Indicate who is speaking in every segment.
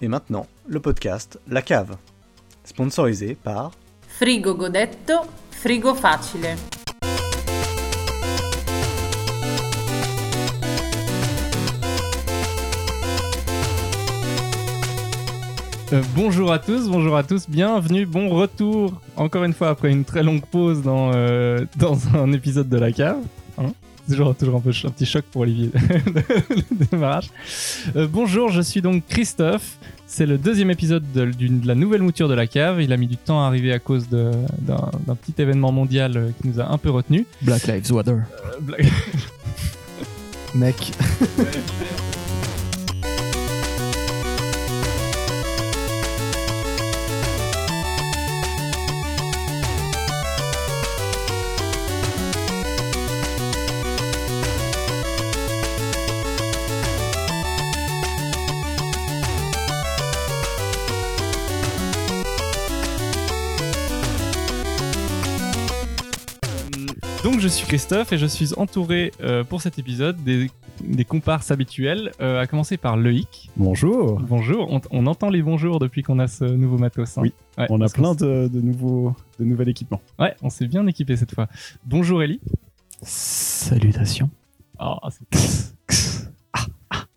Speaker 1: Et maintenant, le podcast La Cave, sponsorisé par
Speaker 2: Frigo godetto, frigo facile.
Speaker 3: Euh, bonjour à tous, bonjour à tous, bienvenue, bon retour, encore une fois après une très longue pause dans, euh, dans un épisode de la cave. hein. C'est toujours, toujours un, peu ch- un petit choc pour Olivier le démarrage. Euh, bonjour, je suis donc Christophe. C'est le deuxième épisode de, d'une- de la nouvelle mouture de la cave. Il a mis du temps à arriver à cause de- d'un d'un petit événement mondial euh, qui nous a un peu Euh, retenu.
Speaker 4: Black Lives Matter. Mec.
Speaker 3: Donc je suis Christophe et je suis entouré euh, pour cet épisode des, des comparses habituels, euh, à commencer par Loïc.
Speaker 5: Bonjour.
Speaker 3: Bonjour, on, on entend les bonjours depuis qu'on a ce nouveau matos. hein.
Speaker 5: Oui,
Speaker 3: Ouais,
Speaker 5: on a
Speaker 3: parce
Speaker 5: plein
Speaker 3: qu'on
Speaker 5: de, de nouveaux, de nouvel équipement.
Speaker 3: s- Ouais, on s'est bien équipé cette fois. Bonjour Ellie.
Speaker 4: Salutations.
Speaker 3: Ah, c'est-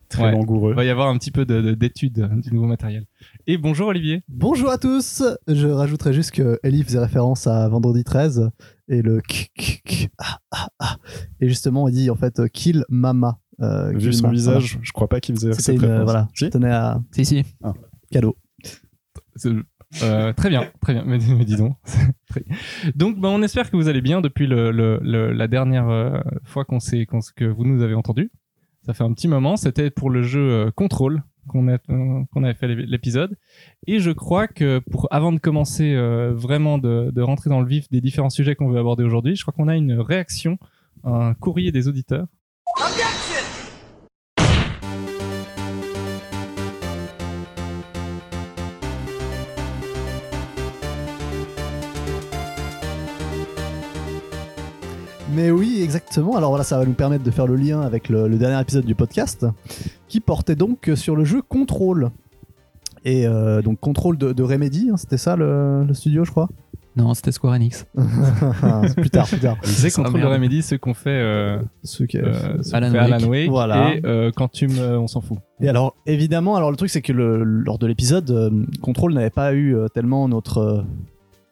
Speaker 5: Très
Speaker 3: Ouais.
Speaker 5: langoureux.
Speaker 3: Il va y avoir un petit peu de- de- d'études euh, du nouveau matériel. Et bonjour Olivier.
Speaker 4: Bonjour à tous. Je rajouterai juste que Ellie faisait référence à vendredi 13 et le k- k- k- ah, ah, ah. Et justement, il dit en fait euh, kill mama. Euh,
Speaker 5: Vu
Speaker 4: kill
Speaker 5: son
Speaker 4: mama.
Speaker 5: visage, je crois pas qu'il faisait
Speaker 4: C'était
Speaker 5: cette
Speaker 4: une, euh,
Speaker 5: référence.
Speaker 4: voilà,
Speaker 5: Si
Speaker 4: je
Speaker 5: Ah.
Speaker 4: tenais à
Speaker 6: Si, si.
Speaker 4: cadeau.
Speaker 3: C'est- euh, très bien, très bien, mais, mais dis donc. Très- donc, bah, on espère que vous allez bien depuis le, le- le- la dernière euh, fois qu'on s'est, qu'on s- que vous nous avez entendu. Ça fait un petit moment, c'était pour le jeu euh, Control qu'on a- euh, qu'on avait fait l'ép- l'épisode. Et je crois que pour, avant de commencer euh, vraiment de, de rentrer dans le vif des différents sujets qu'on veut aborder aujourd'hui, je crois qu'on a une réaction, un courrier des auditeurs.
Speaker 4: Mais oui, exactement. Alors voilà, ça va nous permettre de faire le lien avec le, le dernier épisode du podcast, qui portait donc sur le jeu Control. Et euh, donc Control de, de Remedy, hein, c'était ça le- le studio, je crois.
Speaker 6: Non, c'était Square Enix.
Speaker 4: plus tard, plus
Speaker 6: Ah
Speaker 4: tard.
Speaker 3: C'est Control de
Speaker 6: merde.
Speaker 3: Remedy, ce qu'on fait, euh,
Speaker 4: Ceux qui-
Speaker 3: euh, ce qu'on
Speaker 6: Alan
Speaker 3: fait
Speaker 6: Wake.
Speaker 3: Alan Wake.
Speaker 4: Voilà.
Speaker 3: Et euh, Quantum, euh, on s'en fout.
Speaker 4: Et alors, évidemment, alors le truc, c'est que le- lors de l'épisode, euh, Control n'avait pas eu euh, tellement notre euh,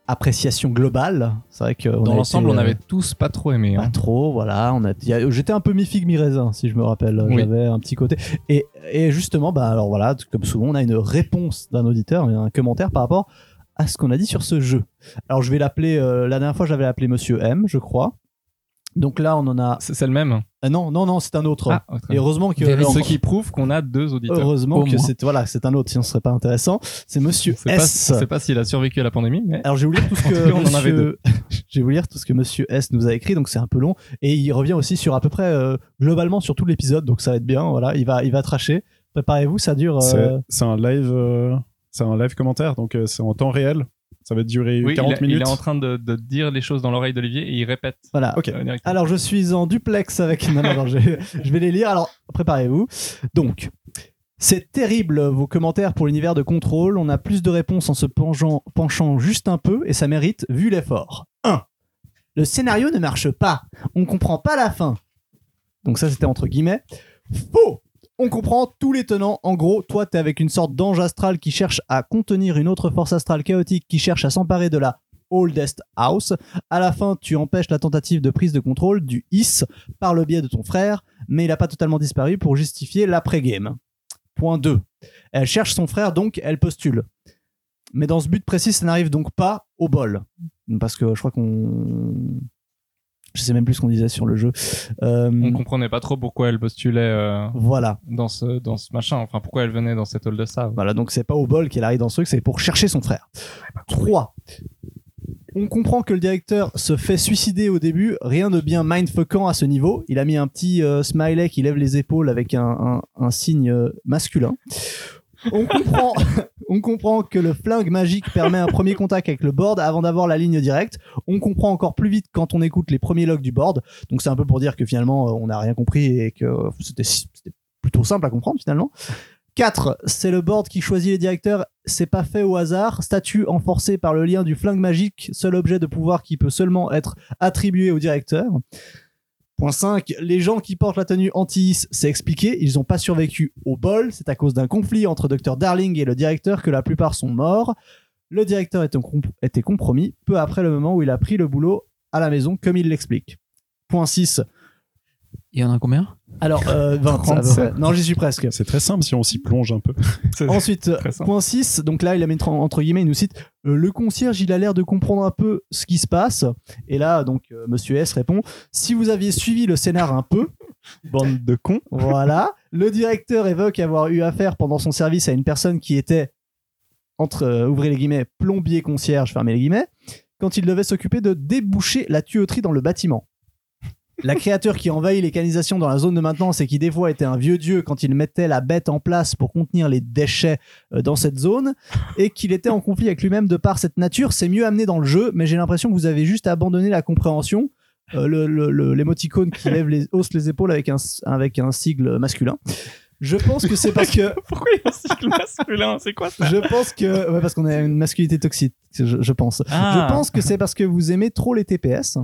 Speaker 4: appréciation globale. C'est vrai que on
Speaker 3: Dans
Speaker 4: a
Speaker 3: l'ensemble,
Speaker 4: été,
Speaker 3: on
Speaker 4: euh,
Speaker 3: avait tous pas trop aimé.
Speaker 4: pas
Speaker 3: hein.
Speaker 4: trop, voilà. On a, il y a- j'étais un peu mi-figue, mi-raisin, si je me rappelle.
Speaker 3: Oui.
Speaker 4: J'avais un petit côté. Et, et justement, bah, alors voilà, comme souvent, on a une réponse d'un auditeur, un commentaire par rapport à ce qu'on a dit sur ce jeu. Alors, je vais l'appeler, euh, la dernière fois, j'avais appelé Monsieur M, je crois. Donc là, on en a.
Speaker 3: C'est c'est le même.
Speaker 4: Ah non, non, non, c'est un autre.
Speaker 3: Ah, autre.
Speaker 4: Et heureusement que.
Speaker 6: Vérifie.
Speaker 3: ce qui prouve qu'on a deux auditeurs.
Speaker 4: Heureusement
Speaker 6: Au
Speaker 4: que
Speaker 6: moins.
Speaker 4: c'est voilà, c'est un autre, sinon ce serait pas intéressant. C'est Monsieur
Speaker 3: Je sais pas-
Speaker 4: S.
Speaker 3: je sais pas s'il a survécu à la pandémie, mais
Speaker 4: Alors je vais vous lire tout ce
Speaker 3: En tout
Speaker 4: que
Speaker 3: cas, on en avait
Speaker 4: monsieur- je vais vous lire tout ce que Monsieur S nous a écrit, donc c'est un peu long et il revient aussi sur à peu près euh, globalement sur tout l'épisode, donc ça va être bien. Voilà, il va il va tracher. Préparez-vous, ça dure. euh,
Speaker 5: C'est- C'est un live, euh, c'est un live commentaire, donc euh, c'est en temps réel. Ça va durer
Speaker 3: Oui, il,
Speaker 5: 40
Speaker 3: a- il
Speaker 5: minutes.
Speaker 3: est en train de, de dire les choses dans l'oreille d'Olivier et il répète.
Speaker 4: Voilà.
Speaker 5: Ok.
Speaker 3: euh, directement.
Speaker 4: Alors, je suis en duplex avec. Non, non, non, je, je vais les lire. Alors, préparez-vous. Donc, c'est terrible vos commentaires pour l'univers de contrôle. On a plus de réponses en se penchant, penchant juste un peu et ça mérite vu l'effort. 1. Le scénario ne marche pas. On comprend pas la fin. Donc, ça, c'était entre guillemets. Faux on comprend tous les tenants. En gros, toi, t'es avec une sorte d'ange astral qui cherche à contenir une autre force astrale chaotique qui cherche à s'emparer de la Oldest House. À la fin, tu empêches la tentative de prise de contrôle du IS par le biais de ton frère, mais il n'a pas totalement disparu pour justifier l'après-game. Point 2. Elle cherche son frère, donc elle postule. Mais dans ce but précis, ça n'arrive donc pas au bol. Parce que je crois qu'on... Je sais même plus ce qu'on disait sur le jeu. Euh,
Speaker 3: On comprenait pas trop pourquoi elle postulait euh,
Speaker 4: voilà.
Speaker 3: dans, ce, dans ce machin, enfin pourquoi elle venait dans cette hall de ça.
Speaker 4: Voilà, donc c'est pas au bol qu'elle arrive dans ce truc, c'est pour chercher son frère. 3. On comprend que le directeur se fait suicider au début, rien de bien mindfuckant à ce niveau. Il a mis un petit euh, smiley qui lève les épaules avec un, un- un signe euh, masculin. On comprend, on comprend que le flingue magique permet un premier contact avec le board avant d'avoir la ligne directe. On comprend encore plus vite quand on écoute les premiers logs du board. Donc c'est un euh, peu pour dire que finalement euh, on n'a rien compris et que c'était c'était plutôt simple à comprendre finalement. 4. C'est le board qui choisit les directeurs. C'est pas fait au hasard. Statut renforcé par le lien du flingue magique, seul objet de pouvoir qui peut seulement être attribué au directeur. Point 5. Les gens qui portent la tenue anti-is, c'est expliqué. Ils n'ont pas survécu au bol. C'est à cause d'un conflit entre Dr. Darling et le directeur que la plupart sont morts. Le directeur était comp- était compromis peu après le moment où il a pris le boulot à la maison, comme il l'explique. Point 6.
Speaker 6: Il y en a combien
Speaker 4: Alors, euh, 20, à peu près.
Speaker 5: 37.
Speaker 4: Non, j'y suis presque.
Speaker 5: C'est très simple si on s'y plonge un peu.
Speaker 4: Ensuite,
Speaker 3: très simple.
Speaker 4: point 6, donc là, il a mis entre- entre guillemets, il nous cite euh, Le concierge, il a l'air de comprendre un peu ce qui se passe. Et là, donc, euh, monsieur S répond Si vous aviez suivi le scénar un peu,
Speaker 5: Bande de cons.
Speaker 4: voilà. Le directeur évoque avoir eu affaire pendant son service à une personne qui était, entre, euh, ouvrez les guillemets, plombier concierge, fermez les guillemets, quand il devait s'occuper de déboucher la tuyauterie dans le bâtiment. La créature qui envahit les canalisations dans la zone de maintenance et qui des fois était un vieux dieu quand il mettait la bête en place pour contenir les déchets euh, dans cette zone et qu'il était en conflit avec lui-même de par cette nature, c'est mieux amené dans le jeu, mais j'ai l'impression que vous avez juste abandonné la compréhension euh, le- le- le- l'émoticône qui lève les, hausse les épaules avec un, avec un sigle masculin. Je pense que c'est parce que
Speaker 3: Pourquoi il y a un cycle masculin C'est quoi
Speaker 4: je pense que ouais, parce qu'on a une masculinité toxique, je, je pense.
Speaker 3: Ah.
Speaker 4: Je pense que c'est parce que vous aimez trop les TPS.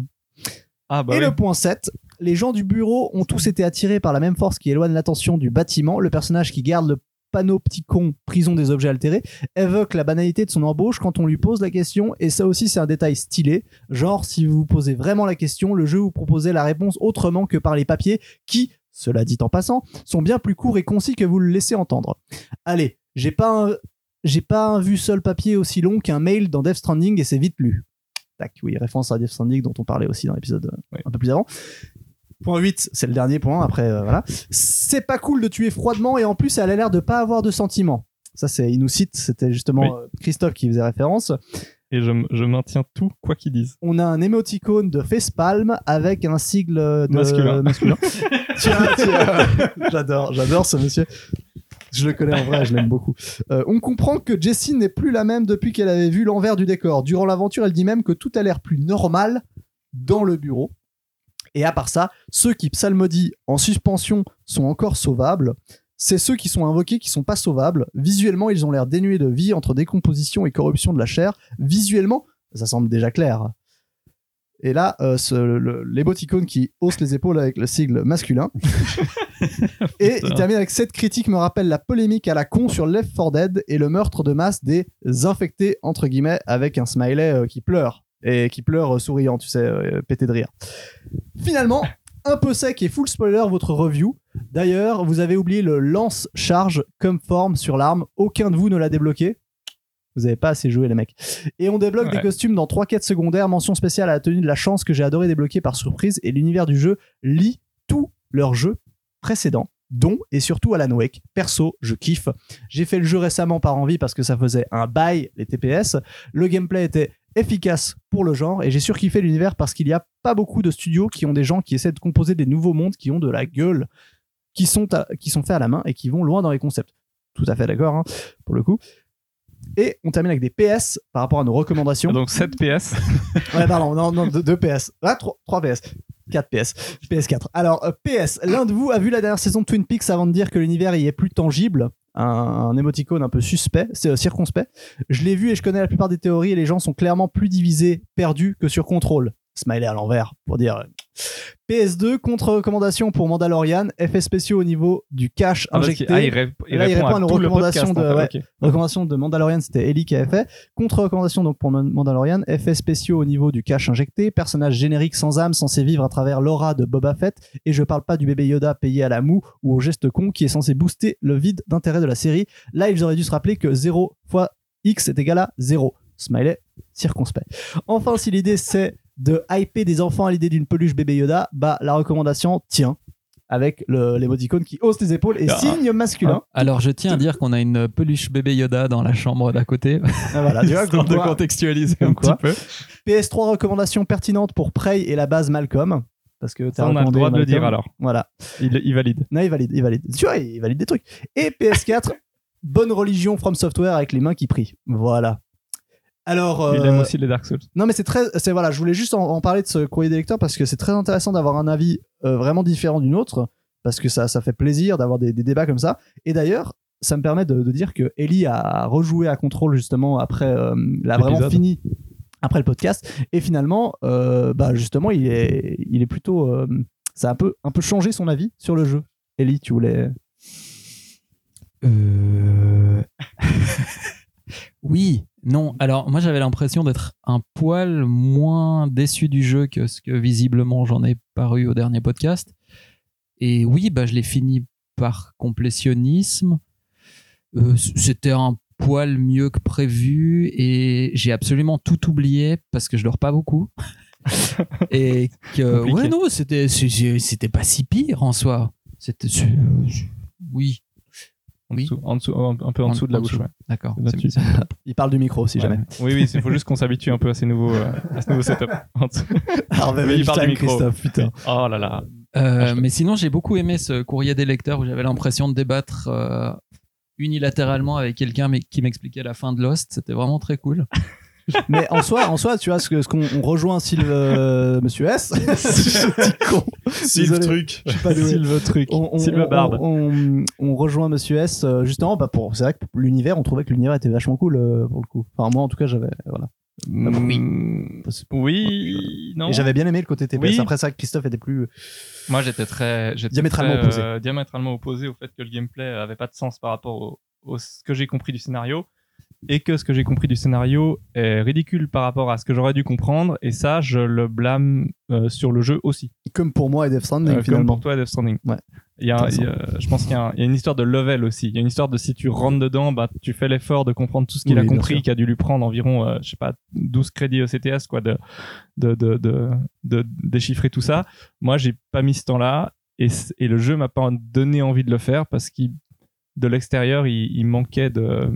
Speaker 3: Ah bah
Speaker 4: Et
Speaker 3: oui.
Speaker 4: le point 7, les gens du bureau ont tous été attirés par la même force qui éloigne l'attention du bâtiment. Le personnage qui garde le panopticon prison des objets altérés évoque la banalité de son embauche quand on lui pose la question et ça aussi c'est un détail stylé genre si vous vous posez vraiment la question le jeu vous proposait la réponse autrement que par les papiers qui cela dit en passant sont bien plus courts et concis que vous le laissez entendre allez j'ai pas un- j'ai pas un vu seul papier aussi long qu'un mail dans Death Stranding et c'est vite lu tac oui référence à Death Stranding dont on parlait aussi dans l'épisode un peu plus avant. Point 8, c'est le dernier point, après, euh, voilà. C'est pas cool de tuer froidement et en plus, elle a l'air de pas avoir de sentiments. Ça, c'est, il nous cite, c'était justement
Speaker 3: Oui.
Speaker 4: euh, Christophe qui faisait référence.
Speaker 3: Et je, m- je maintiens tout, quoi qu'ils disent.
Speaker 4: On a un émoticône de facepalm avec un sigle de...
Speaker 3: Masculin.
Speaker 4: Tiens, tiens. j'adore, j'adore ce monsieur. Je le connais en vrai, je l'aime beaucoup. Euh, on comprend que Jessie n'est plus la même depuis qu'elle avait vu l'envers du décor. Durant l'aventure, elle dit même que tout a l'air plus normal dans le bureau. Et à part ça, ceux qui psalmodient en suspension sont encore sauvables. C'est ceux qui sont invoqués qui sont pas sauvables. Visuellement, ils ont l'air dénués de vie entre décomposition et corruption de la chair. Visuellement, ça semble déjà clair. Et là, euh, ce- le- l'émoticône qui hausse les épaules avec le sigle masculin. et il termine avec cette critique me rappelle la polémique à la con sur Left 4 Dead et le meurtre de masse des infectés entre guillemets avec un smiley euh, qui pleure et qui pleure euh, souriant, tu sais, euh, pété de rire. Finalement, un peu sec et full spoiler votre review. D'ailleurs, vous avez oublié le lance-charge comme forme sur l'arme. Aucun de vous ne l'a débloqué. Vous avez pas assez joué, les mecs. Et on débloque des
Speaker 3: Ouais.
Speaker 4: costumes dans trois quêtes secondaires. Mention spéciale à la tenue de la chance que j'ai adoré débloquer par surprise. Et l'univers du jeu lit tous leurs jeux précédents, dont et surtout Alan Wake. Perso, je kiffe. J'ai fait le jeu récemment par envie parce que ça faisait un bail, les TPS. Le gameplay était efficace pour le genre et j'ai surkiffé l'univers parce qu'il n'y a pas beaucoup de studios qui ont des gens qui essaient de composer des nouveaux mondes qui ont de la gueule, qui sont, à- qui sont faits à la main et qui vont loin dans les concepts. Tout à fait d'accord, hein, pour le coup. Et on termine avec des PS par rapport à nos recommandations.
Speaker 3: Donc 7 PS.
Speaker 4: Ouais, pardon, non, non, 2 PS. Ah, 3, PS. 4 PS. PS4. Alors, euh, PS, l'un de vous a vu la dernière saison de Twin Peaks avant de dire que l'univers y est plus tangible. Un, un émoticône un peu suspect, c'est euh, circonspect. Je l'ai vu et je connais la plupart des théories et les gens sont clairement plus divisés, perdus que sur contrôle. Smiley à l'envers, pour dire. euh. PS2, contre-recommandation pour Mandalorian, effets spéciaux au niveau du cash
Speaker 3: Ah, parce
Speaker 4: injecté.
Speaker 3: qu'il- ah, il, ré- il
Speaker 4: Là, il
Speaker 3: répond
Speaker 4: répond
Speaker 3: à,
Speaker 4: à nos
Speaker 3: tout le podcast,
Speaker 4: recommandations de-
Speaker 3: en fait.
Speaker 4: ouais.
Speaker 3: Ok.
Speaker 4: Recommandation de Mandalorian, c'était Ellie qui avait fait. Contre-recommandation donc pour Man- Mandalorian, effets spéciaux au niveau du cash injecté, personnage générique sans âme censé vivre à travers l'aura de Boba Fett, et je parle pas du bébé Yoda payé à la moue ou au geste con qui est censé booster le vide d'intérêt de la série. Là, ils auraient dû se rappeler que 0 fois X est égal à 0. Smiley circonspect. Enfin, si l'idée c'est de hyper des enfants à l'idée d'une peluche bébé Yoda, bah la recommandation tient. Avec le- l'émoticône qui hausse les épaules et
Speaker 3: Ah.
Speaker 4: signe masculin.
Speaker 6: Alors, je tiens à dire qu'on a une peluche bébé Yoda dans la chambre d'à côté.
Speaker 4: Ah, voilà, tu vois,
Speaker 6: histoire
Speaker 4: comme
Speaker 6: de
Speaker 4: quoi-
Speaker 6: contextualiser
Speaker 4: comme
Speaker 6: un
Speaker 4: quoi.
Speaker 6: petit peu.
Speaker 4: PS3 recommandations pertinentes pour Prey et la base Malcolm. Parce que
Speaker 3: Ça,
Speaker 4: t'as
Speaker 3: on a le
Speaker 4: recommandé
Speaker 3: droit de le
Speaker 4: Malcolm.
Speaker 3: dire alors.
Speaker 4: Voilà.
Speaker 3: Il, il valide.
Speaker 4: Non, il valide, il valide. Tu vois, il valide des trucs. Et PS4, bonne religion from software avec les mains qui prient. Voilà. Alors.
Speaker 3: Il
Speaker 4: euh,
Speaker 3: aime aussi les Dark Souls.
Speaker 4: non, mais c'est très. C'est voilà, je voulais juste en, en parler de ce courrier des lecteurs parce que c'est très intéressant d'avoir un avis euh, vraiment différent d'une autre parce que ça, ça fait plaisir d'avoir des, des débats comme ça. Et d'ailleurs, ça me permet de, de dire que Ellie a rejoué à Control justement après, euh, l'a vraiment
Speaker 5: L'épisode.
Speaker 4: fini après le podcast. Et finalement, euh, bah justement, il est, il est plutôt, euh, ça a un peu, un peu changé son avis sur le jeu. Ellie, tu voulais.
Speaker 6: Euh... oui, non. Alors, moi, j'avais l'impression d'être un poil moins déçu du jeu que ce que visiblement j'en ai paru au dernier podcast. Et oui, bah, je l'ai fini par complétionnisme. Euh, c- C'était un poil mieux que prévu et j'ai absolument tout oublié parce que je dors pas beaucoup. et que,
Speaker 3: Compliqué.
Speaker 6: ouais, non, c'était c'est- c'est- c'était pas si pire en soi. C'était. c'est- euh, Oui,
Speaker 3: En
Speaker 6: Oui.
Speaker 3: dessous- en dessous- un, un peu en,
Speaker 6: En-
Speaker 3: dessous de la
Speaker 6: en
Speaker 3: bouche.
Speaker 6: dessous.
Speaker 3: ouais.
Speaker 6: d'accord.
Speaker 3: Là-dessus.
Speaker 6: C'est-
Speaker 4: Il parle du micro, si
Speaker 3: Ouais.
Speaker 4: jamais.
Speaker 3: Oui, oui, il faut juste qu'on s'habitue un peu à ces nouveaux, euh, à ce nouveau setup. En dessous.
Speaker 4: Alors,
Speaker 3: Oui, il parle du micro.
Speaker 4: Christophe, putain.
Speaker 3: Oh là là.
Speaker 6: Euh,
Speaker 3: Ah, je peux-
Speaker 6: mais sinon, j'ai beaucoup aimé ce courrier des lecteurs où j'avais l'impression de débattre euh, unilatéralement avec quelqu'un mais qui m'expliquait la fin de Lost. C'était vraiment très cool.
Speaker 4: Mais en soi, en soi, tu vois, ce que- ce qu'on on rejoint Sylve, euh, Monsieur S, ce petit con.
Speaker 5: Si le
Speaker 4: Désolé.
Speaker 5: truc.
Speaker 4: Je suis pas doué.
Speaker 3: Sylve Truc.
Speaker 4: On, on-
Speaker 3: Sylve
Speaker 4: on-
Speaker 3: Barbe.
Speaker 4: on- on rejoint Monsieur S euh, justement bah, pour c'est vrai que l'univers on trouvait que l'univers était vachement cool euh, pour le coup enfin moi en tout cas j'avais voilà Ah
Speaker 3: Mm,
Speaker 4: Parce-
Speaker 3: Oui, non.
Speaker 4: bah et j'avais bien aimé le côté TPS
Speaker 3: Oui.
Speaker 4: après ça Christophe était plus
Speaker 3: Moi, j'étais très j'étais
Speaker 4: Diamétralement
Speaker 3: très,
Speaker 4: opposé.
Speaker 3: euh, diamétralement opposé au fait que le gameplay avait pas de sens par rapport au, au- ce que j'ai compris du scénario et que ce que j'ai compris du scénario est ridicule par rapport à ce que j'aurais dû comprendre. Et ça, je le blâme euh, sur le jeu aussi.
Speaker 4: comme pour moi et Death Stranding
Speaker 3: Euh, comme
Speaker 4: finalement
Speaker 3: pour toi, Death Stranding.
Speaker 4: Ouais.
Speaker 3: Il y a, il y a- je pense qu'il y, a un- il y a une histoire de level aussi. Il y a une histoire de si tu rentres dedans, bah, tu fais l'effort de comprendre tout ce qu'il
Speaker 4: Oui,
Speaker 3: a
Speaker 4: bien
Speaker 3: compris,
Speaker 4: sûr.
Speaker 3: qui a dû lui prendre environ, euh, je sais pas, 12 crédits E ECTS, quoi, de, de, de, de, de déchiffrer tout ça. Moi, j'ai pas mis ce temps-là et, c- et le jeu m'a pas donné envie de le faire parce qu'il, de l'extérieur, il, il manquait de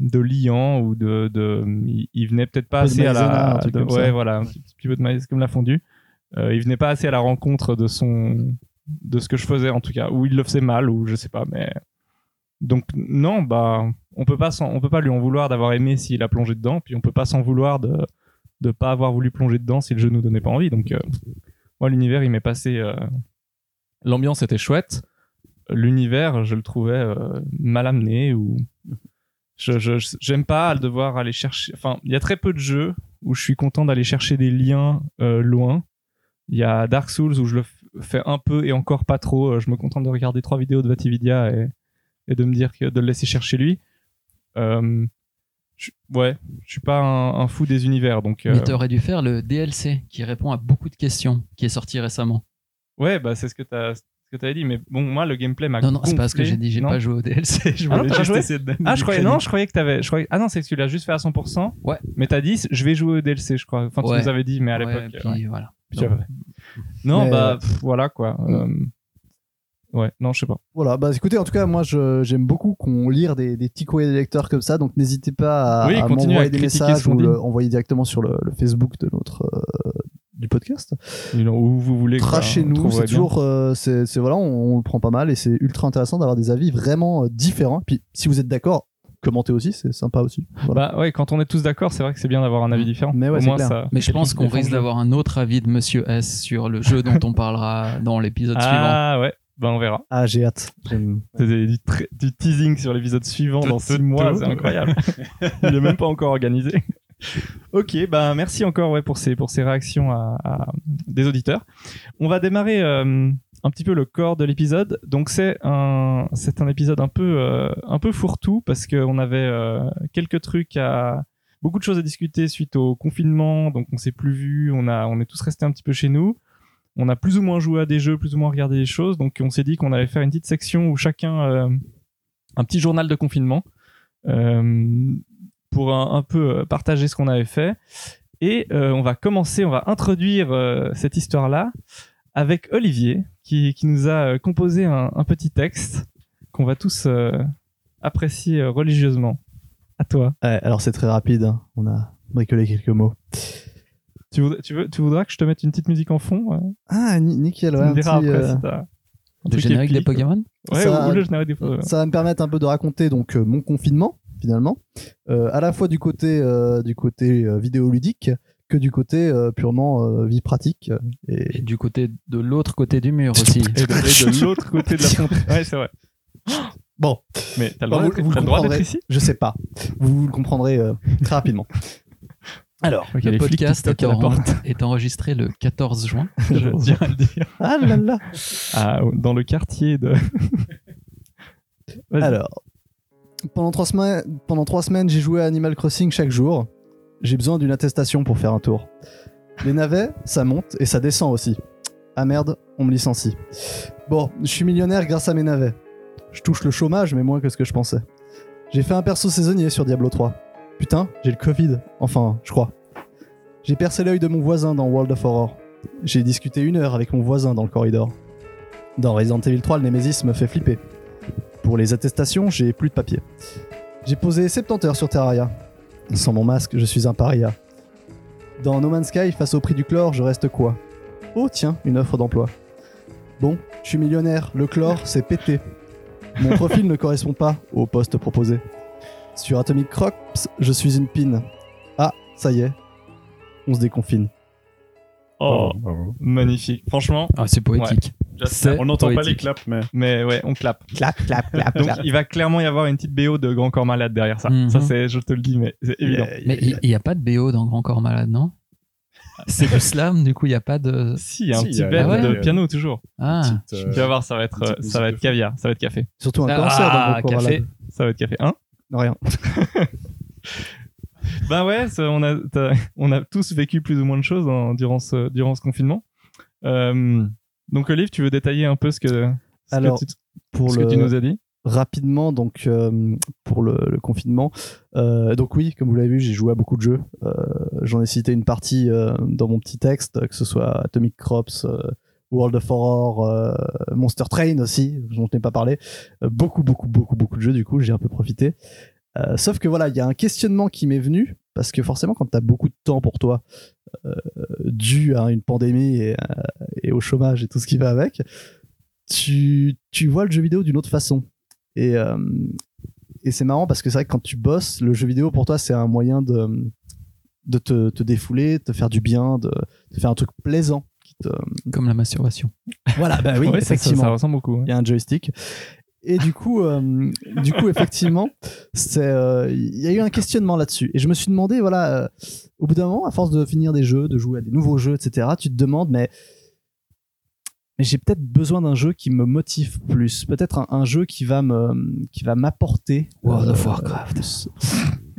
Speaker 3: de liant ou de, de il, il venait peut-être pas
Speaker 4: Un peu de
Speaker 3: assez à
Speaker 4: maïzena, un
Speaker 3: la
Speaker 4: truc
Speaker 3: de-
Speaker 4: comme ça.
Speaker 3: ouais voilà un petit, petit peu de maïs comme la fondue Euh, il venait pas assez à la rencontre de son de ce que je faisais en tout cas ou il le faisait mal ou je sais pas mais donc non bah on peut pas s'en- on peut pas lui en vouloir d'avoir aimé s'il a plongé dedans puis on peut pas s'en vouloir de de pas avoir voulu plonger dedans si le jeu nous donnait pas envie donc euh, moi l'univers il m'est passé euh, l'ambiance était chouette l'univers je le trouvais euh, mal amené ou je je- je- j'aime pas devoir aller chercher enfin il y a très peu de jeux où je suis content d'aller chercher des liens euh, loin il y a Dark Souls où je le f- fais un peu et encore pas trop Euh, je me contente de regarder trois vidéos de Vatividia et, et de me dire que de le laisser chercher lui Euh, je- ouais je suis pas un, un fou des univers donc euh,
Speaker 6: Mais t'aurais dû faire le DLC qui répond à beaucoup de questions qui est sorti récemment.
Speaker 3: ouais bah c'est ce que t'as ce que t'avais dit mais bon moi le gameplay m'a
Speaker 6: Non, non, c'est pas ce que
Speaker 3: gonflé.
Speaker 6: j'ai dit. J'ai
Speaker 3: Non.
Speaker 6: pas joué au DLC. Je
Speaker 3: Ah non,
Speaker 6: voulais
Speaker 3: t'as pas
Speaker 6: juste
Speaker 3: joué
Speaker 6: essayer de donner
Speaker 3: Ah,
Speaker 6: du
Speaker 3: je croyais,
Speaker 6: crédit.
Speaker 3: non, je croyais que t'avais, je croyais, ah non, c'est que tu l'as juste fait à 100%.
Speaker 6: Ouais.
Speaker 3: Mais t'as dit, je vais jouer au DLC, je crois. Enfin, tu
Speaker 6: Ouais.
Speaker 3: nous avais dit, mais à
Speaker 6: Ouais,
Speaker 3: l'époque.
Speaker 6: puis
Speaker 3: euh,
Speaker 6: voilà.
Speaker 3: puis tu
Speaker 6: Non.
Speaker 3: avais- Non,
Speaker 4: Mais- Mm.
Speaker 3: bah, pff, voilà, quoi. Euh, Ouais, non, je sais pas.
Speaker 4: voilà bah écoutez en tout cas moi je- j'aime beaucoup qu'on lire des, des petits courriers des lecteurs comme ça donc n'hésitez pas à,
Speaker 3: Oui,
Speaker 4: à
Speaker 3: continuez à
Speaker 4: m'envoyer des
Speaker 3: critiquer ce
Speaker 4: messages
Speaker 3: qu'on
Speaker 4: ou
Speaker 3: dit.
Speaker 4: le- envoyer directement sur le, le Facebook de notre euh, du podcast
Speaker 3: Où vous voulez. quoi,
Speaker 4: Trachez
Speaker 3: on
Speaker 4: nous,
Speaker 3: trouverait bien.
Speaker 4: c'est toujours, euh, c'est c'est- voilà, on, on le prend pas mal et c'est ultra intéressant d'avoir des avis vraiment euh, différents. Puis si vous êtes d'accord, commentez aussi, c'est sympa aussi. Voilà.
Speaker 3: Bah, ouais, quand on est tous d'accord, c'est vrai que c'est bien d'avoir un avis différent.
Speaker 4: Mm. Mais ouais,
Speaker 3: Au
Speaker 4: c'est
Speaker 3: moins,
Speaker 4: clair.
Speaker 3: ça.
Speaker 6: Mais je pense qu'on
Speaker 3: Quelqu'un qui
Speaker 6: risque
Speaker 3: défend le jeu.
Speaker 6: d'avoir un autre avis de Monsieur S sur le jeu dont on parlera dans l'épisode suivant.
Speaker 3: Ah, ouais. Bah, on verra.
Speaker 4: Ah, j'ai hâte. J'aime.
Speaker 3: C'est des- du, tra- du teasing sur l'épisode suivant
Speaker 5: Tout-
Speaker 3: dans
Speaker 5: tout-
Speaker 3: 6 mois,
Speaker 5: tout.
Speaker 3: c'est incroyable. Il est même pas encore organisé. ok, bah merci encore ouais, pour, ces, pour ces réactions à, à- des auditeurs. On va démarrer euh, un petit peu le corps de l'épisode. Donc c'est un, c'est un épisode un peu, euh, un peu fourre-tout parce qu'on avait euh, quelques trucs à... Beaucoup de choses à discuter suite au confinement, donc on s'est plus vu, on, a, on est tous restés un petit peu chez nous on a plus ou moins joué à des jeux, plus ou moins regardé des choses. Donc, on s'est dit qu'on allait faire une petite section où chacun euh, un petit journal de confinement euh, pour un, un peu euh, partager ce qu'on avait fait. Et euh, on va commencer, on va introduire euh, cette histoire-là avec Olivier qui, qui nous a euh, composé un, un petit texte qu'on va tous euh, apprécier euh, religieusement. À toi.
Speaker 4: Ouais, alors c'est très rapide, hein. on a bricolé quelques mots.
Speaker 3: Tu, voudrais- tu veux, tu voudras que je te mette une petite musique en fond euh,
Speaker 4: Ah, ni- nickel,
Speaker 3: Tu
Speaker 4: ouais,
Speaker 3: me
Speaker 4: un
Speaker 3: diras
Speaker 4: petit,
Speaker 3: après
Speaker 4: euh,
Speaker 3: si t'as un
Speaker 6: Le
Speaker 3: truc
Speaker 6: générique des
Speaker 3: épique.
Speaker 6: Pokémon
Speaker 3: Ouais,
Speaker 4: Ça-
Speaker 3: ou, ou le générique des hein. Pokémon.
Speaker 4: Ça va me permettre un peu de raconter donc euh, mon confinement finalement, euh, à la fois du côté euh, du côté euh, vidéoludique que du côté euh, purement euh, vie pratique euh,
Speaker 6: Et
Speaker 4: et
Speaker 6: du côté de l'autre côté du mur aussi.
Speaker 3: et de, et de l'autre côté de la frontière. Ouais, c'est vrai.
Speaker 4: Bon,
Speaker 3: Mais t'as le
Speaker 4: Bah,
Speaker 3: droit
Speaker 4: vous,
Speaker 3: d'être-
Speaker 4: vous
Speaker 3: t'as
Speaker 4: le
Speaker 3: le droit d'être
Speaker 4: comprendrez.
Speaker 3: ici
Speaker 4: Je sais pas. Vous le comprendrez euh, très rapidement. Alors,
Speaker 3: Ok,
Speaker 6: le
Speaker 3: les flics qui
Speaker 6: podcast est,
Speaker 3: toquent à la
Speaker 6: en-
Speaker 3: porte.
Speaker 6: est enregistré le 14 juin.
Speaker 3: Je tiens à le dire.
Speaker 4: ah là là.
Speaker 3: Ah, dans le quartier de. Vas-y.
Speaker 4: Alors, pendant trois semaines, pendant trois semaines, j'ai joué à Animal Crossing chaque jour. J'ai besoin d'une attestation pour faire un tour. Les navets, ça monte et ça descend aussi. Ah merde, on me licencie. Bon, je suis millionnaire grâce à mes navets. Je touche le chômage, mais moins que ce que je pensais. J'ai fait un perso saisonnier sur Diablo 3. Putain, j'ai le Covid. Enfin, je crois. J'ai percé l'œil de mon voisin dans World of Horror. J'ai discuté une heure avec mon voisin dans le corridor. Dans Resident Evil 3, le Nemesis me fait flipper. Pour les attestations, j'ai plus de papier. J'ai posé 70 heures sur Terraria. Sans mon masque, je suis un paria. Dans No Man's Sky, face au prix du chlore, je reste quoi Oh tiens, une offre d'emploi. Bon, je suis millionnaire, le chlore, c'est pété. Mon profil ne correspond pas au poste proposé. Sur Atomic Crops, je suis une pine. Ah, ça y est, on se déconfine.
Speaker 3: Oh,
Speaker 5: bravo.
Speaker 3: magnifique. Franchement,
Speaker 6: Ah, c'est poétique. C'est
Speaker 5: On n'entend pas les
Speaker 6: poétique.
Speaker 5: claps, mais
Speaker 3: mais ouais, on clappe.
Speaker 4: Clap, clap, clap,
Speaker 3: Donc, il va clairement y avoir une petite BO de Grand Corps Malade derrière ça.
Speaker 6: Mhm.
Speaker 3: Ça, c'est, je te le dis, mais c'est évident.
Speaker 6: Mais il n'y a pas de BO dans Grand Corps Malade, non C'est du slam, du coup, il n'y a pas de.
Speaker 3: Si, il y a un
Speaker 5: Si, il
Speaker 3: petit
Speaker 5: y a-
Speaker 3: bed
Speaker 6: ah ouais.
Speaker 3: de piano toujours.
Speaker 6: Ah,
Speaker 3: Tu
Speaker 5: petite,
Speaker 3: vas
Speaker 5: euh,
Speaker 3: voir, ça va être,
Speaker 5: petite
Speaker 3: euh,
Speaker 5: musique
Speaker 3: ça va
Speaker 5: de
Speaker 3: être
Speaker 5: fond.
Speaker 3: caviar, ça va être café.
Speaker 4: Surtout un
Speaker 6: Ah,
Speaker 4: cancer dans vos cours
Speaker 6: café.
Speaker 4: malades.
Speaker 3: Ça va être café. Hein
Speaker 4: Non, Rien.
Speaker 3: Bah ouais, ça, on a, t'as- on a tous vécu plus ou moins de choses en- durant, ce, durant ce confinement. Euh, donc, Olive, tu veux détailler un peu ce que, ce que
Speaker 4: Alors,
Speaker 3: tu,
Speaker 4: Pour
Speaker 3: ce
Speaker 4: le...
Speaker 3: que tu nous as dit
Speaker 4: rapidement donc euh, pour le, le confinement. Euh, donc oui, comme vous l'avez vu, j'ai joué à beaucoup de jeux. Euh, J'en ai cité une partie euh, dans mon petit texte, que ce soit Atomic Crops, euh, World of Horror, euh, Monster Train aussi, dont je n'ai pas parlé. Euh, beaucoup, beaucoup, beaucoup, beaucoup de jeux, du coup, j'ai un peu profité. Euh, sauf que voilà, il y a un questionnement qui m'est venu, parce que forcément, quand tu as beaucoup de temps pour toi, euh, dû à une pandémie et, euh, et au chômage et tout ce qui va avec, tu, tu vois le jeu vidéo d'une autre façon. Et, euh, et c'est marrant parce que c'est vrai que quand tu bosses, le jeu vidéo pour toi, c'est un moyen de, de te, te défouler, de te faire du bien, de, de faire un truc plaisant. qui te-
Speaker 6: comme la masturbation.
Speaker 4: Voilà, bah oui,
Speaker 3: Ouais, ça- ça,
Speaker 4: effectivement
Speaker 3: ça ressemble beaucoup. ouais.
Speaker 4: il y a un joystick. Et du coup, euh, du coup, effectivement, c'est, euh, il y a eu un questionnement là-dessus. Et je me suis demandé, voilà, euh, au bout d'un moment, à force de finir des jeux, de jouer à des nouveaux jeux, etc., tu te demandes, mais, mais j'ai peut-être besoin d'un jeu qui me motive plus, peut-être un, un jeu qui va me, qui va m'apporter.
Speaker 6: World of
Speaker 4: euh,
Speaker 6: Warcraft.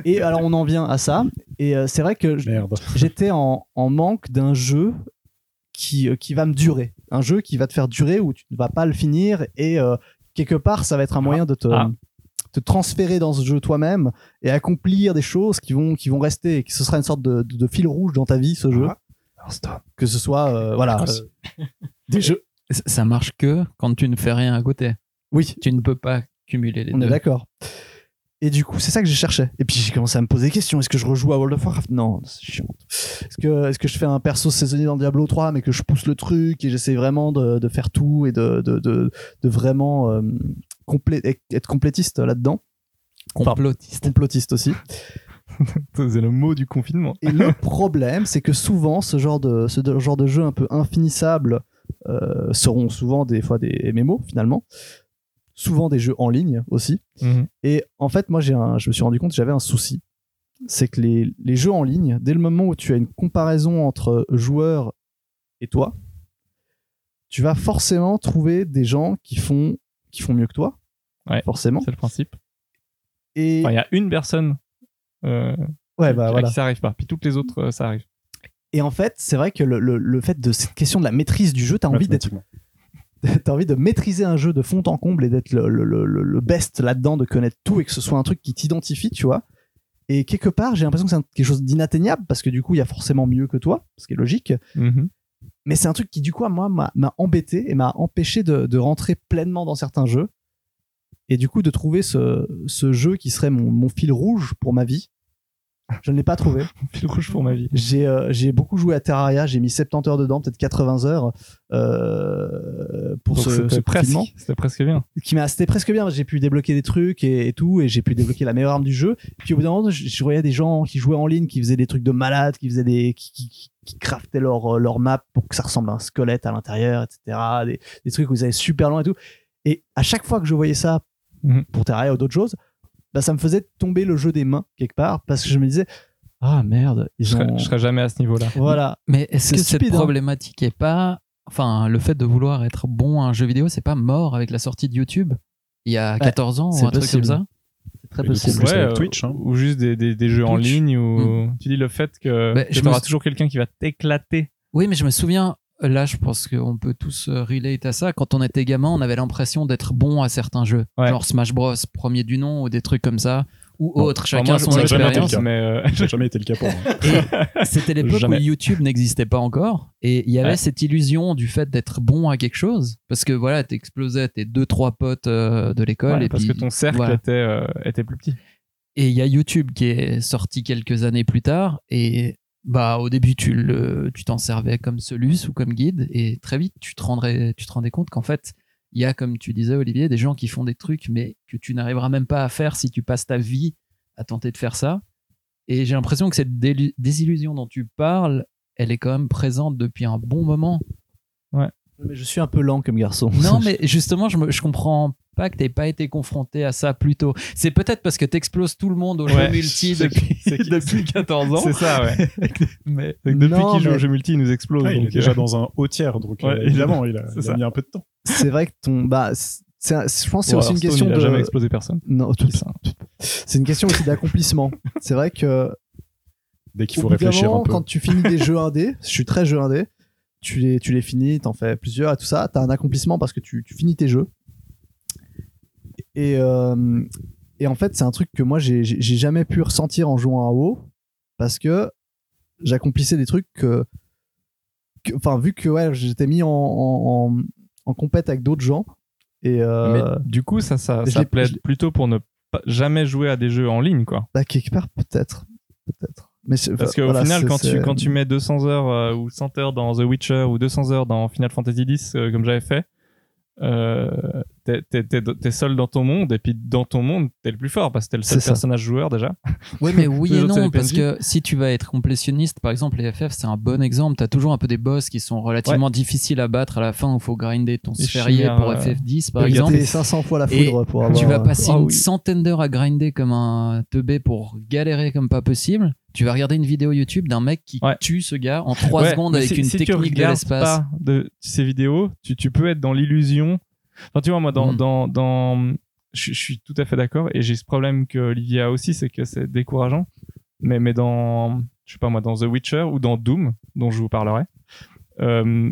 Speaker 4: Et alors, on en vient à ça. Et euh, c'est vrai que je-
Speaker 5: Merde.
Speaker 4: j'étais en, en manque d'un jeu qui, euh, qui va me durer. Un jeu qui va te faire durer où tu ne vas pas le finir et euh, quelque part, ça va être un moyen de te,
Speaker 3: Ah.
Speaker 4: te transférer dans ce jeu toi-même et accomplir des choses qui vont, qui vont rester et que ce sera une sorte de, de- de fil rouge dans ta vie, ce jeu. Que ce soit, euh, voilà.
Speaker 6: Cross.
Speaker 4: euh, des jeux.
Speaker 6: Ça- Ça marche que quand tu ne fais rien à côté.
Speaker 4: Oui,
Speaker 6: Tu ne peux pas cumuler les
Speaker 4: on est
Speaker 6: deux.
Speaker 4: d'accord. Et du coup, c'est ça que je cherchais. Et puis j'ai commencé à me poser des questions. Est-ce que je rejoue à World of Warcraft Non, c'est chiant. Est-ce que, est-ce que je fais un perso saisonnier dans Diablo 3, mais que je pousse le truc et j'essaie vraiment de, de faire tout et de, de, de, de vraiment euh, complé- être complétiste là-dedans
Speaker 6: Complotiste.
Speaker 4: Complotiste aussi.
Speaker 3: Ça, C'est le mot du confinement.
Speaker 4: Et le problème, c'est que souvent, ce genre de, ce de- genre de jeu un peu infinissable euh, seront souvent des fois des MMO finalement. Souvent des jeux en ligne aussi.
Speaker 3: Mhm.
Speaker 4: Et en fait, moi, j'ai un, je me suis rendu compte que j'avais un souci. C'est que les, les jeux en ligne, dès le moment où tu as une comparaison entre joueur et toi, tu vas forcément trouver des gens qui font, qui font mieux que toi.
Speaker 3: Ouais.
Speaker 4: Forcément.
Speaker 3: C'est le principe.
Speaker 4: Et
Speaker 3: Enfin, il y a une personne euh,
Speaker 4: ouais, bah,
Speaker 3: à
Speaker 4: voilà.
Speaker 3: qui ça arrive pas. Puis toutes les autres, euh, ça arrive.
Speaker 4: Et en fait, c'est vrai que le, le- le fait de cette question de la maîtrise du jeu, t'as envie d'être
Speaker 5: Mathématiquement.
Speaker 4: t'as envie de maîtriser un jeu de fond en comble et d'être le, le- le- le- le best là-dedans, de connaître tout et que ce soit un truc qui t'identifie, tu vois. Et quelque part, j'ai l'impression que c'est un- quelque chose d'inatteignable parce que du coup, il y a forcément mieux que toi, ce qui est logique.
Speaker 3: Mhm.
Speaker 4: Mais c'est un truc qui, du coup, à moi, m'a m'a embêté et m'a empêché de, de rentrer pleinement dans certains jeux. Et du coup, de trouver ce, ce jeu qui serait mon, mon fil rouge pour ma vie. Je ne l'ai pas trouvé.
Speaker 3: Fil rouge pour ma vie.
Speaker 4: J'ai euh, j'ai beaucoup joué à Terraria, j'ai mis 70 heures dedans, peut-être 80 heures euh, pour
Speaker 3: Donc,
Speaker 4: ce,
Speaker 3: c'était
Speaker 4: ce
Speaker 3: presque,
Speaker 4: confinement
Speaker 3: c'était presque bien.
Speaker 4: qui m'a c'était presque bien j'ai pu débloquer des trucs et, et tout et j'ai pu débloquer la meilleure arme du jeu puis au bout d'un moment je, je voyais des gens qui jouaient en ligne qui faisaient des trucs de malades qui faisaient des qui, qui, qui- qui craftaient leur euh, leur map pour que ça ressemble à un squelette à l'intérieur etc des, des trucs où ils allaient super loin et tout et à chaque fois que je voyais ça
Speaker 3: Mhm.
Speaker 4: pour Terraria ou d'autres choses, bah, ça me faisait tomber le jeu des mains quelque part parce que je me disais ah merde,
Speaker 3: Je
Speaker 4: ils
Speaker 3: serais,
Speaker 4: ont
Speaker 3: je serais jamais à ce niveau-là.
Speaker 4: voilà.
Speaker 6: Mais est-ce
Speaker 4: C'est
Speaker 6: que cette
Speaker 4: stupide, hein.
Speaker 6: problématique est pas. Enfin, le fait de vouloir être bon à un jeu vidéo, c'est pas mort avec la sortie de YouTube il y a 14 ans ou
Speaker 4: c'est
Speaker 6: un truc
Speaker 4: possible.
Speaker 6: comme ça C'est très
Speaker 5: Et de
Speaker 6: possible.
Speaker 5: Plus
Speaker 3: Ouais,
Speaker 5: avec
Speaker 3: euh,
Speaker 5: Twitch, hein.
Speaker 3: Ou juste des, des- des jeux en
Speaker 6: Twitch.
Speaker 3: ligne ou tu dis le fait que
Speaker 6: Bah,
Speaker 3: que
Speaker 6: je me
Speaker 3: t'auras
Speaker 6: suis-
Speaker 3: toujours quelqu'un qui va t'éclater.
Speaker 6: Oui, mais je me souviens, là, je pense qu'on peut tous euh, relate à ça. Quand on était gamin, on avait l'impression d'être bon à certains jeux.
Speaker 3: Ouais.
Speaker 6: Genre Smash Bros, premier du nom, ou des trucs comme ça, ou
Speaker 5: Bon,
Speaker 6: autre.
Speaker 3: Enfin,
Speaker 6: Chacun
Speaker 3: moi,
Speaker 6: son
Speaker 3: ça a jamais été le
Speaker 6: expérience.
Speaker 3: cas, mais euh,
Speaker 5: Ça n'a jamais été le cas pour moi.
Speaker 6: C'était l'époque où
Speaker 5: Jamais.
Speaker 6: YouTube n'existait pas encore et il y avait
Speaker 3: Ouais.
Speaker 6: cette illusion du fait d'être bon à quelque chose parce que voilà, t'explosais tes deux trois potes euh, de l'école
Speaker 3: ouais,
Speaker 6: et
Speaker 3: parce
Speaker 6: puis
Speaker 3: que ton cercle
Speaker 6: voilà.
Speaker 3: était, euh, était plus petit.
Speaker 6: et il y a YouTube qui est sorti quelques années plus tard et bah au début tu le tu t'en servais comme soluce ou comme guide et très vite tu te rendrais tu te rendais compte qu'en fait il y a comme tu disais Olivier des gens qui font des trucs mais que tu n'arriveras même pas à faire si tu passes ta vie à tenter de faire ça et j'ai l'impression que cette délu- désillusion dont tu parles elle est quand même présente depuis un bon moment
Speaker 4: Mais je suis un peu lent comme garçon.
Speaker 6: non, mais justement, je, me- je comprends pas que t'aies pas été confronté à ça plus tôt. C'est peut-être parce que t'exploses tout le monde au jeu
Speaker 3: Ouais,
Speaker 6: multi
Speaker 3: c'est-
Speaker 6: depuis,
Speaker 3: c'est-
Speaker 6: depuis 14 ans.
Speaker 3: C'est ça, ouais.
Speaker 6: Mais
Speaker 3: Donc, depuis
Speaker 4: Non,
Speaker 3: qu'il joue au
Speaker 4: mais-
Speaker 3: jeu multi, il nous explose.
Speaker 5: Ouais, il est
Speaker 3: donc,
Speaker 5: déjà
Speaker 3: euh,
Speaker 5: dans un haut tiers, donc
Speaker 3: Ouais,
Speaker 5: euh, évidemment, il a,
Speaker 3: c'est
Speaker 5: il a
Speaker 3: ça.
Speaker 5: mis un peu de temps.
Speaker 4: c'est vrai que ton bah c'est- c'est un- je pense que c'est
Speaker 3: Warstone,
Speaker 4: aussi une question
Speaker 3: il a
Speaker 4: de
Speaker 3: jamais explosé personne.
Speaker 4: non, tout-
Speaker 3: Ça.
Speaker 4: c'est une question aussi d'accomplissement. c'est vrai que
Speaker 5: Dès qu'il
Speaker 4: au
Speaker 5: faut
Speaker 4: bout d'un
Speaker 5: réfléchir
Speaker 4: moment,
Speaker 5: un peu.
Speaker 4: quand tu finis des jeux indés, je suis très jeu indé, tu les, tu les finis, t'en fais plusieurs et tout ça, t'as un accomplissement parce que tu, tu finis tes jeux. Et, euh, et en fait, c'est un truc que moi, j'ai j'ai- j'ai jamais pu ressentir en jouant à WoW parce que j'accomplissais des trucs que. que- Enfin, vu que ouais, j'étais mis en, en, en, en compète avec d'autres gens. Et
Speaker 3: Mais
Speaker 4: euh,
Speaker 3: du coup, ça, ça,
Speaker 4: je
Speaker 3: ça
Speaker 4: l'ai-
Speaker 3: plaide
Speaker 4: je l'ai-
Speaker 3: plutôt pour ne pas, jamais jouer à des jeux en ligne, quoi.
Speaker 4: bah, quelque part, peut-être. Peut-être. Mais c'est-
Speaker 3: Parce qu'au
Speaker 4: voilà,
Speaker 3: final,
Speaker 4: c'est-
Speaker 3: quand
Speaker 4: c'est-
Speaker 3: tu, quand tu mets 200 heures euh, ou 100 heures dans The Witcher ou 200 heures dans Final Fantasy X, euh, comme j'avais fait, euh, t'es- t'es t'es- t'es seul dans ton monde, et puis dans ton monde, t'es le plus fort, parce que t'es le seul
Speaker 4: C'est ça.
Speaker 3: personnage joueur déjà.
Speaker 6: Oui, mais oui
Speaker 3: Les
Speaker 6: et
Speaker 3: autres, c'est
Speaker 6: non,
Speaker 3: les
Speaker 6: parce
Speaker 3: PNJ.
Speaker 6: que si tu vas être complétionniste, par exemple, les FF, c'est un bon exemple. T'as toujours un peu des boss qui sont relativement difficiles à battre à la fin où faut grinder ton
Speaker 3: Les
Speaker 6: sphérié
Speaker 3: chimères,
Speaker 6: pour
Speaker 3: euh,
Speaker 6: FF10, par
Speaker 4: T'as
Speaker 6: exemple.
Speaker 4: gâté 500 fois la
Speaker 6: Et
Speaker 4: foudre pour avoir.
Speaker 6: Tu vas passer
Speaker 4: Ah
Speaker 6: une
Speaker 4: oui.
Speaker 6: centaine d'heures à grinder comme un teubé pour galérer comme pas possible. Tu vas regarder une vidéo YouTube d'un mec qui
Speaker 3: Ouais.
Speaker 6: tue ce gars en 3
Speaker 3: Ouais,
Speaker 6: secondes
Speaker 3: mais
Speaker 6: avec
Speaker 3: si-
Speaker 6: une
Speaker 3: si tu
Speaker 6: technique de
Speaker 3: regardes
Speaker 6: l'espace.
Speaker 3: pas de ces vidéos, tu, tu peux être dans l'illusion. Enfin, tu vois, moi, dans,
Speaker 6: Mm.
Speaker 3: dans, dans- je, je suis tout à fait d'accord, et j'ai ce problème que Olivier a aussi, c'est que c'est décourageant. Mais, mais dans, je sais pas moi, dans The Witcher ou dans Doom, dont je vous parlerai, euh,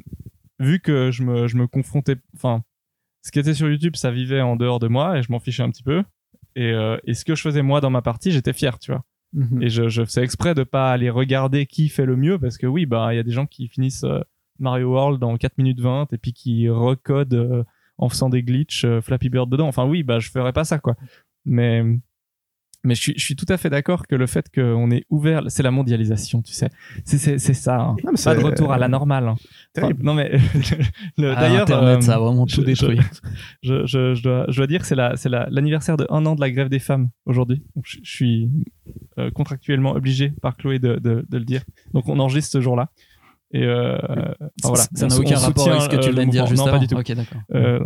Speaker 3: vu que je me, je me confrontais, enfin, ce qui était sur YouTube, ça vivait en dehors de moi et je m'en fichais un petit peu. Et, euh, et ce que je faisais moi dans ma partie, j'étais fier, tu vois.
Speaker 4: Mhm.
Speaker 3: Et je, je faisais exprès de pas aller regarder qui fait le mieux parce que oui, bah il y a des gens qui finissent euh, Mario World en 4 minutes 20 et puis qui recodent euh, en faisant des glitches euh, Flappy Bird dedans. Enfin oui, bah je ferais pas ça quoi. Mais mais je suis, je suis tout à fait d'accord que le fait qu'on est ouvert, c'est la mondialisation, tu sais. C'est c'est c'est ça. hein.
Speaker 4: Non, mais
Speaker 3: Pas de
Speaker 4: c'est-
Speaker 3: retour à la normale. hein.
Speaker 5: Terrible.
Speaker 3: non mais le-
Speaker 6: Ah,
Speaker 3: d'ailleurs
Speaker 6: Internet,
Speaker 3: euh,
Speaker 6: ça a vraiment
Speaker 3: je-
Speaker 6: tout détruit. Ah,
Speaker 3: je, je, je dois, je dois dire que c'est la- c'est la- l'anniversaire de un an de la grève des femmes aujourd'hui. Donc, Je, je suis euh, contractuellement obligé par Chloé de, de- de le dire. Donc on enregistre ce jour-là. Et euh, enfin, voilà.
Speaker 6: Ça
Speaker 3: On
Speaker 6: n'a
Speaker 3: sou-
Speaker 6: aucun
Speaker 3: on
Speaker 6: rapport
Speaker 3: soutient,
Speaker 6: avec ce que tu
Speaker 3: euh,
Speaker 6: viens
Speaker 3: le
Speaker 6: de dire
Speaker 3: mouvement.
Speaker 6: juste
Speaker 3: Non,
Speaker 6: avant.
Speaker 3: pas du tout.
Speaker 6: Ok, d'accord.
Speaker 3: Euh,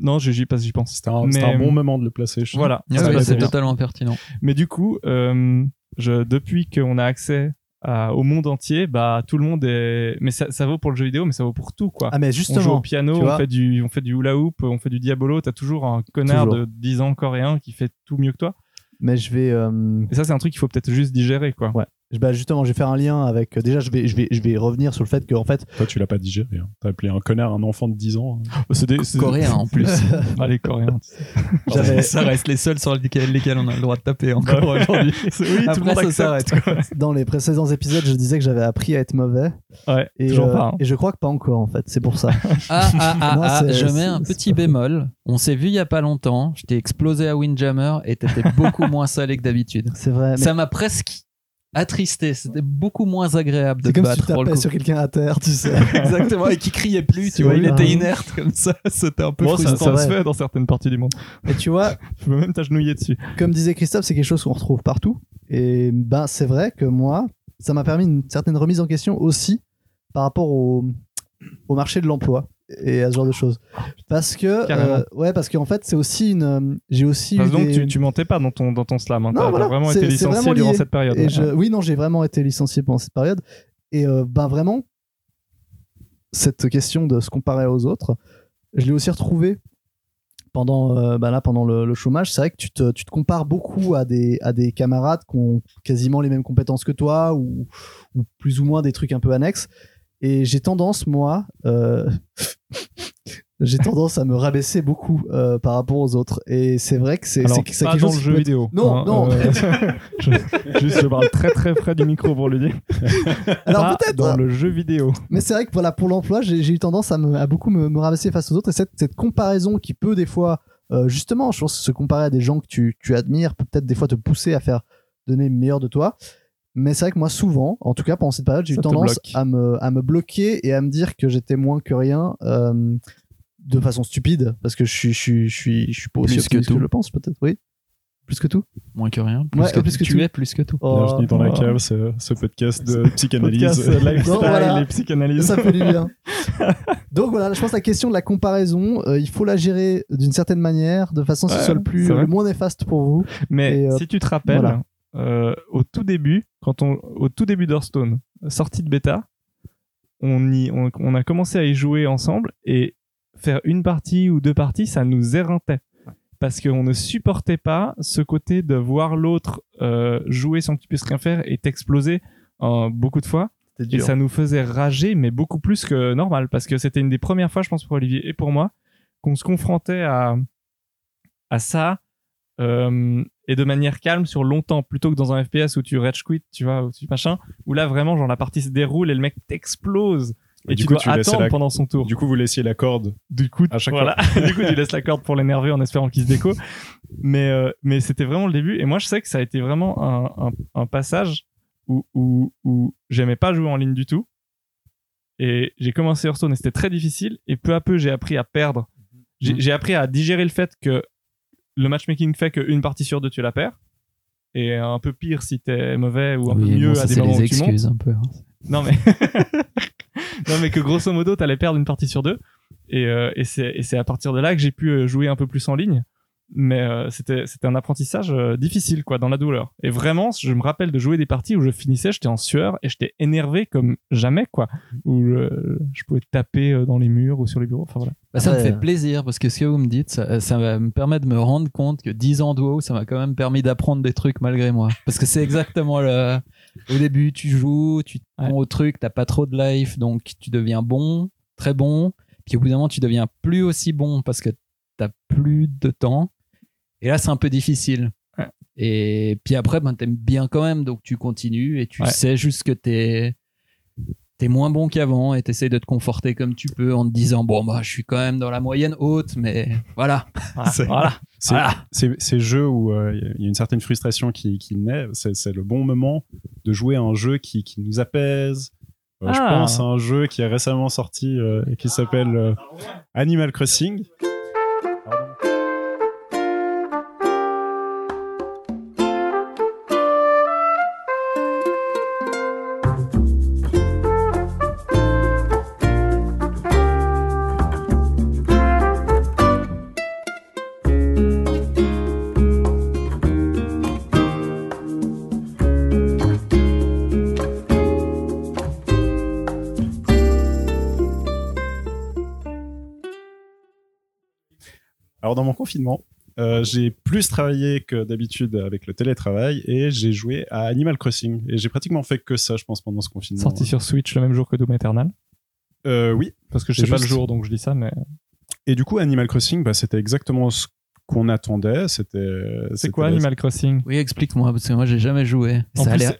Speaker 3: non, je j'y passe, j'y pense.
Speaker 5: C'était un, c'était
Speaker 3: Mais-
Speaker 5: un bon moment de le placer. je-
Speaker 3: Voilà. Ça
Speaker 5: Ah ouais,
Speaker 3: se
Speaker 5: bah,
Speaker 3: passe
Speaker 6: c'est
Speaker 5: c'est
Speaker 3: bien.
Speaker 6: totalement pertinent.
Speaker 3: Mais du coup, euh, je, depuis qu'on a accès à- au monde entier, bah tout le monde est. Mais ça, ça vaut pour le jeu vidéo, mais ça vaut pour tout quoi.
Speaker 4: Ah,
Speaker 3: on
Speaker 4: mais
Speaker 3: joue au
Speaker 4: justement,
Speaker 3: piano,
Speaker 4: tu
Speaker 3: on
Speaker 4: vois.
Speaker 3: fait, du, on fait du hula hoop, on fait du diabolo. T'as toujours un connard
Speaker 4: Toujours.
Speaker 3: de 10 ans coréen qui fait tout mieux que toi.
Speaker 4: mais je vais. euh,
Speaker 3: Et ça, c'est un truc qu'il faut peut-être juste digérer, quoi.
Speaker 4: Ouais. je- bah, justement, je vais faire un lien avec. euh, Déjà, je vais, je vais, je vais revenir sur le fait que, en fait,
Speaker 5: Toi, tu l'as pas digéré. hein. T'as appelé un connard un enfant de 10 ans. hein.
Speaker 3: C'est des, c'est-
Speaker 6: Coréen en plus.
Speaker 3: Ah, les Coréens. tu sais.
Speaker 4: j'avais.
Speaker 6: ça reste les seuls sur lesquels, lesquels on a le droit de taper encore
Speaker 3: Bah ouais.
Speaker 6: aujourd'hui.
Speaker 3: C'est- oui, tout le
Speaker 6: Après,
Speaker 3: monde
Speaker 6: ça
Speaker 3: accepte.
Speaker 6: s'arrête,
Speaker 3: quoi.
Speaker 4: dans les précédents épisodes, je disais que j'avais appris à être mauvais.
Speaker 3: Ouais,
Speaker 4: Et,
Speaker 3: toujours
Speaker 4: euh,
Speaker 3: pas. hein.
Speaker 4: et je crois que pas encore, en fait. C'est pour ça.
Speaker 6: Ah, ah, ah,
Speaker 4: Non,
Speaker 6: ah,
Speaker 4: c'est-
Speaker 6: je mets
Speaker 4: c'est-
Speaker 6: un
Speaker 4: c'est
Speaker 6: petit
Speaker 4: pas faux.
Speaker 6: bémol. On s'est vu il y a pas longtemps. Je t'ai explosé à Windjammer et t'étais beaucoup moins salé que d'habitude.
Speaker 4: C'est vrai. Ah, mais
Speaker 6: Ça m'a presque attristé. C'était beaucoup moins agréable de
Speaker 4: c'est comme si
Speaker 6: battre
Speaker 4: tu
Speaker 6: pour le
Speaker 4: tapais
Speaker 6: coup.
Speaker 4: sur quelqu'un à terre, tu sais.
Speaker 6: Exactement, et qui criait plus,
Speaker 4: C'est
Speaker 6: tu vois, il
Speaker 4: horrible.
Speaker 6: était inerte comme ça, c'était un peu
Speaker 3: Bon, ça,
Speaker 6: frustrant.
Speaker 3: ça se
Speaker 4: ouais.
Speaker 3: fait dans certaines parties du monde.
Speaker 4: Et tu vois,
Speaker 3: Je peux même t'agenouiller dessus.
Speaker 4: comme disait Christophe, c'est quelque chose qu'on retrouve partout. Et ben, c'est vrai que moi, ça m'a permis une certaine remise en question aussi par rapport au, au marché de l'emploi. et à ce genre de choses. Parce que,
Speaker 3: Carrément.
Speaker 4: euh, ouais, parce qu'en fait, c'est aussi une. euh, J'ai aussi
Speaker 3: Parce
Speaker 4: eu.
Speaker 3: donc
Speaker 4: des-
Speaker 3: tu, tu mentais pas dans ton, dans ton slam. Hein.
Speaker 4: Non,
Speaker 3: T'as
Speaker 4: voilà,
Speaker 3: t'as vraiment
Speaker 4: c'est-
Speaker 3: été
Speaker 4: c'est
Speaker 3: licencié
Speaker 4: vraiment
Speaker 3: durant
Speaker 4: lié.
Speaker 3: cette période.
Speaker 4: Et
Speaker 3: Ouais.
Speaker 4: je- Oui, non, j'ai vraiment été licencié pendant cette période. Et euh, ben vraiment, cette question de se comparer aux autres, je l'ai aussi retrouvée pendant, euh, ben là, pendant le, le chômage. C'est vrai que tu te, tu te compares beaucoup à des, à des camarades qui ont quasiment les mêmes compétences que toi ou, ou plus ou moins des trucs un peu annexes. Et j'ai tendance, moi, euh, j'ai tendance à me rabaisser beaucoup euh, par rapport aux autres. Et c'est vrai que c'est
Speaker 3: Alors,
Speaker 4: c'est- c'est
Speaker 3: pas
Speaker 4: quelque
Speaker 3: dans
Speaker 4: chose
Speaker 3: le
Speaker 4: qui
Speaker 3: jeu
Speaker 4: peut-
Speaker 3: vidéo. Hein, euh,
Speaker 4: Non, non.
Speaker 3: je, juste, je parle très très près du micro pour le dire.
Speaker 4: Alors
Speaker 3: Pas
Speaker 4: peut-être hein.
Speaker 3: Dans le jeu vidéo.
Speaker 4: Mais c'est vrai que voilà, pour l'emploi, j'ai j'ai eu tendance à, me- à beaucoup me, me rabaisser face aux autres. Et cette, cette comparaison qui peut des fois, euh, justement, je pense, se comparer à des gens que tu, tu admires, peut peut-être des fois te pousser à faire donner le meilleur de toi. Mais c'est vrai que moi, souvent, en tout cas pendant cette période, j'ai eu
Speaker 3: Ça te
Speaker 4: tendance
Speaker 3: bloque.
Speaker 4: à me, à me bloquer et à me dire que j'étais moins que rien euh, de façon stupide. Parce que je suis, je suis, je suis, je suis pas aussi
Speaker 6: Plus que
Speaker 4: optimiste
Speaker 6: tout.
Speaker 4: je le pense, peut-être. Oui. Plus que tout.
Speaker 6: Moins que rien. Plus
Speaker 4: Ouais,
Speaker 6: que
Speaker 4: plus que
Speaker 6: tu
Speaker 4: tout.
Speaker 6: es, plus que tout.
Speaker 5: Bienvenue dans la
Speaker 4: Oh.
Speaker 5: cave, c'est ce podcast de psychanalyse.
Speaker 3: Podcast, euh, lifestyle
Speaker 4: Non, voilà.
Speaker 3: et psychanalyse.
Speaker 4: Ça fait du bien. Donc voilà, je pense que la question de la comparaison, euh, il faut la gérer d'une certaine manière, de façon à ce que
Speaker 3: Ouais,
Speaker 4: ce soit le, plus,
Speaker 3: c'est vrai.
Speaker 4: le moins néfaste pour vous.
Speaker 3: Mais
Speaker 4: Et, euh,
Speaker 3: si tu te rappelles,
Speaker 4: voilà.
Speaker 3: euh, au tout début, quand on, au tout début d'Hearthstone, sortie de bêta, on, y, on, on a commencé à y jouer ensemble et faire une partie ou deux parties, ça nous éreintait. Parce qu'on ne supportait pas ce côté de voir l'autre euh, jouer sans que tu puisses rien faire et t'exploser euh, beaucoup de fois.
Speaker 4: C'était
Speaker 3: Et ça nous faisait rager, mais beaucoup plus que normal, parce que c'était une des premières fois, je pense, pour Olivier et pour moi, qu'on se confrontait à, à ça, euh, et de manière calme sur longtemps, plutôt que dans un FPS où tu rage quit, tu vois, où tu machin, où là vraiment, genre la partie se déroule et le mec t'explose. Et,
Speaker 5: Et
Speaker 3: tu
Speaker 5: du coup,
Speaker 3: dois
Speaker 5: tu laissais
Speaker 3: attendre
Speaker 5: la-
Speaker 3: pendant son tour.
Speaker 5: Du coup, vous laissiez la corde.
Speaker 3: Du coup,
Speaker 5: À chaque
Speaker 3: voilà. du coup, tu laisses la corde pour l'énerver en espérant qu'il se déco. Mais, euh, mais c'était vraiment le début. Et moi, je sais que ça a été vraiment un, un- un passage où, où, où j'aimais pas jouer en ligne du tout. Et j'ai commencé Hearthstone et c'était très difficile. Et peu à peu, j'ai appris à perdre.
Speaker 5: Mhm.
Speaker 3: J'ai j'ai appris à digérer le fait que le matchmaking fait qu'une partie sur deux, tu la perds. Et un peu pire si t'es mauvais ou un
Speaker 6: Oui,
Speaker 3: peu mieux
Speaker 6: bon, ça,
Speaker 3: à des
Speaker 6: c'est
Speaker 3: moments
Speaker 6: les
Speaker 3: où tu montes.
Speaker 6: excuses un peu. hein.
Speaker 3: Non mais non mais que grosso modo t'allais perdre une partie sur deux et, euh, et c'est et c'est à partir de là que j'ai pu euh, jouer un peu plus en ligne mais euh, c'était c'était un apprentissage euh, difficile quoi dans la douleur et vraiment je me rappelle de jouer des parties où je finissais j'étais en sueur et j'étais énervé comme jamais quoi où euh, je pouvais taper euh, dans les murs ou sur les bureaux enfin voilà
Speaker 6: Bah, ça me
Speaker 4: Ouais.
Speaker 6: fait plaisir parce que ce que vous me dites, ça, ça va me permettre de me rendre compte que 10 ans de WoW, ça m'a quand même permis d'apprendre des trucs malgré moi. Parce que c'est exactement le. Au début, tu joues, tu te prends au truc, t'as pas trop de life, donc tu deviens bon, très bon. Puis au bout d'un moment, tu deviens plus aussi bon parce que t'as plus de temps. Et là, c'est un peu difficile.
Speaker 3: Ouais.
Speaker 6: Et puis après, ben, t'aimes bien quand même, donc tu continues et tu
Speaker 3: Ouais.
Speaker 6: sais juste que t'es t'es moins bon qu'avant et t'essayes de te conforter comme tu peux en te disant bon bah je suis quand même dans la moyenne haute mais voilà
Speaker 3: Voilà.
Speaker 5: C'est-
Speaker 3: voilà
Speaker 5: C'est-
Speaker 6: Voilà.
Speaker 5: Ces, ces jeux où euh, il y a une certaine frustration qui, qui naît, c'est c'est le bon moment de jouer à un jeu qui, qui nous apaise. Euh, Je
Speaker 3: Ah.
Speaker 5: pense à un jeu qui est récemment sorti euh, et qui s'appelle euh, Animal Crossing. Alors dans mon confinement, euh, j'ai plus travaillé que d'habitude avec le télétravail et j'ai joué à Animal Crossing. Et j'ai pratiquement fait que ça, je pense, pendant ce confinement.
Speaker 3: sorti sur Switch le même jour que Doom Eternal
Speaker 5: Euh, oui,
Speaker 3: parce que je sais
Speaker 5: C'est
Speaker 3: pas le
Speaker 5: juste.
Speaker 3: jour donc je dis ça mais
Speaker 5: Et du coup, Animal Crossing, bah, c'était exactement ce qu'on attendait. C'était.
Speaker 3: c'est
Speaker 5: c'était-
Speaker 3: quoi Animal Crossing
Speaker 6: oui explique-moi parce que moi j'ai jamais joué
Speaker 3: En
Speaker 6: ça a
Speaker 3: plus,
Speaker 6: l'air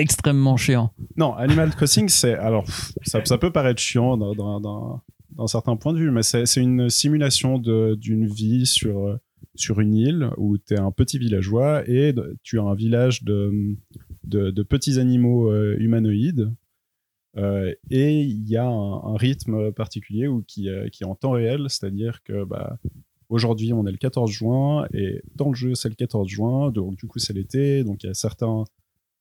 Speaker 6: extrêmement chiant
Speaker 5: Non, Animal Crossing, c'est. Alors, pff, ça, ça peut paraître chiant d'un- d'un d'un- d'un certain point de vue, mais c'est c'est une simulation de- d'une vie sur, euh, sur une île où tu es un petit villageois et de- tu as un village de, de, de petits animaux euh, humanoïdes. Euh, et il y a un, un rythme particulier où qui, euh, qui est en temps réel, c'est-à-dire que bah, aujourd'hui on est le 14 juin et dans le jeu c'est le 14 juin, donc du coup c'est l'été, donc il y a certains,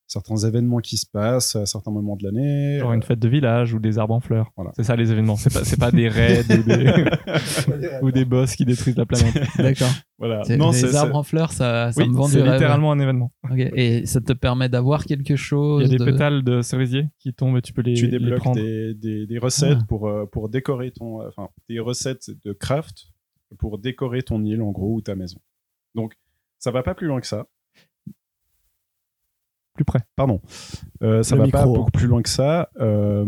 Speaker 5: certains événements qui se passent à certains moments de l'année.
Speaker 3: Genre une fête de village ou des arbres en fleurs.
Speaker 5: Voilà.
Speaker 3: C'est ça les événements. C'est pas, c'est pas des raids ou des, ou des boss qui détruisent la planète.
Speaker 6: D'accord.
Speaker 5: Voilà.
Speaker 6: C'est-
Speaker 5: Ah, Non, c'est
Speaker 6: les
Speaker 5: c'est-
Speaker 6: arbres en fleurs, ça, ça
Speaker 3: Oui,
Speaker 6: me vend du
Speaker 3: c'est
Speaker 6: rêve.
Speaker 3: littéralement un événement.
Speaker 6: Ok, Et ça te permet d'avoir quelque
Speaker 3: Il
Speaker 6: chose.
Speaker 3: y a des
Speaker 6: de-
Speaker 3: pétales de cerisier qui tombent et tu peux les,
Speaker 5: tu
Speaker 3: les
Speaker 5: débloques
Speaker 3: prendre.
Speaker 5: des, des- des recettes pour, euh, pour décorer ton. euh, Enfin, des recettes de craft pour décorer ton île, en gros, ou ta maison. Donc, ça va pas plus loin que ça.
Speaker 3: Plus près.
Speaker 5: Pardon. Euh, ça
Speaker 4: Le
Speaker 5: va pas
Speaker 4: micro.
Speaker 5: beaucoup plus loin que ça. Euh,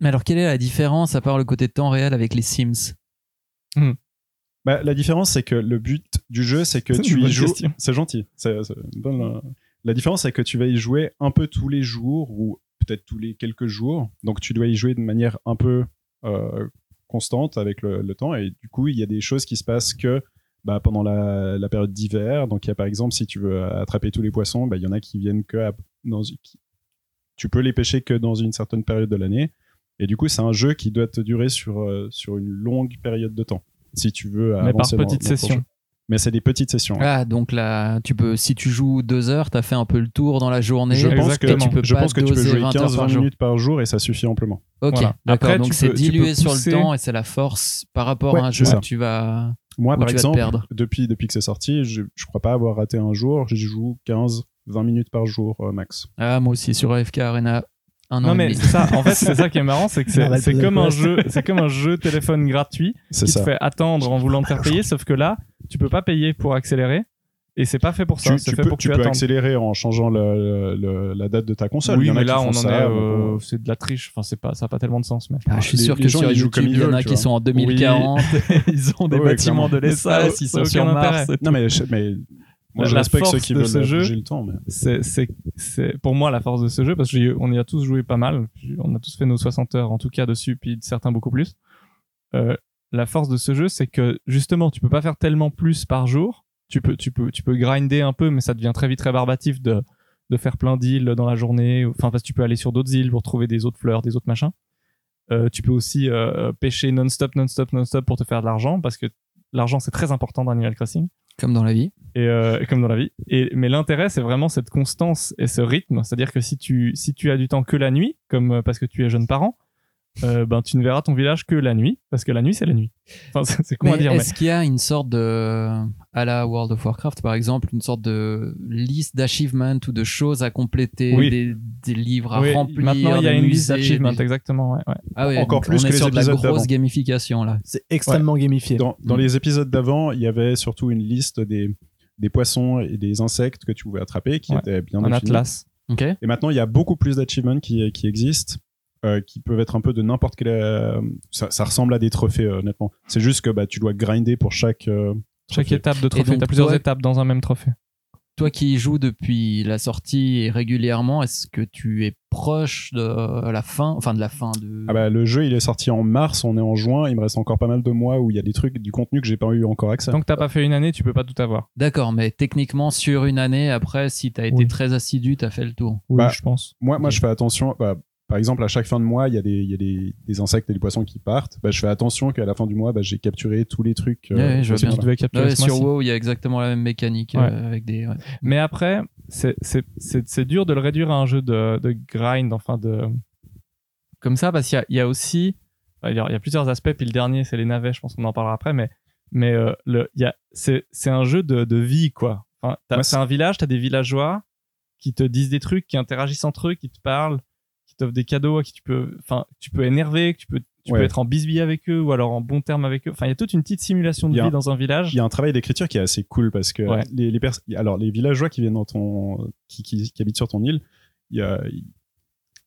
Speaker 6: Mais alors, quelle est la différence à part le côté temps réel avec les Sims
Speaker 5: Bah, la différence, c'est que le but du jeu, c'est que
Speaker 3: C'est une
Speaker 5: tu y
Speaker 3: bonne
Speaker 5: joues.
Speaker 3: question.
Speaker 5: C'est gentil. C'est- c'est une bonne, euh, La différence, c'est que tu vas y jouer un peu tous les jours ou peut-être tous les quelques jours. Donc, tu dois y jouer de manière un peu euh, constante avec le, le temps. Et du coup, il y a des choses qui se passent que bah, pendant la, la période d'hiver. Donc, il y a par exemple, si tu veux attraper tous les poissons, bah, il y en a qui viennent que à- dans qui- tu peux les pêcher que dans une certaine période de l'année. Et du coup, c'est un jeu qui doit te durer sur, euh, sur une longue période de temps. Si tu veux
Speaker 3: Mais par
Speaker 5: avancer dans-
Speaker 3: petites
Speaker 5: dans ton
Speaker 3: sessions.
Speaker 5: jeu. Mais c'est des petites sessions. hein.
Speaker 6: Ah, donc là, tu peux, si tu joues deux heures, t'as fait un peu le tour dans la journée.
Speaker 5: Je pense que,
Speaker 6: et tu peux
Speaker 5: je
Speaker 6: pas
Speaker 5: pense que tu peux
Speaker 6: doser
Speaker 5: jouer
Speaker 6: 20 heures
Speaker 5: 15
Speaker 6: par
Speaker 5: 20
Speaker 6: jour.
Speaker 5: minutes par jour et ça suffit amplement.
Speaker 6: Ok,
Speaker 3: Voilà. Après,
Speaker 6: d'accord.
Speaker 3: tu
Speaker 6: Donc c'est
Speaker 3: peux- tu peux
Speaker 6: dilué sur
Speaker 3: pousser-
Speaker 6: le temps et c'est la force par rapport
Speaker 5: Ouais,
Speaker 6: à un
Speaker 5: c'est
Speaker 6: jeu
Speaker 5: ça.
Speaker 6: où tu vas.
Speaker 5: Moi,
Speaker 6: Ou
Speaker 5: par
Speaker 6: tu vas te
Speaker 5: exemple,
Speaker 6: perdre.
Speaker 5: depuis, depuis que c'est sorti, je, je crois pas avoir raté un jour. Je joue 15, 20 minutes par jour euh, max.
Speaker 6: Ah, moi aussi sur AFK Arena. Un an
Speaker 3: Non
Speaker 6: et
Speaker 3: mais
Speaker 6: demi.
Speaker 3: c'est ça, en fait c'est ça qui est marrant, c'est que
Speaker 4: Non,
Speaker 3: c'est
Speaker 4: Valve
Speaker 3: c'est
Speaker 4: Puzzle
Speaker 3: comme un
Speaker 4: Quest.
Speaker 3: jeu, c'est comme un jeu téléphone gratuit
Speaker 5: C'est
Speaker 3: qui te
Speaker 5: ça.
Speaker 3: fait attendre en voulant te faire payer, sauf que là tu peux pas payer pour accélérer et c'est pas fait pour ça,
Speaker 5: Tu,
Speaker 3: c'est
Speaker 5: tu
Speaker 3: fait
Speaker 5: peux,
Speaker 3: pour que
Speaker 5: tu
Speaker 3: tu
Speaker 5: peux
Speaker 3: attendes.
Speaker 5: accélérer en changeant le- le- la date de ta console. Il
Speaker 3: Oui
Speaker 5: y en a
Speaker 3: mais
Speaker 5: qui
Speaker 3: là
Speaker 5: font
Speaker 3: on en
Speaker 5: ça,
Speaker 3: est,
Speaker 5: mais bon.
Speaker 3: euh, c'est de la triche, enfin c'est pas, ça a pas tellement de sens mais.
Speaker 6: Ah, je suis
Speaker 5: Les-
Speaker 6: sûr
Speaker 5: les
Speaker 6: que
Speaker 5: gens,
Speaker 6: sur
Speaker 5: ils jouent
Speaker 6: YouTube,
Speaker 5: comme ils
Speaker 6: il y en
Speaker 5: veulent,
Speaker 6: a
Speaker 5: tu
Speaker 6: qui
Speaker 5: vois.
Speaker 6: sont en 2040, ils ont des
Speaker 5: Ouais,
Speaker 6: bâtiments de
Speaker 3: Ça,
Speaker 6: l'espace, ils
Speaker 3: ça
Speaker 6: sont
Speaker 3: aucun
Speaker 6: sur Mars.
Speaker 3: intérêt.
Speaker 5: Non, mais, je- mais
Speaker 3: La-
Speaker 5: moi, je
Speaker 3: la
Speaker 5: respecte ceux
Speaker 3: force
Speaker 5: qui
Speaker 3: de
Speaker 5: veulent
Speaker 3: ce
Speaker 5: euh,
Speaker 3: jeu-
Speaker 5: bouger le temps. mais-
Speaker 3: C'est- c'est- c'est- pour moi la force de ce jeu parce qu'on y a tous joué pas mal, on a tous fait nos 60 heures en tout cas dessus, puis certains beaucoup plus. Euh, la force de ce jeu, c'est que justement, tu peux pas faire tellement plus par jour. Tu peux, tu peux, tu peux grinder un peu, mais ça devient très vite rébarbatif de de faire plein d'îles dans la journée. Enfin, parce que tu peux aller sur d'autres îles pour trouver des autres fleurs, des autres machins. Euh, tu peux aussi euh, pêcher non-stop, non-stop, non-stop pour te faire de l'argent, parce que l'argent c'est très important dans Animal Crossing
Speaker 6: Comme dans la vie.
Speaker 3: et euh, et comme dans la vie. Et, mais l'intérêt, c'est vraiment cette constance et ce rythme. C'est-à-dire que si tu, si tu as du temps que la nuit, comme euh, parce que tu es jeune parent, euh, ben tu ne verras ton village que la nuit, parce que la nuit, c'est la nuit. Enfin, c'est c'est con à
Speaker 6: Mais
Speaker 3: dire, mais
Speaker 6: Est-ce qu'il y a une sorte de, à la World of Warcraft par exemple, une sorte de liste d'achievements ou de choses à compléter,
Speaker 3: Oui.
Speaker 6: des, des livres à
Speaker 3: Oui,
Speaker 6: remplir
Speaker 3: maintenant, il y a
Speaker 6: des
Speaker 3: une liste
Speaker 6: musées,
Speaker 3: d'achievements,
Speaker 6: des-
Speaker 3: exactement. ouais, ouais.
Speaker 6: Ah ouais,
Speaker 5: Encore
Speaker 6: donc
Speaker 5: plus que
Speaker 6: on est
Speaker 5: les
Speaker 6: sur de la
Speaker 5: épisodes d'avant.
Speaker 6: grosse gamification là.
Speaker 4: C'est extrêmement gamifié.
Speaker 5: Dans, dans
Speaker 6: Mm.
Speaker 5: les épisodes d'avant, il y avait surtout une liste des, des poissons et des insectes que tu pouvais attraper qui
Speaker 3: Ouais.
Speaker 5: était bien
Speaker 3: Un
Speaker 5: définie.
Speaker 3: atlas.
Speaker 6: Ok.
Speaker 5: Et maintenant, il y a beaucoup plus d'achievements qui, qui existent, euh, qui peuvent être un peu de n'importe quel. euh, ça, ça ressemble à des trophées, euh, honnêtement. C'est juste que bah, tu dois grinder pour chaque. euh,
Speaker 3: Chaque
Speaker 5: trophée.
Speaker 3: étape de trophée.
Speaker 6: donc,
Speaker 3: T'as plusieurs
Speaker 6: toi-
Speaker 3: étapes dans un même trophée.
Speaker 6: Toi qui y joues depuis la sortie et régulièrement, est-ce que tu es proche de la fin, enfin de la fin de.
Speaker 5: Ah bah, le jeu, il est sorti en mars, on est en juin, il me reste encore pas mal de mois où il y a des trucs, du contenu que j'ai pas eu encore accès.
Speaker 3: Tant que t'as pas fait une année, tu peux pas tout avoir.
Speaker 6: D'accord, mais techniquement sur une année, après, si t'as été
Speaker 3: Oui.
Speaker 6: très assidu, t'as fait le tour.
Speaker 3: Oui,
Speaker 5: Bah,
Speaker 3: je pense.
Speaker 5: Moi, moi je fais attention. bah, par exemple, à chaque fin de mois, il y a des, il y a des, des insectes et des poissons qui partent. Bah, je fais attention qu'à la fin du mois, bah, j'ai capturé tous les trucs. euh,
Speaker 6: Ouais, ouais, je vois
Speaker 5: possibles.
Speaker 3: Tu
Speaker 6: bien.
Speaker 3: devais capturer
Speaker 6: Ouais,
Speaker 3: ce
Speaker 6: sur
Speaker 3: mois-ci.
Speaker 6: WoW, il y a exactement la même mécanique
Speaker 3: Ouais.
Speaker 6: euh, avec des. ouais.
Speaker 3: Mais après, c'est- c'est c'est- c'est dur de le réduire à un jeu de, de grind, enfin de. Comme ça, parce qu'il y a- il y, a aussi. enfin, Il y, a- il y a plusieurs aspects, puis le dernier, c'est les navets, je pense qu'on en parlera après, mais, mais euh, le- il y a- c'est c'est un jeu de, de vie, quoi. Enfin, t'as-
Speaker 5: Ouais,
Speaker 3: c'est un village, t'as des villageois qui te disent des trucs, qui interagissent entre eux, qui te parlent, qui t'offrent des cadeaux, à qui tu peux, enfin, tu peux énerver, que tu peux, tu
Speaker 5: Ouais.
Speaker 3: peux être en bisbille avec eux ou alors en bon terme avec eux. Enfin, il y a toute une petite simulation de
Speaker 5: Il y a
Speaker 3: vie
Speaker 5: un-
Speaker 3: dans un village.
Speaker 5: Il y a un travail d'écriture qui est assez cool parce que
Speaker 3: Ouais.
Speaker 5: les, les pers- alors les villageois qui viennent dans ton qui, qui, qui habitent sur ton île, il y a- ils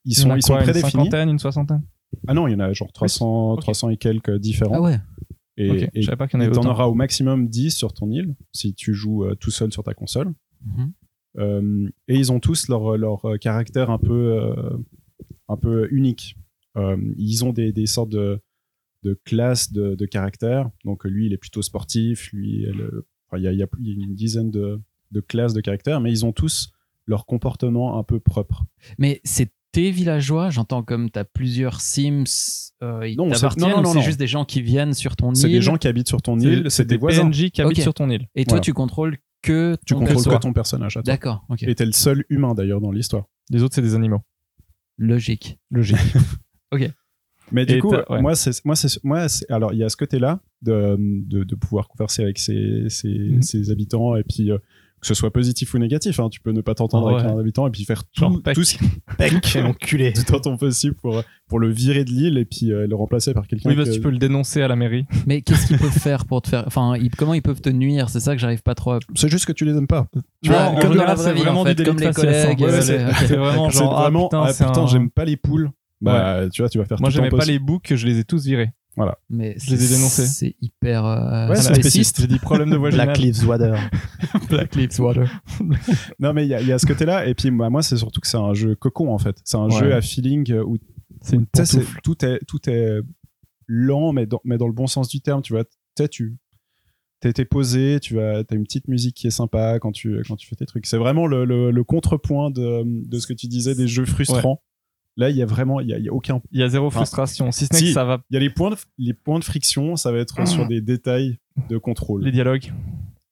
Speaker 3: Il y en
Speaker 5: sont
Speaker 3: a
Speaker 5: ils sont
Speaker 3: quoi, Une
Speaker 5: prédéfinis.
Speaker 3: cinquantaine, une soixantaine.
Speaker 5: Ah non, il y en a genre 300
Speaker 3: Ok.
Speaker 5: 300 et quelques différents
Speaker 6: Ah ouais.
Speaker 5: et,
Speaker 3: Ok,
Speaker 5: et
Speaker 3: je savais pas qu'il y en
Speaker 5: et
Speaker 3: avait
Speaker 5: t'en
Speaker 3: autant.
Speaker 5: auras au maximum 10 sur ton île si tu joues euh, tout seul sur ta console.
Speaker 6: Mhm.
Speaker 5: Euh, et ils ont tous leur, leur euh, caractère un peu, euh, un peu unique. Euh, ils ont des, des sortes de, de classes de, de caractères. Donc lui, il est plutôt sportif. Lui, elle, euh, enfin, il y, a, il y a- il y a une dizaine de, de classes de caractères, mais ils ont tous leur comportement un peu propre.
Speaker 6: Mais c'est tes villageois, j'entends comme t'as plusieurs Sims, euh, ils
Speaker 5: Non, c'est-
Speaker 6: t'appartiennent,
Speaker 5: non, non,
Speaker 6: ou
Speaker 5: non,
Speaker 6: c'est
Speaker 5: non.
Speaker 6: juste des gens qui viennent sur ton
Speaker 5: C'est des
Speaker 6: île
Speaker 5: gens qui habitent sur ton
Speaker 3: C'est-
Speaker 5: île, c'est des voisins.
Speaker 3: PNJ qui habitent
Speaker 6: Ok.
Speaker 3: sur ton île.
Speaker 6: et toi
Speaker 5: Voilà.
Speaker 6: tu contrôles que
Speaker 5: Tu
Speaker 6: ton
Speaker 5: contrôles
Speaker 6: perso.
Speaker 5: que ton personnage. à toi.
Speaker 6: D'accord, ok.
Speaker 5: Et t'es le seul humain d'ailleurs dans l'histoire.
Speaker 3: Les autres, c'est des animaux.
Speaker 6: Logique.
Speaker 3: Logique.
Speaker 5: Mais du
Speaker 3: Et
Speaker 5: coup,
Speaker 3: t'as- ouais.
Speaker 5: moi, c'est, moi, c'est, moi, c'est- alors il y a ce côté-là de, de, de pouvoir converser avec ses, ses,
Speaker 3: Mhm.
Speaker 5: ses habitants et puis euh, que ce soit positif ou négatif. hein, tu peux ne pas t'entendre
Speaker 3: Ah
Speaker 5: avec
Speaker 3: ouais.
Speaker 5: un habitant et puis faire tout,
Speaker 3: Genre, tac.
Speaker 5: tout, ce,
Speaker 4: Pec, enculé.
Speaker 5: tout en ton possible pour, pour le virer de l'île et puis euh, le remplacer par quelqu'un.
Speaker 3: Oui, parce
Speaker 5: que-
Speaker 3: que tu peux le dénoncer à la mairie.
Speaker 6: Mais qu'est-ce qu'ils peuvent faire pour te faire. Enfin, ils- comment ils peuvent te nuire C'est ça que j'arrive pas trop à.
Speaker 5: C'est juste que tu les aimes pas.
Speaker 3: Tu vois,
Speaker 6: Ah,
Speaker 3: en
Speaker 6: comme dans la
Speaker 3: général,
Speaker 6: vraie
Speaker 3: c'est
Speaker 6: vie,
Speaker 3: vraiment
Speaker 6: en fait,
Speaker 3: du délit
Speaker 6: comme
Speaker 3: de
Speaker 6: les
Speaker 3: faciès, en
Speaker 6: collègues.
Speaker 3: vrai,
Speaker 6: euh,
Speaker 3: c'est-
Speaker 6: ok.
Speaker 3: C'est vraiment
Speaker 5: c'est
Speaker 3: genre, ah,
Speaker 5: vraiment,
Speaker 3: putain,
Speaker 5: ah,
Speaker 3: c'est
Speaker 5: putain,
Speaker 3: un-
Speaker 5: j'aime pas les poules. Bah, tu vois, tu vas faire
Speaker 3: Moi,
Speaker 5: tout ton
Speaker 3: j'aimais pas
Speaker 5: possible.
Speaker 3: les boucs, je les ai tous virés.
Speaker 6: Mais
Speaker 3: Je les ai
Speaker 6: c'est-
Speaker 3: dénoncés.
Speaker 6: C'est hyper. euh,
Speaker 5: Ouais, c'est
Speaker 6: spéciste.
Speaker 5: spéciste.
Speaker 3: J'ai dit problème de voisinage.
Speaker 4: Black Lives Water.
Speaker 3: Black Lips, voilà.
Speaker 5: Non, mais il y, a- il y a ce côté-là. Et puis, bah, moi, c'est surtout que c'est un jeu cocon, en fait. C'est un
Speaker 3: Ouais.
Speaker 5: jeu à feeling euh, où
Speaker 3: C'est une
Speaker 5: Tu sais, c'est-
Speaker 3: pantoufle.
Speaker 5: tout est tout est lent mais dans, mais dans le bon sens du terme tu vois tu sais, tu t'es t'es posé tu as t'as une petite musique qui est sympa quand tu quand tu fais tes trucs c'est vraiment le, le- le contrepoint de, de ce que tu disais des jeux frustrants là il y a vraiment il y a, il y a aucun
Speaker 3: Il y a zéro
Speaker 5: Enfin,
Speaker 3: frustration. Si ce n'est
Speaker 5: si.
Speaker 3: que ça va,
Speaker 5: il y a les points de, les points de friction ça va être
Speaker 3: Ah.
Speaker 5: sur des détails de contrôle
Speaker 3: les dialogues.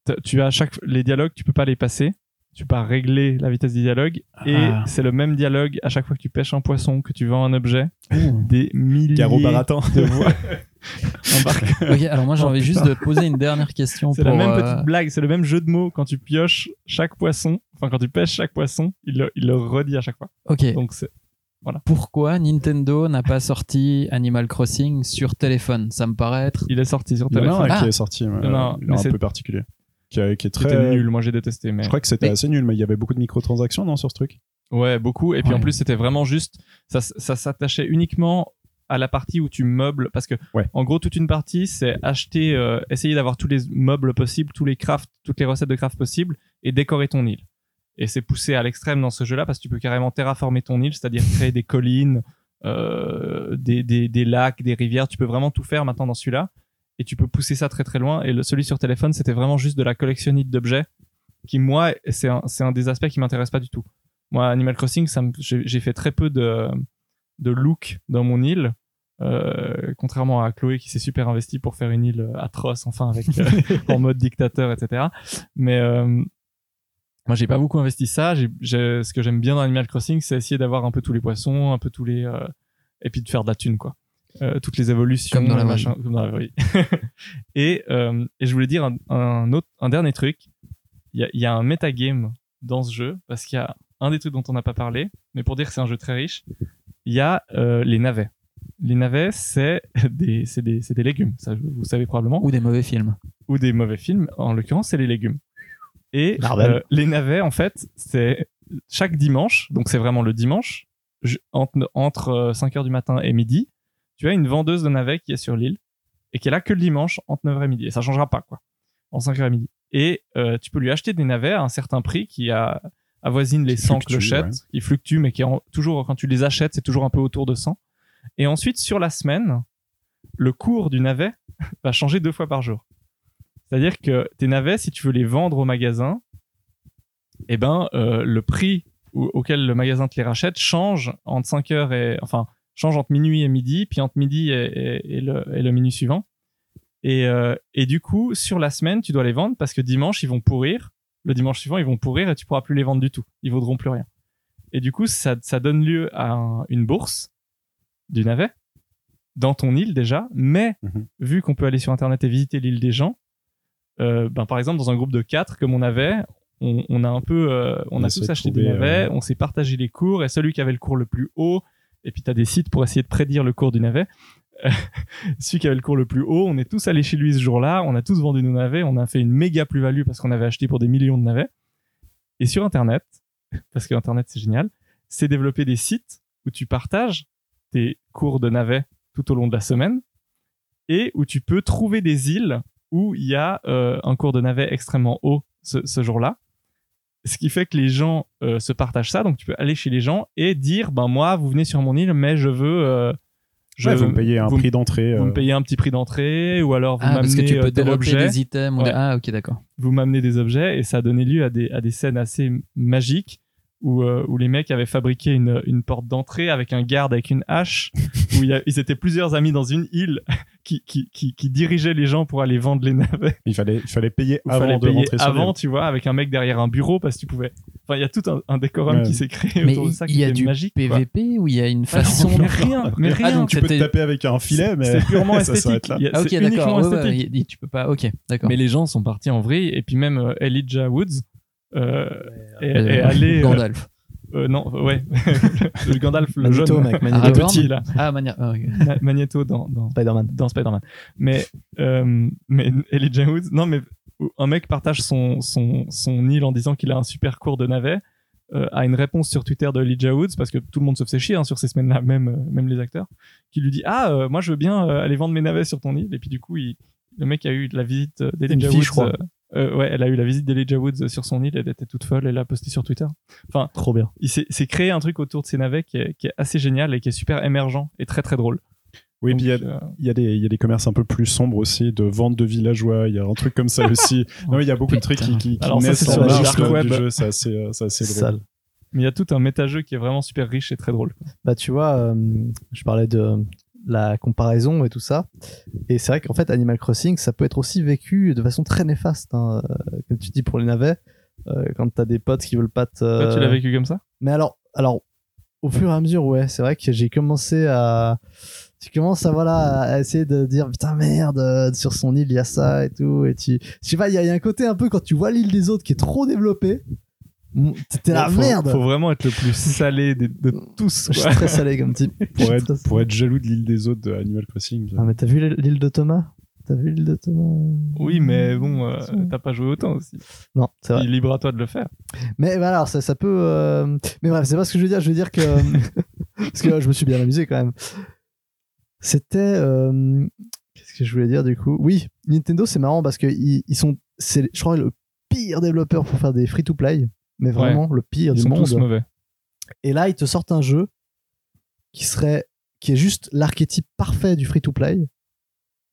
Speaker 3: T'as- Tu as à chaque les dialogues, tu peux pas les passer. Tu peux pas régler la vitesse des dialogues. Et
Speaker 6: Ah.
Speaker 3: c'est le même dialogue à chaque fois que tu pêches un poisson, que tu vends un objet. Des milliers
Speaker 5: Garo Baratin
Speaker 3: de voix embarquées.
Speaker 6: Ok, alors moi j'ai envie juste de poser une dernière question.
Speaker 3: Oh, C'est la
Speaker 6: pour,
Speaker 3: même
Speaker 6: euh,
Speaker 3: petite blague, c'est le même jeu de mots. Quand tu pioches chaque poisson, enfin quand tu pêches chaque poisson, il le, il le redit à chaque fois.
Speaker 6: Ok,
Speaker 3: Donc c'est
Speaker 6: pourquoi Nintendo n'a pas sorti Animal Crossing sur téléphone Ça me paraît être.
Speaker 3: il est sorti sur
Speaker 5: il y en a
Speaker 3: téléphone.
Speaker 5: un qui
Speaker 6: Ah.
Speaker 5: est sorti mais,
Speaker 3: Il y en a un,
Speaker 5: euh, il est
Speaker 3: mais
Speaker 5: un
Speaker 3: c'est-
Speaker 5: peu particulier qui, est- qui est
Speaker 3: C'était
Speaker 5: très
Speaker 3: nul, moi j'ai détesté. Mais...
Speaker 5: je crois que c'était
Speaker 6: Mais-
Speaker 5: assez nul mais il y avait beaucoup de microtransactions non sur ce truc
Speaker 3: Ouais, beaucoup. Et puis en
Speaker 6: Ouais.
Speaker 3: plus, c'était vraiment juste. Ça, ça s'attachait uniquement à la partie où tu meubles. Parce que,
Speaker 5: Ouais.
Speaker 3: en gros, toute une partie, c'est acheter, euh, essayer d'avoir tous les meubles possibles, tous les crafts, toutes les recettes de craft possibles et décorer ton île. Et c'est poussé à l'extrême dans ce jeu-là parce que tu peux carrément terraformer ton île, c'est-à-dire créer des collines, euh, des, des, des lacs, des rivières. Tu peux vraiment tout faire maintenant dans celui-là. Et tu peux pousser ça très très loin. Et le, celui sur téléphone, c'était vraiment juste de la collectionnite d'objets qui, moi, c'est un, c'est un des aspects qui m'intéresse pas du tout. Moi, Animal Crossing, ça me- j'ai j'ai fait très peu de, de look dans mon île. Euh, contrairement à Chloé qui s'est super investie pour faire une île atroce, enfin avec euh, en mode dictateur, etc. Mais euh, moi, j'ai pas beaucoup investi ça. J'ai- j'ai- ce que j'aime bien dans Animal Crossing, c'est essayer d'avoir un peu tous les poissons, un peu tous les euh, et puis de faire de la thune, quoi. Euh, toutes les évolutions,
Speaker 6: Comme dans la vraie
Speaker 3: machin, comme dans la vraie vie. et, euh, et je voulais dire un, un autre, un dernier truc. Il y a, il y a un metagame dans ce jeu parce qu'il y a un des trucs dont on n'a pas parlé, mais pour dire que c'est un jeu très riche, il y a euh, les navets. Les navets, c'est des, c'est des, c'est des légumes, ça vous savez probablement,
Speaker 6: Ou des mauvais films.
Speaker 3: ou des mauvais films. En l'occurrence, c'est les légumes. Et
Speaker 4: Marvel.
Speaker 3: euh, les navets, en fait, c'est chaque dimanche, donc c'est vraiment le dimanche, je- entre, 5h du matin et midi, tu as une vendeuse de navets qui est sur l'île et qui est là que le dimanche entre 9h et midi. Et ça changera pas, quoi, en 5h et midi. Et euh, tu peux lui acheter des navets à un certain prix qui a, avoisine les
Speaker 5: Qui
Speaker 3: 100
Speaker 5: fluctue,
Speaker 3: clochettes,
Speaker 5: ouais.
Speaker 3: qui fluctuent, mais qui est en- toujours, quand tu les achètes, c'est toujours un peu autour de 100. Et ensuite, sur la semaine, le cours du navet va changer deux fois par jour. C'est-à-dire que tes navets, si tu veux les vendre au magasin, eh ben, euh, le prix au- auquel le magasin te les rachète change entre 5 heures et. Enfin, change entre minuit et midi, puis entre midi et, et- et le, et le minuit suivant. Et, euh, et du coup, sur la semaine, tu dois les vendre parce que dimanche, ils vont pourrir. Le dimanche suivant, ils vont pourrir et tu pourras plus les vendre du tout. Ils vaudront plus rien. Et du coup, ça, ça donne lieu à un- une bourse du navet dans ton île déjà, mais
Speaker 5: Mhm.
Speaker 3: vu qu'on peut aller sur Internet et visiter l'île des gens, euh, ben, par exemple, dans un groupe de quatre comme on avait, on, on a un peu, euh, on,
Speaker 5: On
Speaker 3: a
Speaker 5: essaie
Speaker 3: tous
Speaker 5: de
Speaker 3: acheté des
Speaker 5: trouver,
Speaker 3: navets,
Speaker 5: euh,
Speaker 3: on s'est partagé les cours, et celui qui avait le cours le plus haut, et puis tu as des sites pour essayer de prédire le cours du navet, Euh, celui qui avait le cours le plus haut, on est tous allés chez lui ce jour-là, on a tous vendu nos navets, on a fait une méga plus-value parce qu'on avait acheté pour des millions de navets. Et sur Internet, parce que Internet c'est génial, c'est développer des sites où tu partages tes cours de navet tout au long de la semaine et où tu peux trouver des îles où il y a euh, un cours de navet extrêmement haut ce, ce jour-là. Ce qui fait que les gens euh, se partagent ça, donc tu peux aller chez les gens et dire ben moi vous venez sur mon île mais je veux euh, je
Speaker 5: je vous me payez un
Speaker 3: vous me-
Speaker 5: prix d'entrée
Speaker 3: vous
Speaker 5: euh,
Speaker 3: me payez un petit prix d'entrée ou alors vous
Speaker 6: Ah, parce que
Speaker 3: m'amenez
Speaker 6: tu
Speaker 3: euh,
Speaker 6: peux
Speaker 3: tel
Speaker 6: développer
Speaker 3: objet
Speaker 6: des items. ou
Speaker 3: Ouais.
Speaker 6: des- Ah, ok, d'accord.
Speaker 3: vous m'amenez des objets et ça a donné lieu à des, à des scènes assez magiques où, euh, où les mecs avaient fabriqué une, une porte d'entrée avec un garde avec une hache où il y a- ils étaient plusieurs amis dans une île qui, qui, qui, qui dirigeaient les gens pour aller vendre les navets
Speaker 5: il fallait il fallait payer
Speaker 3: où
Speaker 5: avant
Speaker 3: fallait
Speaker 5: de
Speaker 3: payer
Speaker 5: rentrer sur
Speaker 3: avant
Speaker 5: l'île.
Speaker 3: tu vois avec un mec derrière un bureau parce que tu pouvais Enfin, il y a tout un, un décorum
Speaker 5: Ouais.
Speaker 3: qui s'est créé
Speaker 6: Mais
Speaker 3: autour de ça
Speaker 6: il
Speaker 3: qui
Speaker 6: y a
Speaker 3: était
Speaker 6: du
Speaker 3: magique. quoi.
Speaker 6: PVP ou il y a une
Speaker 3: Ah non,
Speaker 6: façon.
Speaker 3: mais rien, mais
Speaker 6: Ah,
Speaker 3: rien.
Speaker 6: donc
Speaker 5: Tu peux te
Speaker 6: C'était-
Speaker 5: taper avec un filet, mais
Speaker 3: c'est purement
Speaker 5: ça s'arrête
Speaker 3: esthétique.
Speaker 5: là.
Speaker 3: Il y a-
Speaker 6: Ah ok
Speaker 3: c'est
Speaker 6: d'accord.
Speaker 3: uniquement
Speaker 6: Ouais, ouais,
Speaker 3: esthétique.
Speaker 6: il- il- tu peux pas. Ok d'accord.
Speaker 3: Mais les gens sont partis en vrille et puis même euh, Elijah Woods euh, est,
Speaker 6: Euh,
Speaker 3: est allé euh,
Speaker 6: Gandalf.
Speaker 3: euh, non ouais le Gandalf le
Speaker 4: Magneto,
Speaker 3: jeune
Speaker 4: mec,
Speaker 6: Magneto.
Speaker 3: le petit là
Speaker 6: Ah manière. ah, ok.
Speaker 3: Ma- Magneto dans dans,
Speaker 4: Spider-Man.
Speaker 3: dans Spider-Man mais euh, mais Elijah Woods non mais un mec partage son son son île en disant qu'il a un super cours de navet euh, à une réponse sur Twitter de Elijah Woods parce que tout le monde se fait chier hein, sur ces semaines-là même euh, même les acteurs qui lui dit ah euh, moi je veux bien euh, aller vendre mes navets sur ton île et puis du coup il, le mec a eu de la visite euh, d'Elijah
Speaker 4: fille,
Speaker 3: Woods
Speaker 4: je crois.
Speaker 3: euh, euh, ouais elle a eu la visite d'Elijah Woods euh, sur son île elle était toute folle elle l'a posté sur Twitter
Speaker 4: Trop bien.
Speaker 3: il s'est s'est créé un truc autour de ces navets qui est, qui est assez génial et qui est super émergent et très très drôle
Speaker 5: Oui,
Speaker 3: Donc,
Speaker 5: puis il y a-
Speaker 3: euh,
Speaker 5: il y, a des- il y a des commerces un peu plus sombres aussi, de vente de villageois, il y a un truc comme ça aussi. non, il y a beaucoup de trucs qui, qui, qui
Speaker 3: Alors ça,
Speaker 5: naissent
Speaker 3: c'est
Speaker 5: en
Speaker 4: sur le
Speaker 5: marge
Speaker 4: dark
Speaker 5: de-
Speaker 3: web.
Speaker 5: du jeu, c'est assez, euh, c'est assez drôle.
Speaker 4: Sale.
Speaker 3: mais il y a tout un méta-jeu qui est vraiment super riche et très drôle
Speaker 4: Bah, tu vois, euh, je parlais de euh, la comparaison et tout ça. Et c'est vrai qu'en fait, Animal Crossing, ça peut être aussi vécu de façon très néfaste. hein. Euh, Comme tu dis pour les navets, euh, quand t'as des potes qui veulent pas te.
Speaker 3: toi tu l'as vécu comme ça
Speaker 4: Mais alors, alors, au fur et à mesure, ouais, c'est vrai que j'ai commencé à. Tu commences à, voilà, à essayer de dire putain merde, euh, sur son île il y a ça et tout. Et tu. Je sais pas, il y, a- il y a un côté un peu quand tu vois l'île des autres qui est trop développée. mm, T'es la
Speaker 3: faut,
Speaker 4: merde!
Speaker 3: faut vraiment être le plus salé de, de tous
Speaker 4: Je suis
Speaker 3: quoi.
Speaker 4: très salé comme type.
Speaker 5: Pour
Speaker 4: Je suis
Speaker 5: être,
Speaker 4: très salé.
Speaker 5: pour être jaloux de l'île des autres de Animal Crossing.
Speaker 4: Ah, mais t'as vu l'île de Thomas? T'as vu l'île de Thomas?
Speaker 3: oui mais bon euh,
Speaker 4: Attention.
Speaker 3: t'as pas joué autant aussi
Speaker 4: Non, c'est vrai.
Speaker 3: il libre à toi de le faire
Speaker 4: Mais bah, alors, ça, ça peut. euh, Mais bref, c'est pas ce que je veux dire. Je veux dire que. Parce que euh, je me suis bien amusé quand même. C'était. euh, Qu'est-ce que je voulais dire du coup Oui, Nintendo, c'est marrant parce que ils, ils sont. c'est, Je crois le pire développeur pour faire des free-to-play. Mais vraiment, le pire
Speaker 3: ils
Speaker 4: du
Speaker 3: sont
Speaker 4: monde.
Speaker 3: tous mauvais
Speaker 4: Et là, ils te sortent un jeu qui serait. qui est juste l'archétype parfait du free-to-play,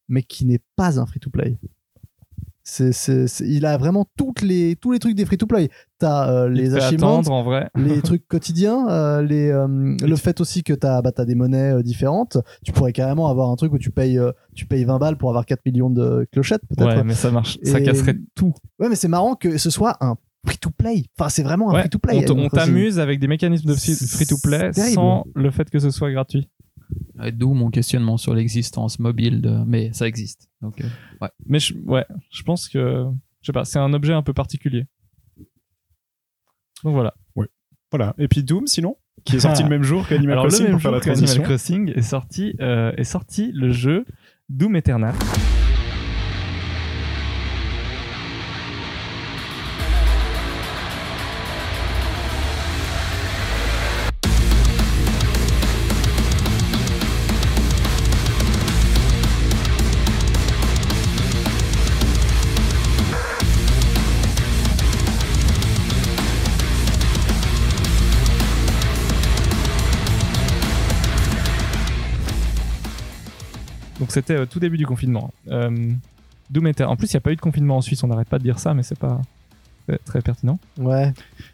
Speaker 4: mais qui n'est pas un free-to-play. C'est, c'est- c'est- il a vraiment toutes les, tous les trucs des free-to-play. T'as euh,
Speaker 3: Il
Speaker 4: les
Speaker 3: te fait
Speaker 4: achievements,
Speaker 3: attendre en vrai
Speaker 4: les trucs quotidiens, euh, les, euh, le fait aussi que tu as, des monnaies euh, différentes. Tu pourrais carrément avoir un truc où tu payes, euh, tu payes 20 balles pour avoir 4 millions de clochettes, peut-être.
Speaker 3: ouais
Speaker 4: Ouais,
Speaker 3: mais ça marche ça
Speaker 4: Et-
Speaker 3: casserait tout
Speaker 4: mais c'est marrant que ce soit un free-to-play. Enfin, c'est vraiment un
Speaker 3: Ouais,
Speaker 4: free-to-play.
Speaker 3: on te-
Speaker 4: Animal
Speaker 3: on
Speaker 4: Crossing.
Speaker 3: t'amuse avec des mécanismes de free to play
Speaker 4: C'est terrible.
Speaker 3: sans le fait que ce soit gratuit
Speaker 6: Ouais, D'où mon questionnement sur l'existence mobile de. Mais ça existe. Donc euh,
Speaker 3: Mais je, ouais, je pense que je sais pas, c'est un objet un peu particulier. Donc voilà.
Speaker 5: Voilà. Et puis Doom, sinon, qui est sorti
Speaker 3: Ah.
Speaker 5: le même jour qu'Animal
Speaker 3: Alors
Speaker 5: Crossing
Speaker 3: le même
Speaker 5: pour faire
Speaker 3: jour
Speaker 5: la
Speaker 3: que Animal
Speaker 5: transition.
Speaker 3: Crossing est sorti euh, est sorti le jeu Doom Eternal. Donc c'était euh, tout début du confinement. Euh, Doom Eternal. En plus, il n'y a pas eu de confinement en Suisse. On n'arrête pas de dire ça, mais c'est pas euh, très pertinent.
Speaker 4: Ouais.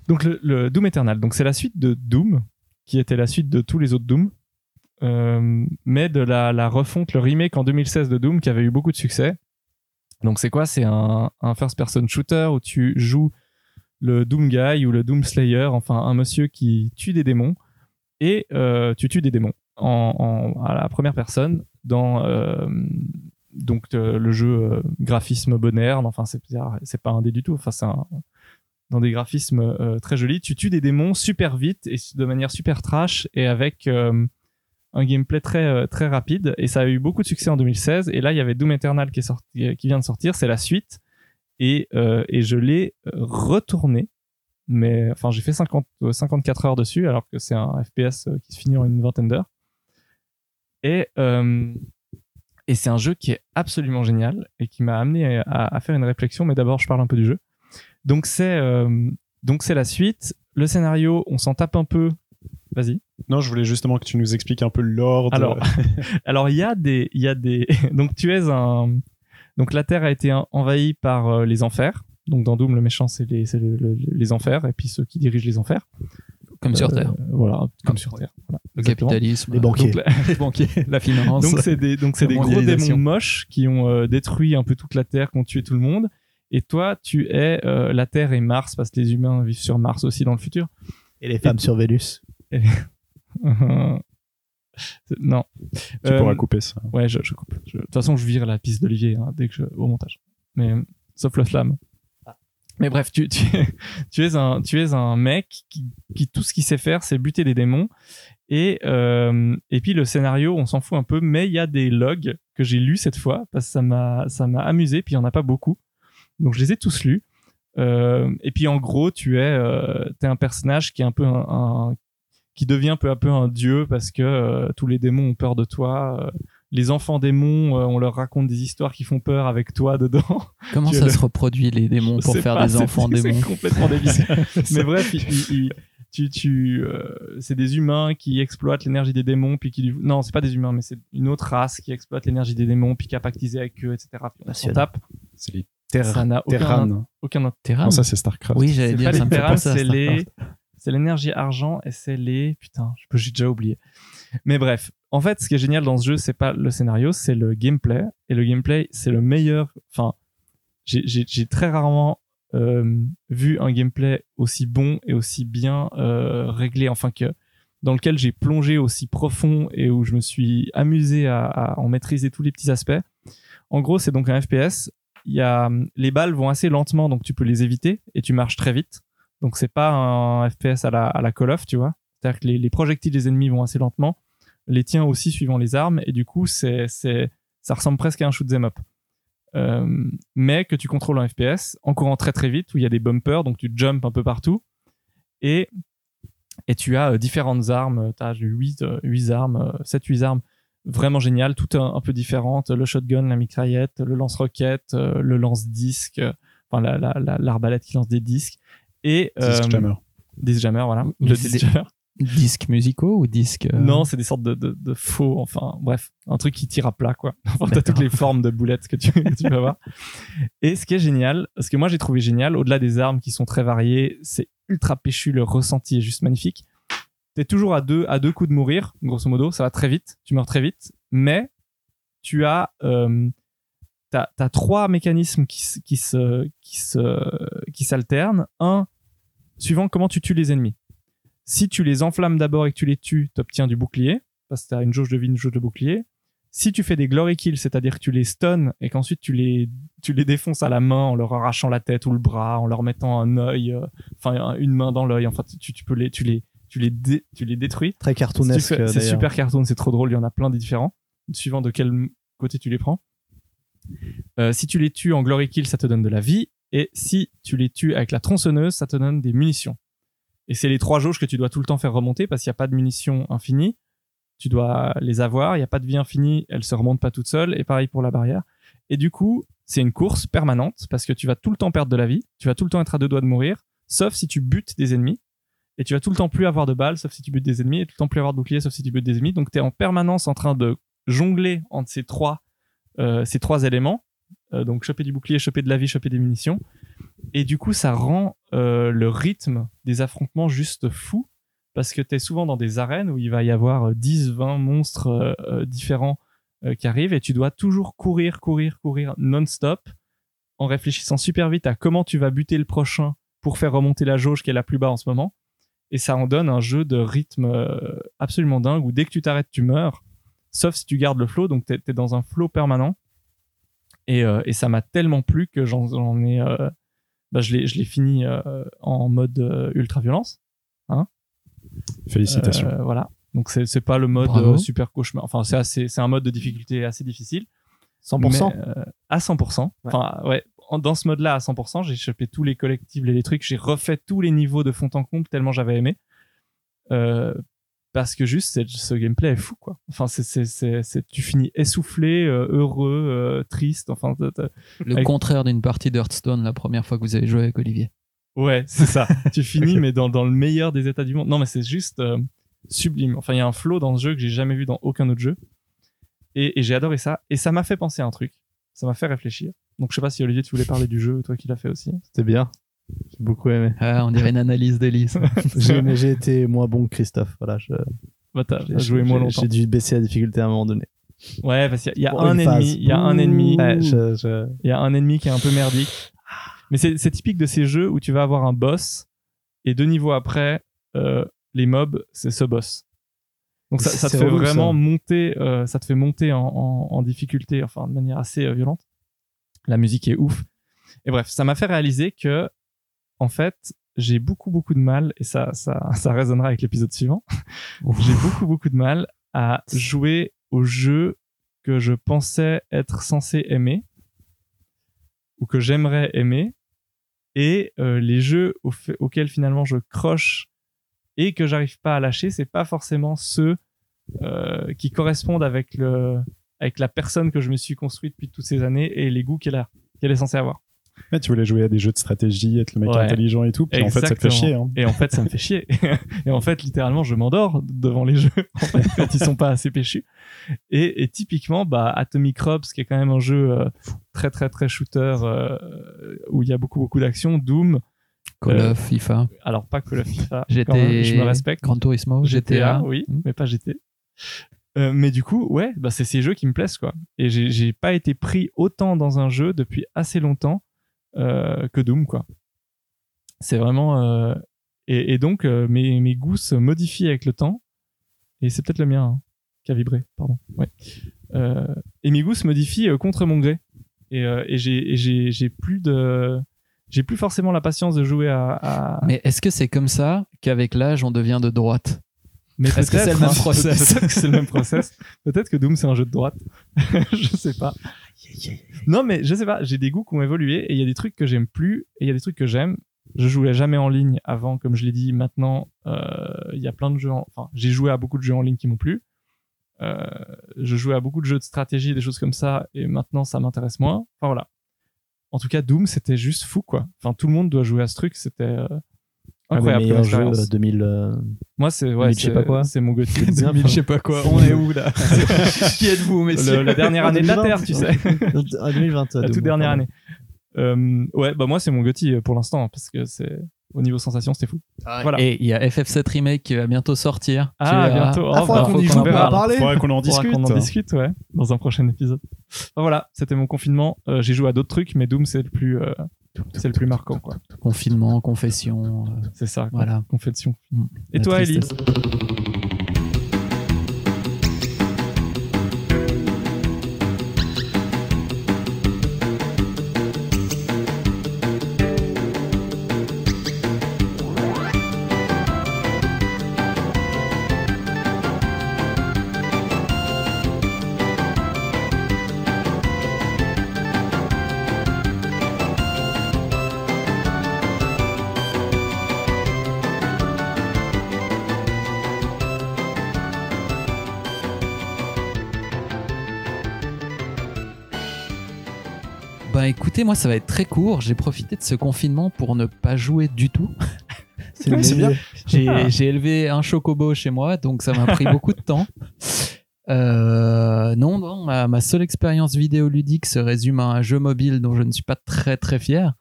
Speaker 3: Donc le, le Doom Eternal, donc c'est la suite de Doom, qui était la suite de tous les autres Doom, euh, mais de la, la refonte, le remake en 2016 de Doom qui avait eu beaucoup de succès. Donc c'est quoi C'est un, un first-person shooter où tu joues le Doom Guy ou le Doom Slayer, enfin un monsieur qui tue des démons et euh, tu tues des démons en, en- à la première personne dans euh, donc euh, le jeu euh, graphisme moderne. Enfin c'est c'est pas un dé du tout. Enfin c'est un dans des graphismes euh, très jolis. Tu tues des démons super vite et de manière super trash et avec euh, un gameplay très euh, très rapide. Et ça a eu beaucoup de succès en 2016. Et là, il y avait Doom Eternal qui est sorti, euh, qui vient de sortir. C'est la suite et euh, et je l'ai euh, retourné. Mais enfin, j'ai fait 50, euh, 54 heures dessus, alors que c'est un FPS euh, qui se finit en une vingtaine d'heures. Et euh, et c'est un jeu qui est absolument génial et qui m'a amené à, à faire une réflexion. Mais d'abord, je parle un peu du jeu. Donc c'est euh, donc c'est la suite. Le scénario, on s'en tape un peu. Vas-y.
Speaker 5: Non, je voulais justement que tu nous expliques un peu l'ordre.
Speaker 3: Alors, alors il y a des il y a des donc tu es un donc la Terre a été en- envahie par euh, les enfers. Donc dans Doom le méchant c'est les c'est le- le- les enfers et puis ceux qui dirigent les enfers.
Speaker 6: comme sur
Speaker 3: Euh,
Speaker 6: Terre. Ah,
Speaker 3: Voilà comme sur Terre. Voilà,
Speaker 6: Le
Speaker 3: exactement.
Speaker 6: capitalisme.
Speaker 4: Les banquiers.
Speaker 6: Donc, la- les banquiers, la finance.
Speaker 3: Donc c'est des donc c'est
Speaker 6: La
Speaker 3: des gros
Speaker 6: mondialisation.
Speaker 3: démons moches qui ont euh, détruit un peu toute la Terre, qui ont tué tout le monde Et toi, tu es euh, la Terre et Mars, parce que les humains vivent sur Mars aussi dans le futur.
Speaker 4: Et les femmes sur Vénus.
Speaker 3: non.
Speaker 5: Tu
Speaker 3: euh,
Speaker 5: pourras couper ça.
Speaker 3: Ouais, je, je coupe. Je- De toute façon, je vire la piste d'Olivier hein, dès que je- au montage. Mais euh, sauf le slam. Mais bref, tu, tu, tu es un, tu es un mec qui, qui tout ce qu'il sait faire, c'est buter des démons. Et, euh, et puis le scénario, on s'en fout un peu, mais il y a des logs que j'ai lus cette fois parce que ça m'a, ça m'a amusé. Puis il y en a pas beaucoup, donc je les ai tous lus. Euh, et puis en gros, tu es, euh, t'es un personnage qui est un peu un, un- qui devient peu à peu un dieu parce que euh, tous les démons ont peur de toi. euh, les enfants démons, euh, on leur raconte des histoires qui font peur avec toi dedans.
Speaker 6: Comment
Speaker 3: Tu
Speaker 6: ça
Speaker 3: le-
Speaker 6: se reproduit les démons
Speaker 3: Je
Speaker 6: pour
Speaker 3: sais
Speaker 6: faire
Speaker 3: pas,
Speaker 6: des
Speaker 3: c'est-
Speaker 6: enfants
Speaker 3: c'est-
Speaker 6: démons
Speaker 3: C'est complètement dévisé. Mais bref, il- il- il- tu, tu, euh, c'est des humains qui exploitent l'énergie des démons, puis qui lui- non, c'est pas des humains, mais c'est une autre race qui exploite l'énergie des démons, puis qui a pactisé avec eux, etc. Puis on s'en
Speaker 4: Passionnant.
Speaker 3: tape.
Speaker 5: C'est les
Speaker 3: Ça n'a aucun,
Speaker 5: Terran.
Speaker 3: aucun intérêt.
Speaker 6: Terran
Speaker 5: Non, ça, c'est Starcraft.
Speaker 6: Oui, j'allais
Speaker 3: C'est
Speaker 6: dire,
Speaker 3: pas
Speaker 6: ça
Speaker 3: les
Speaker 6: me fait
Speaker 3: Terran,
Speaker 6: penser à
Speaker 3: c'est les,
Speaker 6: Starcraft.
Speaker 3: c'est l'énergie argent et c'est les, putain, je peux- j'ai déjà oublié. Mais bref, en fait, ce qui est génial dans ce jeu, c'est pas le scénario, c'est le gameplay. Et le gameplay, c'est le meilleur. Enfin, j'ai- j'ai j'ai très rarement euh, vu un gameplay aussi bon et aussi bien euh, réglé, enfin que dans lequel j'ai plongé aussi profond et où je me suis amusé à, à en maîtriser tous les petits aspects. En gros, c'est donc un FPS. Il y a, hum, les balles vont assez lentement, donc tu peux les éviter et tu marches très vite. Donc c'est pas un FPS à la, à la Call of, tu vois. C'est-à-dire que les, les projectiles des ennemis vont assez lentement, les tiens aussi suivant les armes, et du coup c'est, c'est, ça ressemble presque à un shoot 'em up. Euh, mais que tu contrôles en FPS, en courant très très vite, où il y a des bumpers, donc tu jumps un peu partout, et, et tu as euh, différentes armes, tu as 8, 8 armes, 7-8 armes, vraiment géniales, toutes un, un peu différentes, le shotgun, la mitraillette, le lance-roquette, euh, le lance-disque, euh, enfin la- la- la- l'arbalète qui lance des disques, et...
Speaker 5: C'est
Speaker 3: euh,
Speaker 5: Jammer.
Speaker 3: Discjammer, voilà.
Speaker 6: Ou-
Speaker 3: Le
Speaker 6: des-
Speaker 3: Discjammer.
Speaker 6: Disques musicaux ou disques. euh,
Speaker 3: Non, c'est des sortes de, de, de faux, enfin, bref, un truc qui tire à plat, quoi. Enfin, t'as toutes les formes de boulettes que tu, que tu vas voir. Et ce qui est génial, ce que moi j'ai trouvé génial, au-delà des armes qui sont très variées, c'est ultra péchu, le ressenti est juste magnifique. T'es toujours à deux, à deux coups de mourir, grosso modo, ça va très vite, tu meurs très vite, mais tu as, euh, t'as, t'as trois mécanismes qui, se- qui se, qui se, qui s'alternent. Un, suivant comment tu tues les ennemis. Si tu les enflammes d'abord et que tu les tues, tu obtiens du bouclier, parce que tu as une jauge de vie, une jauge de bouclier. Si tu fais des glory kills, c'est-à-dire que tu les stun et qu'ensuite tu les, tu les défonces à la main en leur arrachant la tête ou le bras, en leur mettant un œil, euh, enfin un- une main dans l'œil, enfin tu, tu peux les, tu les, tu les, dé- tu les détruis.
Speaker 4: Très
Speaker 3: Si tu
Speaker 4: cartoonesque.
Speaker 3: fais- C'est
Speaker 4: d'ailleurs.
Speaker 3: super cartoon, c'est trop drôle, il y en a plein des différents, suivant de quel m- côté tu les prends. Euh, si tu les tues en glory kill, ça te donne de la vie, et si tu les tues avec la tronçonneuse, ça te donne des munitions. Et c'est les trois jauges que tu dois tout le temps faire remonter parce qu'il n'y a pas de munitions infinies. Tu dois les avoir, il n'y a pas de vie infinie, elle se remonte pas toute seule, et pareil pour la barrière. Et du coup, c'est une course permanente parce que tu vas tout le temps perdre de la vie, tu vas tout le temps être à deux doigts de mourir, sauf si tu butes des ennemis. Et tu vas tout le temps plus avoir de balles, sauf si tu butes des ennemis, et tout le temps plus avoir de bouclier, sauf si tu butes des ennemis. Donc tu es en permanence en train de jongler entre ces trois, euh, ces trois éléments. Euh, donc choper du bouclier, choper de la vie, choper des munitions. Et du coup, ça rend euh, le rythme des affrontements juste fou. Parce que tu es souvent dans des arènes où il va y avoir euh, 10, 20 monstres euh, euh, différents euh, qui arrivent et tu dois toujours courir, courir, courir non-stop en réfléchissant super vite à comment tu vas buter le prochain pour faire remonter la jauge qui est la plus bas en ce moment. Et ça en donne un jeu de rythme euh, absolument dingue où dès que tu t'arrêtes, tu meurs. Sauf si tu gardes le flow, donc t'es es dans un flow permanent. Et, euh, et ça m'a tellement plu que j'en- j'en ai. euh, bah, je l'ai je l'ai fini euh, en mode euh, ultra violence.
Speaker 5: Félicitations.
Speaker 3: Euh, voilà. Donc c'est c'est pas le mode
Speaker 6: Bravo.
Speaker 3: euh, super cauchemar. Enfin, c'est assez- c'est un mode de difficulté assez difficile.
Speaker 4: 100%.
Speaker 3: Mais, euh, à 100%. Enfin, ouais. en- Dans ce mode-là, à 100%, j'ai chopé tous les collectibles et les trucs. J'ai refait tous les niveaux de fond en comble tellement j'avais aimé. Euh, parce que juste, c'est- ce gameplay est fou, quoi. Enfin, c'est, c'est, c'est, c'est- tu finis essoufflé, euh, heureux, euh, triste. Enfin, t'as- t'as-
Speaker 6: Le
Speaker 3: Avec-
Speaker 6: contraire d'une partie d'Hearthstone la première fois que vous avez joué avec Olivier.
Speaker 3: ouais, c'est ça. tu finis, mais dans, dans le meilleur des états du monde. Non, mais c'est juste euh, sublime. Enfin, il y a un flow dans ce jeu que j'ai jamais vu dans aucun autre jeu. Et, et j'ai adoré ça. Et ça m'a fait penser à un truc. Ça m'a fait réfléchir. Donc, je sais pas si Olivier, tu voulais parler du jeu, toi qui l'as fait aussi.
Speaker 4: C'était bien. J'ai beaucoup aimé.
Speaker 6: Ah, on dirait une analyse d'Élise.
Speaker 4: J'ai mais j'ai été moins bon que Christophe. Voilà, je-
Speaker 3: Bah, t'as
Speaker 4: j'ai-
Speaker 3: t'as joué moins
Speaker 4: j'ai-
Speaker 3: longtemps.
Speaker 4: J'ai dû baisser la difficulté à un moment donné.
Speaker 3: Ouais, parce qu'il y a, il y a
Speaker 4: Pour
Speaker 3: un
Speaker 4: une phase.
Speaker 3: ennemi, il y a un ennemi,
Speaker 4: Ouais, je- Ah. je-
Speaker 3: il y a un ennemi qui est un peu merdique. Mais c'est c'est typique de ces jeux où tu vas avoir un boss et deux niveaux après, euh, les mobs, c'est ce boss. Donc ça,
Speaker 4: C'est-
Speaker 3: ça te
Speaker 4: c'est
Speaker 3: fait
Speaker 4: relou, ça.
Speaker 3: vraiment monter, euh, ça te fait monter en, en- en difficulté, enfin de manière assez euh, violente. La musique est ouf. Et bref, ça m'a fait réaliser que, en fait, j'ai beaucoup beaucoup de mal, et ça, ça, ça résonnera avec l'épisode suivant. j'ai beaucoup beaucoup de mal à jouer aux jeux que je pensais être censé aimer ou que j'aimerais aimer et euh, les jeux au fait- auxquels finalement je croche et que j'arrive pas à lâcher c'est pas forcément ceux euh, qui correspondent avec le avec la personne que je me suis construite depuis toutes ces années et les goûts qu'elle a qu'elle est censée avoir
Speaker 5: Ouais, tu voulais jouer à des jeux de stratégie, être le mec
Speaker 3: Ouais.
Speaker 5: intelligent et tout, puis en fait ça te fait
Speaker 3: Exactement.
Speaker 5: chier. hein.
Speaker 3: et en fait ça me fait chier et en fait littéralement je m'endors devant les jeux en fait, quand ils sont pas assez péchus et, et typiquement bah Atomic Robs qui est quand même un jeu euh, très très très shooter euh, où il y a beaucoup beaucoup d'action Doom
Speaker 6: Call
Speaker 3: Euh,
Speaker 6: of, FIFA,
Speaker 3: alors pas que la FIFA quand même,
Speaker 6: GT,
Speaker 3: je me respecte
Speaker 6: Gran Turismo,
Speaker 3: GTA,
Speaker 6: GTA.
Speaker 3: oui,
Speaker 6: Mm.
Speaker 3: mais pas GT. Euh, mais du coup, ouais, bah, c'est ces jeux qui me plaisent, quoi. Et j'ai- j'ai pas été pris autant dans un jeu depuis assez longtemps euh, que Doom, quoi. C'est vraiment. euh, et, et donc, euh, mes, mes goûts se modifient avec le temps. Et c'est peut-être le mien hein, qui a vibré, pardon. Ouais. Euh, et mes goûts se modifient euh, contre mon gré. Et, euh, et j'ai- et j'ai j'ai plus de. J'ai plus forcément la patience de jouer à. à-
Speaker 6: Mais est-ce que c'est comme ça qu'avec l'âge on devient de droite
Speaker 3: Mais
Speaker 6: Est-ce que
Speaker 3: peut-être,
Speaker 6: c'est le même
Speaker 3: hein,
Speaker 6: process
Speaker 3: Peut-être que c'est le même process. Peut-être que Doom, c'est un jeu de droite. je sais pas. Non, mais je sais pas. J'ai des goûts qui ont évolué et il y a des trucs que j'aime plus et il y a des trucs que j'aime. Je jouais jamais en ligne avant, comme je l'ai dit. Maintenant, euh, il y a plein de jeux. en- Enfin, j'ai joué à beaucoup de jeux en ligne qui m'ont plu. Euh, je jouais à beaucoup de jeux de stratégie, des choses comme ça, et maintenant ça m'intéresse moins. Enfin voilà. En tout cas, Doom, c'était juste fou quoi. Enfin, tout le monde doit jouer à ce truc. C'était euh, incroyable.
Speaker 4: le
Speaker 3: comme
Speaker 4: meilleur jeu
Speaker 3: expérience.
Speaker 4: euh, 2000. euh,
Speaker 3: Moi, c'est ouais,
Speaker 4: Mais je sais
Speaker 3: c'est-
Speaker 4: pas quoi.
Speaker 3: C'est mon Gauthier.
Speaker 4: 2000, je sais
Speaker 3: pas quoi.
Speaker 4: On est où,
Speaker 3: là
Speaker 6: Qui êtes-vous,
Speaker 3: Le- La dernière année de la
Speaker 4: 2020,
Speaker 3: Terre, tu sais.
Speaker 4: en 2020.
Speaker 3: La toute dernière année. Euh, ouais, bah moi, c'est mon Gauthier pour l'instant hein, parce que c'est au niveau sensation, c'était fou. Voilà.
Speaker 6: Et il y a FF7 Remake qui va bientôt sortir. Tu
Speaker 3: Ah,
Speaker 6: verras.
Speaker 3: bientôt.
Speaker 4: Ah,
Speaker 3: Oh,
Speaker 4: faudra
Speaker 3: bah,
Speaker 4: qu'on
Speaker 3: faut
Speaker 4: y
Speaker 3: qu'on
Speaker 4: joue
Speaker 3: en
Speaker 4: pour en
Speaker 3: parle.
Speaker 4: parler.
Speaker 5: Faudrait qu'on en
Speaker 3: Faudra
Speaker 5: discute.
Speaker 3: qu'on en discute, ouais, dans un prochain épisode. Enfin, voilà, c'était mon confinement. Euh, J'ai joué à d'autres trucs, mais Doom, c'est le plus, euh, c'est le plus marquant, quoi.
Speaker 6: Confinement, confession, euh,
Speaker 3: C'est ça. quoi.
Speaker 6: voilà.
Speaker 3: Confession.
Speaker 6: Mm.
Speaker 3: Et
Speaker 6: La
Speaker 3: toi, Ellie
Speaker 6: tristesse. Ben écoutez, moi ça va être très court. J'ai profité de ce confinement pour ne pas jouer du tout.
Speaker 4: C'est le meilleur.
Speaker 6: J'ai j'ai élevé un chocobo chez moi, donc ça m'a pris beaucoup de temps. Euh, non, non, ma, ma seule expérience vidéoludique se résume à un jeu mobile dont je ne suis pas très très fier.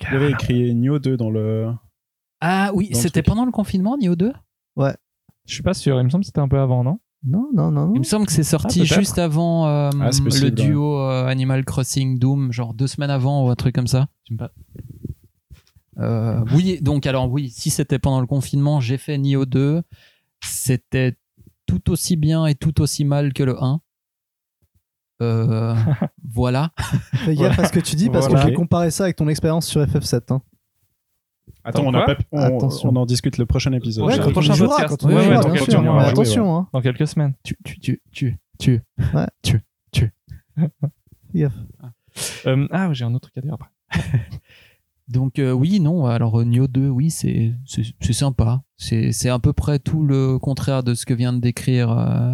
Speaker 5: Il y avait écrit Nioh 2 dans le.
Speaker 6: Ah oui,
Speaker 5: Dans le
Speaker 6: c'était
Speaker 5: truc.
Speaker 6: pendant le confinement, Nioh 2
Speaker 3: Je suis pas sûr. Il me semble que c'était un peu avant, non
Speaker 4: Non, non, non.
Speaker 6: Il
Speaker 4: non.
Speaker 6: me semble que c'est sorti
Speaker 3: Ah, peut-être.
Speaker 6: juste avant euh,
Speaker 5: Ah, c'est possible,
Speaker 6: le duo euh, Animal Crossing Doom, genre deux semaines avant ou un truc comme ça.
Speaker 3: J'aime pas.
Speaker 6: Euh, oui, donc alors oui, si c'était pendant le confinement, j'ai fait Nioh 2. C'était tout aussi bien et tout aussi mal que le 1. Euh, voilà.
Speaker 4: Fais gaffe à ce que tu dis parce
Speaker 3: Voilà.
Speaker 4: que j'ai comparé ça avec ton expérience sur FF7. hein.
Speaker 5: Attends, on,
Speaker 3: Attends,
Speaker 5: a
Speaker 3: quoi
Speaker 5: pas- on-
Speaker 4: Attention.
Speaker 5: on en discute le prochain épisode.
Speaker 3: Ouais,
Speaker 5: Ça.
Speaker 3: quand on prochain
Speaker 4: y jouera,
Speaker 3: podcast.
Speaker 4: quand on y
Speaker 3: Ouais,
Speaker 4: jouera,
Speaker 3: ouais,
Speaker 4: bien
Speaker 5: donc,
Speaker 4: sûr,
Speaker 5: on y
Speaker 4: mais
Speaker 5: jouera,
Speaker 4: attention, hein.
Speaker 3: Dans quelques semaines.
Speaker 6: Tu, tu, tu, tu, tu,
Speaker 4: Ouais.
Speaker 6: tu, tu.
Speaker 3: Euh, ah, j'ai un autre truc à dire après.
Speaker 6: Donc euh, oui, non, alors euh, Nioh 2, oui, c'est c'est c'est sympa. C'est c'est à peu près tout le contraire de ce que vient de décrire euh,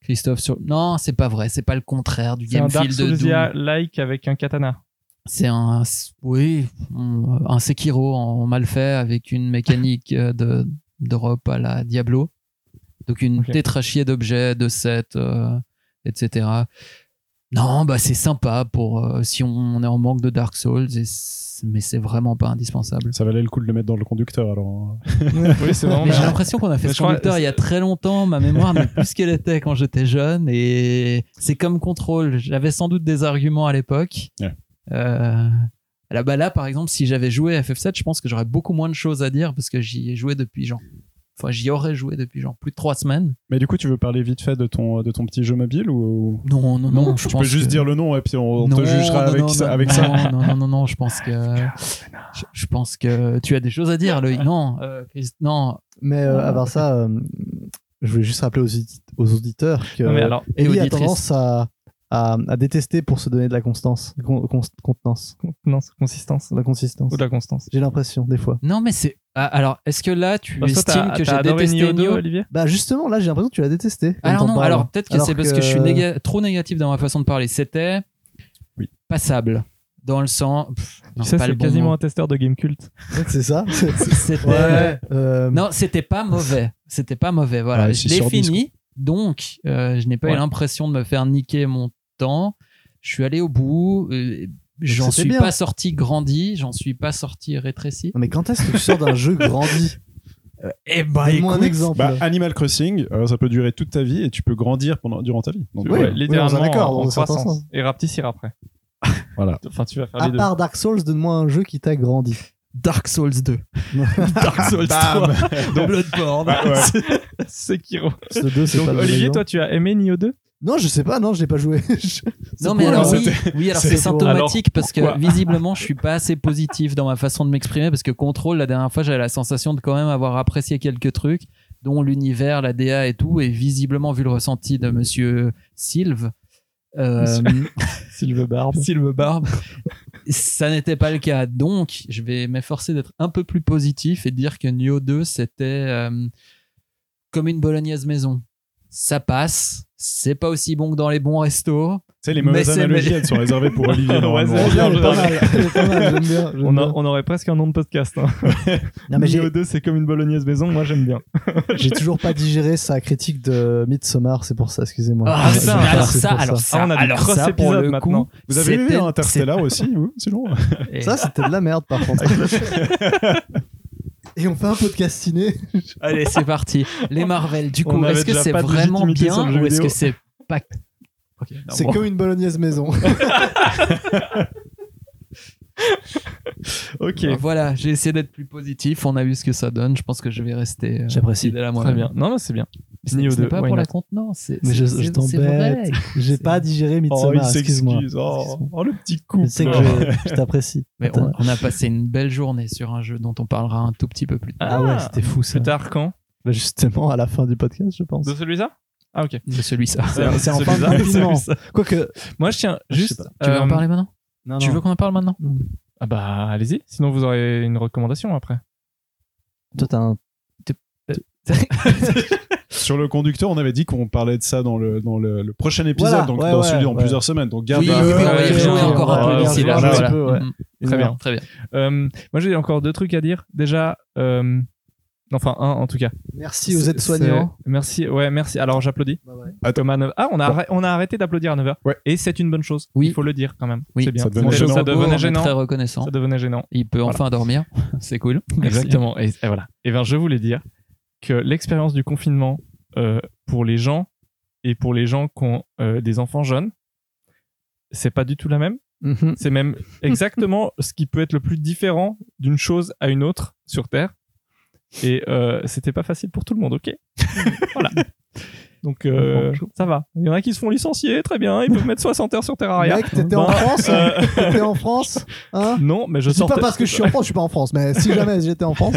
Speaker 6: Christophe sur... Non, c'est pas vrai, c'est pas le contraire du
Speaker 3: C'est un
Speaker 6: game
Speaker 3: Dark
Speaker 6: feel de Doom.
Speaker 3: Souls-like avec un katana.
Speaker 6: C'est un... Oui, un un Sekiro en mal fait avec une mécanique euh, de d'Europe à la Diablo. Donc une
Speaker 3: Ok.
Speaker 6: tétrachier d'objets, de sets, euh, etc. Non, bah c'est sympa pour euh, si on est en manque de Dark Souls, et c'est- mais c'est vraiment pas indispensable.
Speaker 5: Ça valait le coup de le mettre dans le conducteur alors. euh.
Speaker 3: Oui, c'est vraiment
Speaker 6: Mais j'ai
Speaker 3: bien.
Speaker 6: l'impression qu'on a fait
Speaker 3: Mais
Speaker 6: ce
Speaker 3: je crois-
Speaker 6: conducteur il y a très longtemps. Ma mémoire n'est plus ce qu'elle était quand j'étais jeune. Et c'est comme contrôle. J'avais sans doute des arguments à l'époque.
Speaker 5: Ouais.
Speaker 6: Euh, Là, bah là, par exemple, si j'avais joué à FF7, je pense que j'aurais beaucoup moins de choses à dire parce que j'y ai joué depuis genre. Enfin, j'y aurais joué depuis genre plus de trois semaines.
Speaker 5: Mais du coup, tu veux parler vite fait de ton, de ton petit jeu mobile ou
Speaker 6: Non, non, non. je
Speaker 5: tu
Speaker 6: pense
Speaker 5: peux juste
Speaker 6: que-
Speaker 5: dire le nom et puis on, on
Speaker 6: Non,
Speaker 5: te jugera
Speaker 6: non,
Speaker 5: avec,
Speaker 6: non,
Speaker 5: ça,
Speaker 6: non,
Speaker 5: avec
Speaker 6: non,
Speaker 5: ça.
Speaker 6: Non, non, non, non, je pense que. Je, je pense que tu as des choses à dire, Loïc. Non, euh, Chris- non.
Speaker 4: Mais euh,
Speaker 6: Ah.
Speaker 4: à part ça, euh, je voulais juste rappeler aux, audit- aux auditeurs que
Speaker 3: Non, mais alors,
Speaker 6: Et
Speaker 4: Ellie a
Speaker 6: auditrice.
Speaker 4: tendance à, à, à détester pour se donner de la constance, con- con- contenance,
Speaker 3: contenance, consistance
Speaker 4: de la consistance.
Speaker 3: ou de la constance
Speaker 4: J'ai l'impression, des fois.
Speaker 6: Non, mais c'est. Ah, alors, est-ce que là, tu
Speaker 3: Parce toi,
Speaker 6: estimes
Speaker 3: t'as-
Speaker 6: que
Speaker 3: t'as
Speaker 6: j'ai
Speaker 3: adoré
Speaker 6: détesté
Speaker 3: Nioh 2,
Speaker 6: Nioh
Speaker 3: Olivier
Speaker 4: Bah justement, là j'ai l'impression que tu l'as détesté. quand
Speaker 6: Alors
Speaker 4: t'en
Speaker 6: non,
Speaker 4: parles.
Speaker 6: alors peut-être que
Speaker 4: Alors
Speaker 6: c'est parce que je suis
Speaker 4: que-
Speaker 6: néga- trop négatif dans ma façon de parler. C'était passable. Dans le sens. Pff, non,
Speaker 3: Ça,
Speaker 6: pas le
Speaker 3: c'est
Speaker 6: bon
Speaker 3: quasiment
Speaker 6: mot.
Speaker 3: un testeur de game cult.
Speaker 4: C'est ça
Speaker 6: C'était.
Speaker 4: Ouais. Euh,
Speaker 6: Non, c'était pas mauvais. C'était pas mauvais, voilà.
Speaker 5: Ouais,
Speaker 6: je
Speaker 5: c'est
Speaker 6: l'ai
Speaker 5: sur dix,
Speaker 6: fini, donc euh, je n'ai pas eu
Speaker 3: Ouais.
Speaker 6: l'impression de me faire niquer mon temps. Je suis allé au bout. euh, J'en
Speaker 4: c'était
Speaker 6: suis
Speaker 4: bien.
Speaker 6: pas sorti grandi, j'en suis pas sorti rétréci.
Speaker 4: non, mais quand est-ce que tu sors d'un jeu grandi
Speaker 6: Eh ben,
Speaker 4: Donne-moi un exemple.
Speaker 5: Bah, Animal Crossing, euh, ça peut durer toute ta vie et tu peux grandir pendant, durant ta vie. Donc, euh,
Speaker 4: Oui.
Speaker 5: ouais.
Speaker 3: littéralement
Speaker 4: on est d'accord,
Speaker 3: en- en
Speaker 4: dans un certain
Speaker 3: croissance.
Speaker 4: sens.
Speaker 3: Et Rapticir après.
Speaker 5: Voilà.
Speaker 3: Enfin, tu vas faire
Speaker 4: à
Speaker 3: les deux.
Speaker 4: part Dark Souls, donne-moi un jeu qui t'a grandi.
Speaker 6: Dark Souls 2. Dark Souls
Speaker 5: Bam.
Speaker 6: 3. Bloodborne.
Speaker 5: Bah, ouais.
Speaker 3: Sekiro.
Speaker 4: Ce 2, c'est
Speaker 3: Donc,
Speaker 6: Ah,
Speaker 4: pas le bon
Speaker 3: Olivier,
Speaker 4: exemple.
Speaker 3: toi, tu as aimé Nioh 2
Speaker 4: Non, je sais pas, non, je l'ai pas joué. Je-
Speaker 6: Non,
Speaker 4: C'est
Speaker 6: mais
Speaker 4: quoi,
Speaker 6: alors,
Speaker 4: là
Speaker 6: oui, oui, alors
Speaker 4: c'est
Speaker 6: c'est
Speaker 4: pour-
Speaker 6: symptomatique parce que
Speaker 3: pourquoi
Speaker 6: visiblement je suis pas assez positif dans ma façon de m'exprimer parce que Control, la dernière fois, j'avais la sensation de quand même avoir apprécié quelques trucs, dont l'univers, la DA et tout, et visiblement, vu le ressenti de monsieur Sylve, euh,
Speaker 3: Sylve Barbe.
Speaker 6: Sylve Barbe, ça n'était pas le cas. Donc, je vais m'efforcer d'être un peu plus positif et de dire que Nioh 2, c'était euh, comme une bolognaise maison. Ça passe, c'est pas aussi bon que dans les bons restos.
Speaker 5: Tu sais, les
Speaker 6: Mais
Speaker 5: mauvaises
Speaker 6: c'est-
Speaker 5: analogies, elles sont réservées pour Olivier.
Speaker 3: Ouais,
Speaker 5: normalement.
Speaker 3: c'est bien,
Speaker 4: Elle est
Speaker 3: je
Speaker 4: pas
Speaker 3: regarde.
Speaker 4: mal, elle est pas mal, j'aime bien. j'aime
Speaker 3: On, a-
Speaker 4: bien.
Speaker 3: on aurait presque un nom de podcast. Hein.
Speaker 4: Non, mais j'ai-
Speaker 3: Nioh 2, c'est comme une bolognaise maison. Moi, j'aime bien.
Speaker 4: J'ai toujours pas digéré sa critique de Midsommar, c'est pour ça, excusez-moi.
Speaker 6: Ah,
Speaker 4: Je-
Speaker 3: ça,
Speaker 4: je-
Speaker 6: alors
Speaker 4: c'est
Speaker 6: ça,
Speaker 4: pour
Speaker 6: alors
Speaker 4: ça.
Speaker 6: ça,
Speaker 3: Ah, on a des
Speaker 6: alors
Speaker 3: cross
Speaker 6: ça, pour
Speaker 3: épisodes
Speaker 6: le coup,
Speaker 3: maintenant.
Speaker 5: Vous avez vu
Speaker 6: c'était-
Speaker 5: Interstellar aussi, vous sinon
Speaker 6: c'est-
Speaker 4: Ça, c'était de la merde, par contre. Et on fait un podcast ciné.
Speaker 6: Allez, c'est parti. Les Marvel, du
Speaker 3: On
Speaker 6: coup,
Speaker 3: avait
Speaker 6: est-ce que
Speaker 3: déjà
Speaker 6: c'est
Speaker 3: pas de
Speaker 6: vraiment
Speaker 3: légitimité
Speaker 6: bien
Speaker 3: sur le jeu
Speaker 6: ou est-ce
Speaker 3: vidéo.
Speaker 6: que c'est pas. Ok, non,
Speaker 4: C'est
Speaker 6: bon.
Speaker 4: comme une bolognaise maison.
Speaker 3: Ok.
Speaker 6: Bah, Voilà, j'ai essayé d'être plus positif. On a vu ce que ça donne. Je pense que je vais rester. euh,
Speaker 4: J'apprécie.
Speaker 6: fidèle à moi.
Speaker 3: Très bien. Non, non, c'est bien.
Speaker 6: C'est
Speaker 3: Nioh
Speaker 6: ce n'est
Speaker 3: 2,
Speaker 6: pas
Speaker 3: why
Speaker 6: pour la
Speaker 3: not
Speaker 6: contenance. c'est-
Speaker 4: Mais
Speaker 6: c'est-
Speaker 4: je,
Speaker 6: c'est-
Speaker 4: je
Speaker 6: c'est
Speaker 4: t'embête.
Speaker 6: vrai.
Speaker 4: J'ai
Speaker 6: C'est-
Speaker 4: pas digéré
Speaker 5: Oh, il
Speaker 4: Midsommar, excuse-moi.
Speaker 5: s'excuse. Oh, oh, le petit
Speaker 4: Mais
Speaker 5: couple.
Speaker 4: Tu sais que je, je t'apprécie.
Speaker 6: Mais on, on a passé une belle journée sur un jeu dont on parlera un tout petit peu plus tard.
Speaker 4: Ah ouais, c'était fou ça.
Speaker 3: Plus tard, quand
Speaker 4: Bah, justement, à la fin du podcast, je pense.
Speaker 3: De celui-là Ah, ok.
Speaker 6: De celui-là.
Speaker 4: C'est c'est en fin
Speaker 3: celui-là,
Speaker 4: de confinement.
Speaker 3: celui-là.
Speaker 4: Quoique.
Speaker 3: Moi, je tiens
Speaker 4: Je sais
Speaker 3: juste.
Speaker 6: Tu veux en
Speaker 3: euh,
Speaker 6: parler maintenant
Speaker 4: Non,
Speaker 6: Tu
Speaker 4: non.
Speaker 6: veux qu'on en parle maintenant
Speaker 3: Ah bah allez-y, sinon vous aurez une recommandation après.
Speaker 4: Toi, t'as un.
Speaker 5: Sur le conducteur, on avait dit qu'on parlait de ça dans le, dans le, le prochain épisode,
Speaker 4: Voilà,
Speaker 5: donc
Speaker 4: ouais,
Speaker 5: dans
Speaker 4: ouais,
Speaker 5: celui dans
Speaker 4: ouais.
Speaker 5: plusieurs semaines. Donc garde
Speaker 6: Oui,
Speaker 5: un-
Speaker 6: oui, on va y
Speaker 4: ok,
Speaker 6: rejouer
Speaker 4: ok,
Speaker 6: encore
Speaker 4: on
Speaker 6: un
Speaker 4: va
Speaker 6: peu
Speaker 4: y
Speaker 6: d'ici là.
Speaker 4: rejouer un
Speaker 5: Voilà.
Speaker 4: petit peu, ouais.
Speaker 6: Mhm.
Speaker 3: Très
Speaker 4: Ouais.
Speaker 3: bien.
Speaker 6: Très bien.
Speaker 3: Euh, moi j'ai encore deux trucs à dire. Déjà, euh, enfin un en tout cas.
Speaker 4: Merci aux aides-soignants.
Speaker 3: C'est- Merci, ouais merci. Alors j'applaudis.
Speaker 4: Bah ouais.
Speaker 3: Thomas Neuf- Ah on a, arrêt- on a arrêté d'applaudir à 9h.
Speaker 5: Ouais.
Speaker 3: Et c'est une bonne chose.
Speaker 6: Oui.
Speaker 3: Il faut le dire quand même.
Speaker 6: Oui.
Speaker 3: C'est bien.
Speaker 5: Ça devenait
Speaker 3: C'est-
Speaker 5: gênant.
Speaker 3: Ça
Speaker 6: On est
Speaker 3: devenait gênant.
Speaker 6: Très reconnaissant.
Speaker 3: Ça devenait gênant.
Speaker 6: Il peut
Speaker 3: Voilà.
Speaker 6: enfin dormir. C'est cool.
Speaker 3: Exactement. Et, et voilà. Et bien, je voulais dire que l'expérience du confinement euh, pour les gens et pour les gens qui ont euh, des enfants jeunes, c'est pas du tout la même.
Speaker 4: Mhm.
Speaker 3: C'est même exactement ce qui peut être le plus différent d'une chose à une autre sur Terre. Et euh, c'était pas facile pour tout le monde, ok Voilà. Donc, euh, ça va. Il y en a qui se font licencier, très bien. Ils peuvent mettre 60 heures sur Terraria.
Speaker 4: Mec, t'étais en
Speaker 3: Ben,
Speaker 4: France hein
Speaker 3: euh,
Speaker 4: T'étais en France Hein
Speaker 3: non, mais je
Speaker 4: Je dis
Speaker 3: sortais.
Speaker 4: pas parce que je suis en France, je suis pas en France, mais si jamais j'étais en France.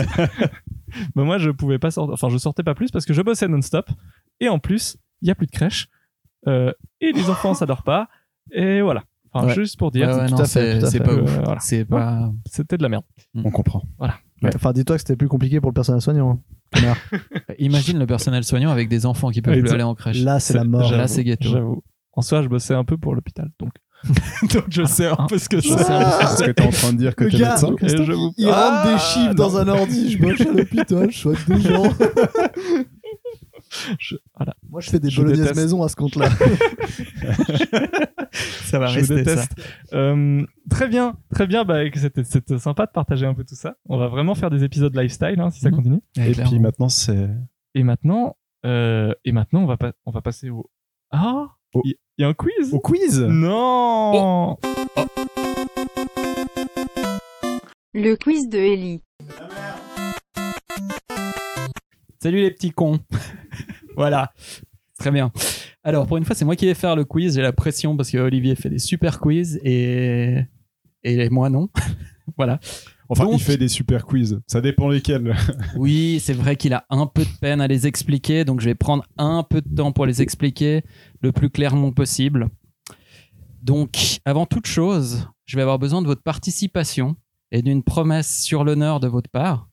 Speaker 3: Bah, moi, je pouvais pas sortir. Enfin, je sortais pas plus parce que je bossais non-stop. Et en plus, il y a plus de crèche. Euh, et les enfants, ça dort pas. Et voilà. Enfin,
Speaker 6: Ouais.
Speaker 3: juste pour
Speaker 6: Ouais,
Speaker 3: dire,
Speaker 6: ouais,
Speaker 4: tout
Speaker 6: non,
Speaker 4: à fait,
Speaker 6: c'est
Speaker 4: tout à
Speaker 6: c'est
Speaker 4: fait.
Speaker 6: pas
Speaker 3: Euh,
Speaker 6: ouf.
Speaker 3: voilà.
Speaker 6: C'est pas.
Speaker 3: c'était de la merde.
Speaker 5: On comprend.
Speaker 4: Enfin, dis-toi que c'était plus compliqué pour le personnel soignant. hein.
Speaker 6: Imagine le personnel soignant avec des enfants qui peuvent
Speaker 3: Ouais,
Speaker 6: plus
Speaker 3: exact.
Speaker 6: aller en crèche.
Speaker 4: Là, c'est la mort. Ah
Speaker 6: Là, c'est ghetto.
Speaker 3: J'avoue. En soi, je bossais un peu pour l'hôpital. Donc, hein,
Speaker 6: Donc je sais un peu ce Oh, que
Speaker 4: c'est.
Speaker 5: Parce que t'es en train de dire que
Speaker 4: Le
Speaker 5: t'es
Speaker 4: gars-
Speaker 5: médecin.
Speaker 3: et je vous-
Speaker 4: Il
Speaker 3: Ah,
Speaker 4: rentre des chiffres dans un ordi, je bosse à l'hôpital, je soigne des gens.
Speaker 3: je- voilà.
Speaker 4: Moi, je fais des
Speaker 3: Je
Speaker 4: bolognaises
Speaker 3: déteste.
Speaker 4: maison à ce compte-là.
Speaker 6: Ça va
Speaker 3: Je vous déteste. Euh, très bien, très bien. Bah, que c'était c'était sympa de partager un peu tout ça. On va vraiment faire des épisodes lifestyle hein, si ça
Speaker 6: Mhm.
Speaker 3: continue.
Speaker 5: Et puis maintenant, c'est
Speaker 3: Et maintenant, euh, et maintenant, on va pas, on va passer au. Ah,
Speaker 5: Au-
Speaker 3: il y, a un quiz.
Speaker 5: au quiz.
Speaker 3: Non.
Speaker 6: Oh.
Speaker 7: Le quiz de Ellie.
Speaker 6: Salut les petits cons. voilà. Très bien. Alors, pour une fois, c'est moi qui vais faire le quiz. J'ai la pression parce que Olivier fait des super quiz et, et moi non. voilà.
Speaker 5: Enfin,
Speaker 6: Donc-
Speaker 5: il fait des super quiz. Ça dépend lesquels.
Speaker 6: Oui, c'est vrai qu'il a un peu de peine à les expliquer, donc je vais prendre un peu de temps pour les expliquer le plus clairement possible. Donc, avant toute chose, je vais avoir besoin de votre participation et d'une promesse sur l'honneur de votre part,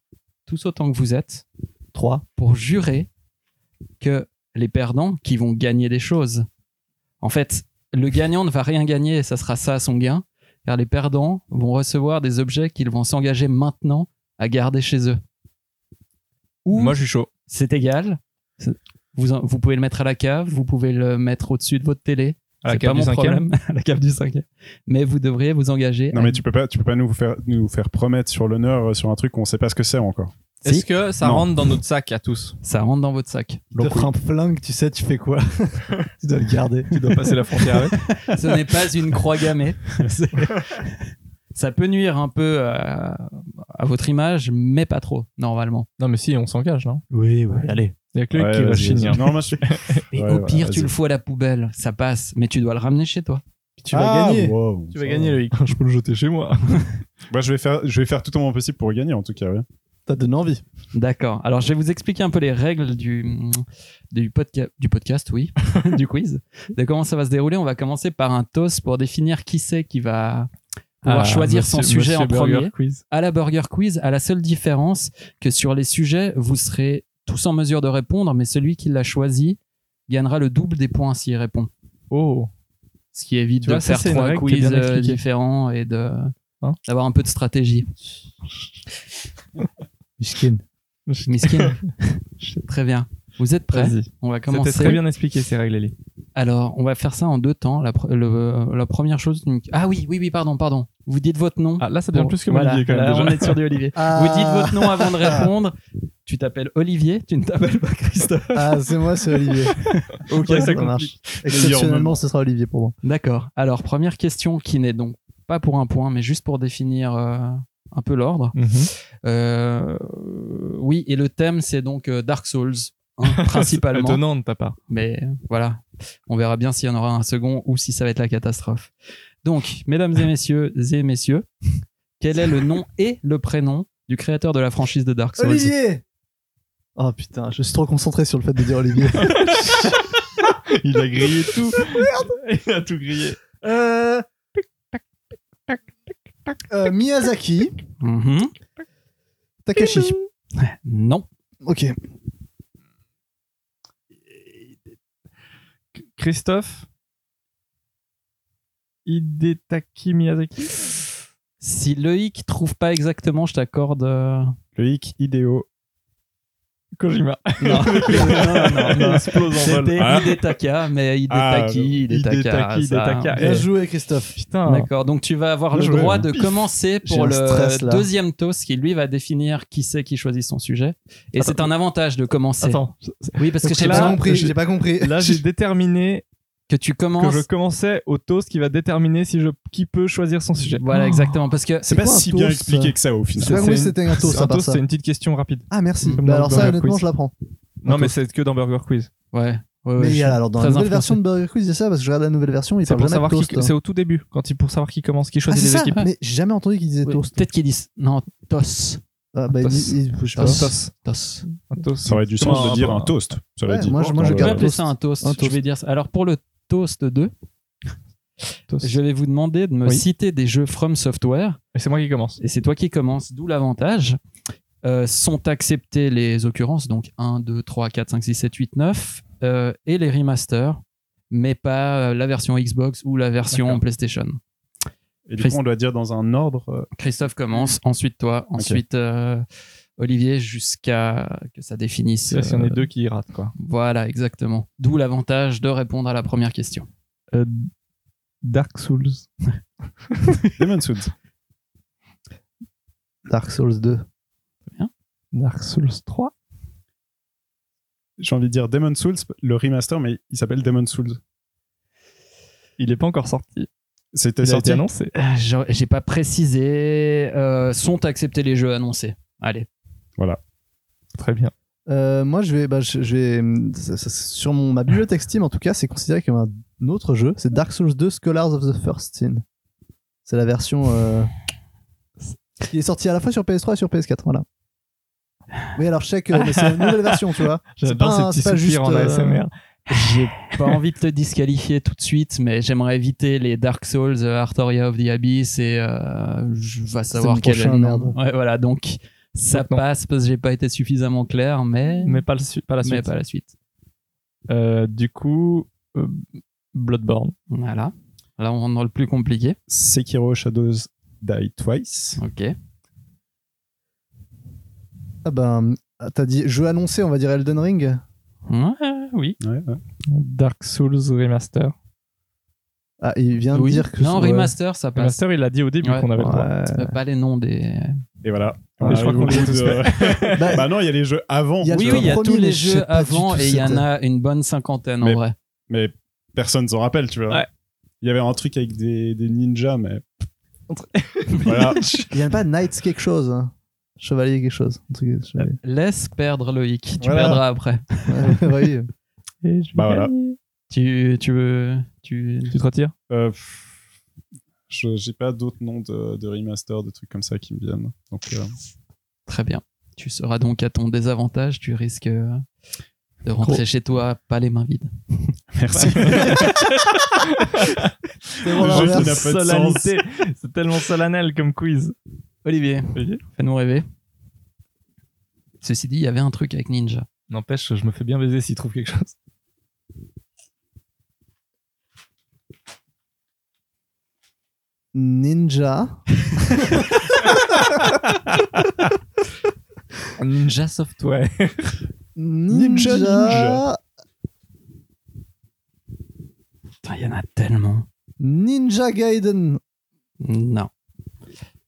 Speaker 6: tous autant que vous êtes, trois, pour jurer que les perdants qui vont gagner des choses. En fait, le gagnant ne va rien gagner, ça sera ça son gain, car les perdants vont recevoir des objets qu'ils vont s'engager maintenant à garder chez eux. Ou
Speaker 3: Moi, je suis chaud.
Speaker 6: c'est égal. Vous, en- vous pouvez le mettre à la cave, vous pouvez le mettre au-dessus de votre télé.
Speaker 3: À la
Speaker 6: C'est
Speaker 3: cave
Speaker 6: pas
Speaker 3: du
Speaker 6: mon
Speaker 3: cinquième.
Speaker 6: problème. à la cave du cinquième. Mais vous devriez vous engager.
Speaker 5: Non,
Speaker 6: à-
Speaker 5: mais tu peux pas, tu peux pas nous faire, nous faire promettre sur l'honneur euh, sur un truc qu'on sait pas ce que c'est encore.
Speaker 6: Si.
Speaker 3: Est-ce que ça
Speaker 5: Non.
Speaker 3: rentre dans notre sac à tous
Speaker 6: Ça rentre dans votre sac.
Speaker 4: Il t'offre un flingue, tu sais, tu fais quoi Tu dois le garder.
Speaker 3: Tu dois passer la frontière avec
Speaker 6: Ce n'est pas une croix gammée. C'est- Ça peut nuire un peu à, à votre image, mais pas trop, normalement.
Speaker 3: Non, mais si, on s'engage, non
Speaker 4: Oui, oui, allez.
Speaker 3: Il y a que lui
Speaker 5: Ouais,
Speaker 3: qui va hein.
Speaker 5: vas-y,
Speaker 3: chigner.
Speaker 5: vas-y. Non, moi, je-
Speaker 6: Mais
Speaker 5: Ouais,
Speaker 6: au
Speaker 5: ouais,
Speaker 6: pire, tu
Speaker 5: vas-y.
Speaker 6: le fous à la poubelle, ça passe, mais tu dois le ramener chez toi.
Speaker 4: Tu vas
Speaker 5: Ah,
Speaker 4: gagner.
Speaker 5: wow,
Speaker 4: Tu
Speaker 5: ça
Speaker 4: vas
Speaker 5: va.
Speaker 4: gagner, Loïc.
Speaker 3: Je peux le jeter chez moi.
Speaker 5: Moi, je vais faire, je vais faire tout mon possible pour gagner en tout cas. ouais.
Speaker 4: T'as donné envie.
Speaker 6: D'accord. Alors, je vais vous expliquer un peu les règles du, du, podca- du podcast, oui, du quiz, de comment ça va se dérouler. On va commencer par un toast pour définir qui c'est qui va pouvoir
Speaker 3: Ah,
Speaker 6: choisir son
Speaker 3: monsieur-
Speaker 6: sujet en
Speaker 3: monsieur Burger
Speaker 6: premier
Speaker 3: Quiz.
Speaker 6: à la Burger Quiz, à la seule différence que sur les sujets, vous serez tous en mesure de répondre, mais celui qui l'a choisi gagnera le double des points s'il répond.
Speaker 3: Oh,
Speaker 6: Ce qui évite
Speaker 3: Tu
Speaker 6: de
Speaker 3: vois, ça,
Speaker 6: faire
Speaker 3: c'est une
Speaker 6: trois
Speaker 3: règle qui est
Speaker 6: quiz
Speaker 3: bien
Speaker 6: euh,
Speaker 3: expliquée.
Speaker 6: différents et de
Speaker 3: Hein
Speaker 6: d'avoir un peu de stratégie.
Speaker 4: Miskin.
Speaker 6: Miskin. très bien. Vous êtes prêts
Speaker 3: vas-y.
Speaker 6: On va
Speaker 3: C'était
Speaker 6: commencer.
Speaker 3: très bien expliqué ces règles, Ellie.
Speaker 6: Alors, on va faire ça en deux temps. La, pre- le- la première chose. donc- Ah oui, oui, oui, pardon, pardon. Vous dites votre nom.
Speaker 3: Ah, là, ça devient
Speaker 6: Bon,
Speaker 3: plus que
Speaker 6: voilà,
Speaker 3: Olivier quand même.
Speaker 6: là,
Speaker 3: déjà.
Speaker 6: On est sur du Olivier.
Speaker 4: Ah,
Speaker 6: Vous dites votre nom avant de répondre. Tu t'appelles Olivier, tu ne t'appelles pas Christophe.
Speaker 4: Ah, c'est moi, c'est Olivier.
Speaker 3: Ok,
Speaker 4: Ouais,
Speaker 3: ça
Speaker 4: ça
Speaker 3: complique.
Speaker 4: marche. Exceptionnellement, ce sera Olivier pour moi.
Speaker 6: D'accord. Alors, première question qui n'est donc pas pour un point, mais juste pour définir euh, un peu l'ordre.
Speaker 3: Mhm.
Speaker 6: Euh, oui, et le thème, c'est donc euh, Dark Souls, hein, principalement.
Speaker 3: Étonnant de ta part.
Speaker 6: Mais voilà, on verra bien s'il y en aura un second ou si ça va être la catastrophe. Donc, mesdames et messieurs, et messieurs, quel est le nom et le prénom du créateur de la franchise de Dark Souls
Speaker 4: Olivier Oh putain, je suis trop concentré sur le fait de dire Olivier.
Speaker 3: Il a grillé tout. Il a tout grillé.
Speaker 4: euh... euh, Miyazaki,
Speaker 6: Mhm.
Speaker 4: Takashi.
Speaker 6: Non,
Speaker 4: Ok.
Speaker 3: Christophe Hidetaki Miyazaki
Speaker 6: si Loïc trouve pas exactement, je t'accorde. euh,
Speaker 5: Le hic idéo.
Speaker 3: Kojima.
Speaker 6: Non, non, non, non. Hein?
Speaker 3: explose en vol.
Speaker 6: C'était
Speaker 5: Ah.
Speaker 6: Hidetaka, mais Hidetaki, Hidetaka.
Speaker 3: Hidetaki,
Speaker 6: ça.
Speaker 3: Hidetaka.
Speaker 4: Bien joué, Christophe.
Speaker 3: Putain.
Speaker 6: D'accord, donc tu vas avoir
Speaker 5: Bien
Speaker 6: le
Speaker 5: joué,
Speaker 6: droit
Speaker 5: hein.
Speaker 6: de commencer
Speaker 4: J'ai
Speaker 6: pour
Speaker 4: un
Speaker 6: le
Speaker 4: stress, là.
Speaker 6: deuxième toast qui lui va définir qui c'est qui choisit son sujet. Et c'est un avantage de commencer.
Speaker 3: Attends.
Speaker 6: Oui, parce que
Speaker 3: Donc
Speaker 6: je sais
Speaker 4: J'ai
Speaker 3: là-
Speaker 4: pas
Speaker 6: pas
Speaker 4: compris,
Speaker 3: je-
Speaker 4: j'ai pas compris.
Speaker 3: Là, j'ai déterminé
Speaker 6: que tu
Speaker 3: que
Speaker 6: commences.
Speaker 3: je commençais au toast qui va déterminer si je, qui peut choisir son sujet.
Speaker 6: Voilà,
Speaker 3: Oh.
Speaker 6: exactement. Parce que
Speaker 5: C'est pas
Speaker 4: quoi un
Speaker 5: si bien
Speaker 4: toast
Speaker 5: expliqué que ça au final.
Speaker 4: J'ai
Speaker 3: c'est
Speaker 4: pas compris
Speaker 3: une-
Speaker 4: si c'était un toast,
Speaker 3: Un
Speaker 4: à part
Speaker 3: toast,
Speaker 4: ça.
Speaker 3: c'est une petite question rapide.
Speaker 4: Ah merci.
Speaker 3: Comme
Speaker 4: Bah
Speaker 3: dans
Speaker 4: alors ça,
Speaker 3: Burger
Speaker 4: honnêtement,
Speaker 3: Quiz.
Speaker 4: je l'apprends.
Speaker 3: Non,
Speaker 4: Un
Speaker 3: mais
Speaker 4: toast.
Speaker 3: c'est que dans Burger Quiz.
Speaker 6: Ouais. ouais, ouais,
Speaker 4: Mais
Speaker 6: je-
Speaker 4: alors dans la
Speaker 6: très
Speaker 4: nouvelle
Speaker 6: influencé.
Speaker 4: version de Burger Quiz, c'est ça parce que je regarde la nouvelle version, ils
Speaker 3: C'est
Speaker 4: parlent
Speaker 3: pour
Speaker 4: jamais de
Speaker 3: savoir qui-
Speaker 4: toast.
Speaker 3: c'est au tout début, quand il, pour savoir qui commence, qui
Speaker 4: Ah,
Speaker 3: choisit
Speaker 4: c'est
Speaker 3: les
Speaker 4: ça.
Speaker 3: équipes.
Speaker 4: Mais j'ai jamais entendu qu'ils disaient
Speaker 6: Ouais,
Speaker 4: toast.
Speaker 6: Peut-être qu'ils disent. Non, toss.
Speaker 4: Ah, bah,
Speaker 3: Toast.
Speaker 4: ils- ils- je sais
Speaker 3: Un
Speaker 4: pas.
Speaker 3: toast.
Speaker 6: Toss.
Speaker 3: Un toast.
Speaker 5: Ça aurait du sens
Speaker 3: Ah,
Speaker 5: de dire
Speaker 3: bah.
Speaker 5: un toast. Ça aurait
Speaker 4: Ouais,
Speaker 5: dit- Euh,
Speaker 4: moi, je- moi, je
Speaker 5: dans
Speaker 6: Je vais
Speaker 4: garde.
Speaker 5: le-
Speaker 6: appeler ça un toast.
Speaker 4: Un
Speaker 6: Je
Speaker 4: toast.
Speaker 6: vais dire ça. Alors pour le toast 2,
Speaker 3: Toast.
Speaker 6: je vais vous demander de me
Speaker 3: Oui.
Speaker 6: citer des jeux From Software.
Speaker 3: Et c'est moi qui commence.
Speaker 6: Et c'est toi qui commences, d'où l'avantage. Euh, sont acceptées les occurrences, donc 1, 2, 3, 4, 5, 6, 7, 8, 9, euh, et les remasters, mais pas euh, la version Xbox ou la version
Speaker 3: D'accord.
Speaker 6: PlayStation.
Speaker 5: Et du coup, on doit dire dans un ordre. euh,
Speaker 6: Christophe commence, ensuite toi, ensuite euh, Olivier, jusqu'à que ça définisse.
Speaker 3: Là, si on
Speaker 6: euh,
Speaker 3: est deux qui ratent, quoi.
Speaker 6: Voilà, exactement. D'où l'avantage de répondre à la première question.
Speaker 3: Euh, Dark Souls.
Speaker 5: Demon's euh, Souls.
Speaker 4: Dark Souls 2.
Speaker 3: Dark Souls 3
Speaker 5: J'ai envie de dire Demon's Souls, le remaster, mais il s'appelle Demon's Souls.
Speaker 3: Il est pas encore sorti.
Speaker 5: C'était
Speaker 3: Il a été
Speaker 5: sorti.
Speaker 3: annoncé.
Speaker 6: Euh, j'aurais- J'ai pas précisé. euh, sont acceptés les jeux annoncés. Allez.
Speaker 3: Très bien.
Speaker 4: Euh, moi, je vais, bah, je, je vais ça- ça- sur mon ma bibliothèque Steam en tout cas, c'est considéré comme un autre jeu. C'est Dark Souls 2 Scholars of the First Sin. C'est la version euh, qui est sortie à la fois sur PS3 et sur PS4. Voilà. Oui, alors je sais que mais c'est une nouvelle version, tu vois. C'est
Speaker 3: J'adore
Speaker 4: pas
Speaker 3: ces
Speaker 4: un-
Speaker 3: petits
Speaker 4: c'est pas
Speaker 3: soupirs
Speaker 4: juste,
Speaker 3: en
Speaker 4: euh,
Speaker 3: ASMR.
Speaker 6: J'ai pas envie de te disqualifier tout de suite, mais j'aimerais éviter les Dark Souls, euh, Artoria of the Abyss et euh, je vais savoir
Speaker 4: mon
Speaker 6: quel
Speaker 4: prochain,
Speaker 6: est le nom.
Speaker 4: merde.
Speaker 6: Ouais, voilà, donc ça
Speaker 3: Donc non.
Speaker 6: passe parce que j'ai pas été suffisamment clair, mais,
Speaker 3: Mais pas, le su- pas la
Speaker 6: mais
Speaker 3: suite.
Speaker 6: pas la suite.
Speaker 3: Euh, du coup, euh, Bloodborne.
Speaker 6: Voilà. Là, on rentre dans le plus compliqué.
Speaker 5: Sekiro Shadows Die Twice.
Speaker 6: Ok.
Speaker 4: Ah ben, ah, t'as dit jeu annoncé, on va dire Elden Ring.
Speaker 6: Ouais, oui.
Speaker 5: Ouais, ouais.
Speaker 3: Dark Souls Remaster.
Speaker 4: Ah, il vient
Speaker 6: Oui.
Speaker 4: de dire que
Speaker 6: non,
Speaker 4: sur-
Speaker 6: remaster, ça passe.
Speaker 3: Remaster, il a dit au début
Speaker 6: Ouais.
Speaker 3: qu'on avait le droit.
Speaker 4: Ouais.
Speaker 6: Mais Pas les noms des.
Speaker 5: Et voilà.
Speaker 3: Mais je crois
Speaker 5: arrive
Speaker 3: qu'on
Speaker 5: au
Speaker 3: les a
Speaker 5: bout
Speaker 3: tous
Speaker 4: Bah,
Speaker 5: euh, bah non, il y a les jeux avant.
Speaker 4: Il y a
Speaker 5: tu
Speaker 6: Oui,
Speaker 4: le
Speaker 5: vois.
Speaker 6: oui, il y a
Speaker 4: premier,
Speaker 6: tous
Speaker 4: mais
Speaker 6: les
Speaker 4: je sais
Speaker 6: jeux
Speaker 4: pas du
Speaker 6: avant
Speaker 4: tout
Speaker 6: et il y en
Speaker 4: c'était.
Speaker 6: a une bonne cinquantaine en
Speaker 5: Mais-
Speaker 6: vrai.
Speaker 5: Mais personne s'en rappelle, tu vois.
Speaker 3: Ouais.
Speaker 5: Il y avait un truc avec des, des ninjas, mais. voilà.
Speaker 4: Il y a pas Knights quelque chose. hein. Chevalier quelque chose. un truc- chevalier.
Speaker 6: Laisse perdre Loïc, tu
Speaker 5: Voilà.
Speaker 6: perdras après.
Speaker 4: Ouais, oui.
Speaker 3: Et je vais
Speaker 5: Bah voilà.
Speaker 3: gagner.
Speaker 6: Tu, tu veux. Tu...
Speaker 3: Tu te retires
Speaker 5: Euh, pff, je- J'ai pas d'autres noms de, de remaster, de trucs comme ça qui me viennent. Donc, euh,
Speaker 6: Très bien. Tu seras donc à ton désavantage, tu risques euh, de rentrer chez toi pas les mains vides.
Speaker 5: merci.
Speaker 4: C'est bon, là, on
Speaker 5: jeu qui
Speaker 4: verra.
Speaker 5: n'a pas de
Speaker 3: Solennité. C'est tellement solennel comme quiz.
Speaker 6: Olivier,
Speaker 3: Olivier
Speaker 6: fais-nous rêver. Ceci dit, il y avait un truc avec Ninja.
Speaker 3: N'empêche, je me fais bien baiser s'il trouve quelque chose.
Speaker 4: Ninja.
Speaker 6: Ninja Soft.
Speaker 3: Ouais.
Speaker 4: Ninja.
Speaker 5: Ninja.
Speaker 4: Ninja,
Speaker 6: Il y en a tellement.
Speaker 4: Gaiden.
Speaker 6: Non.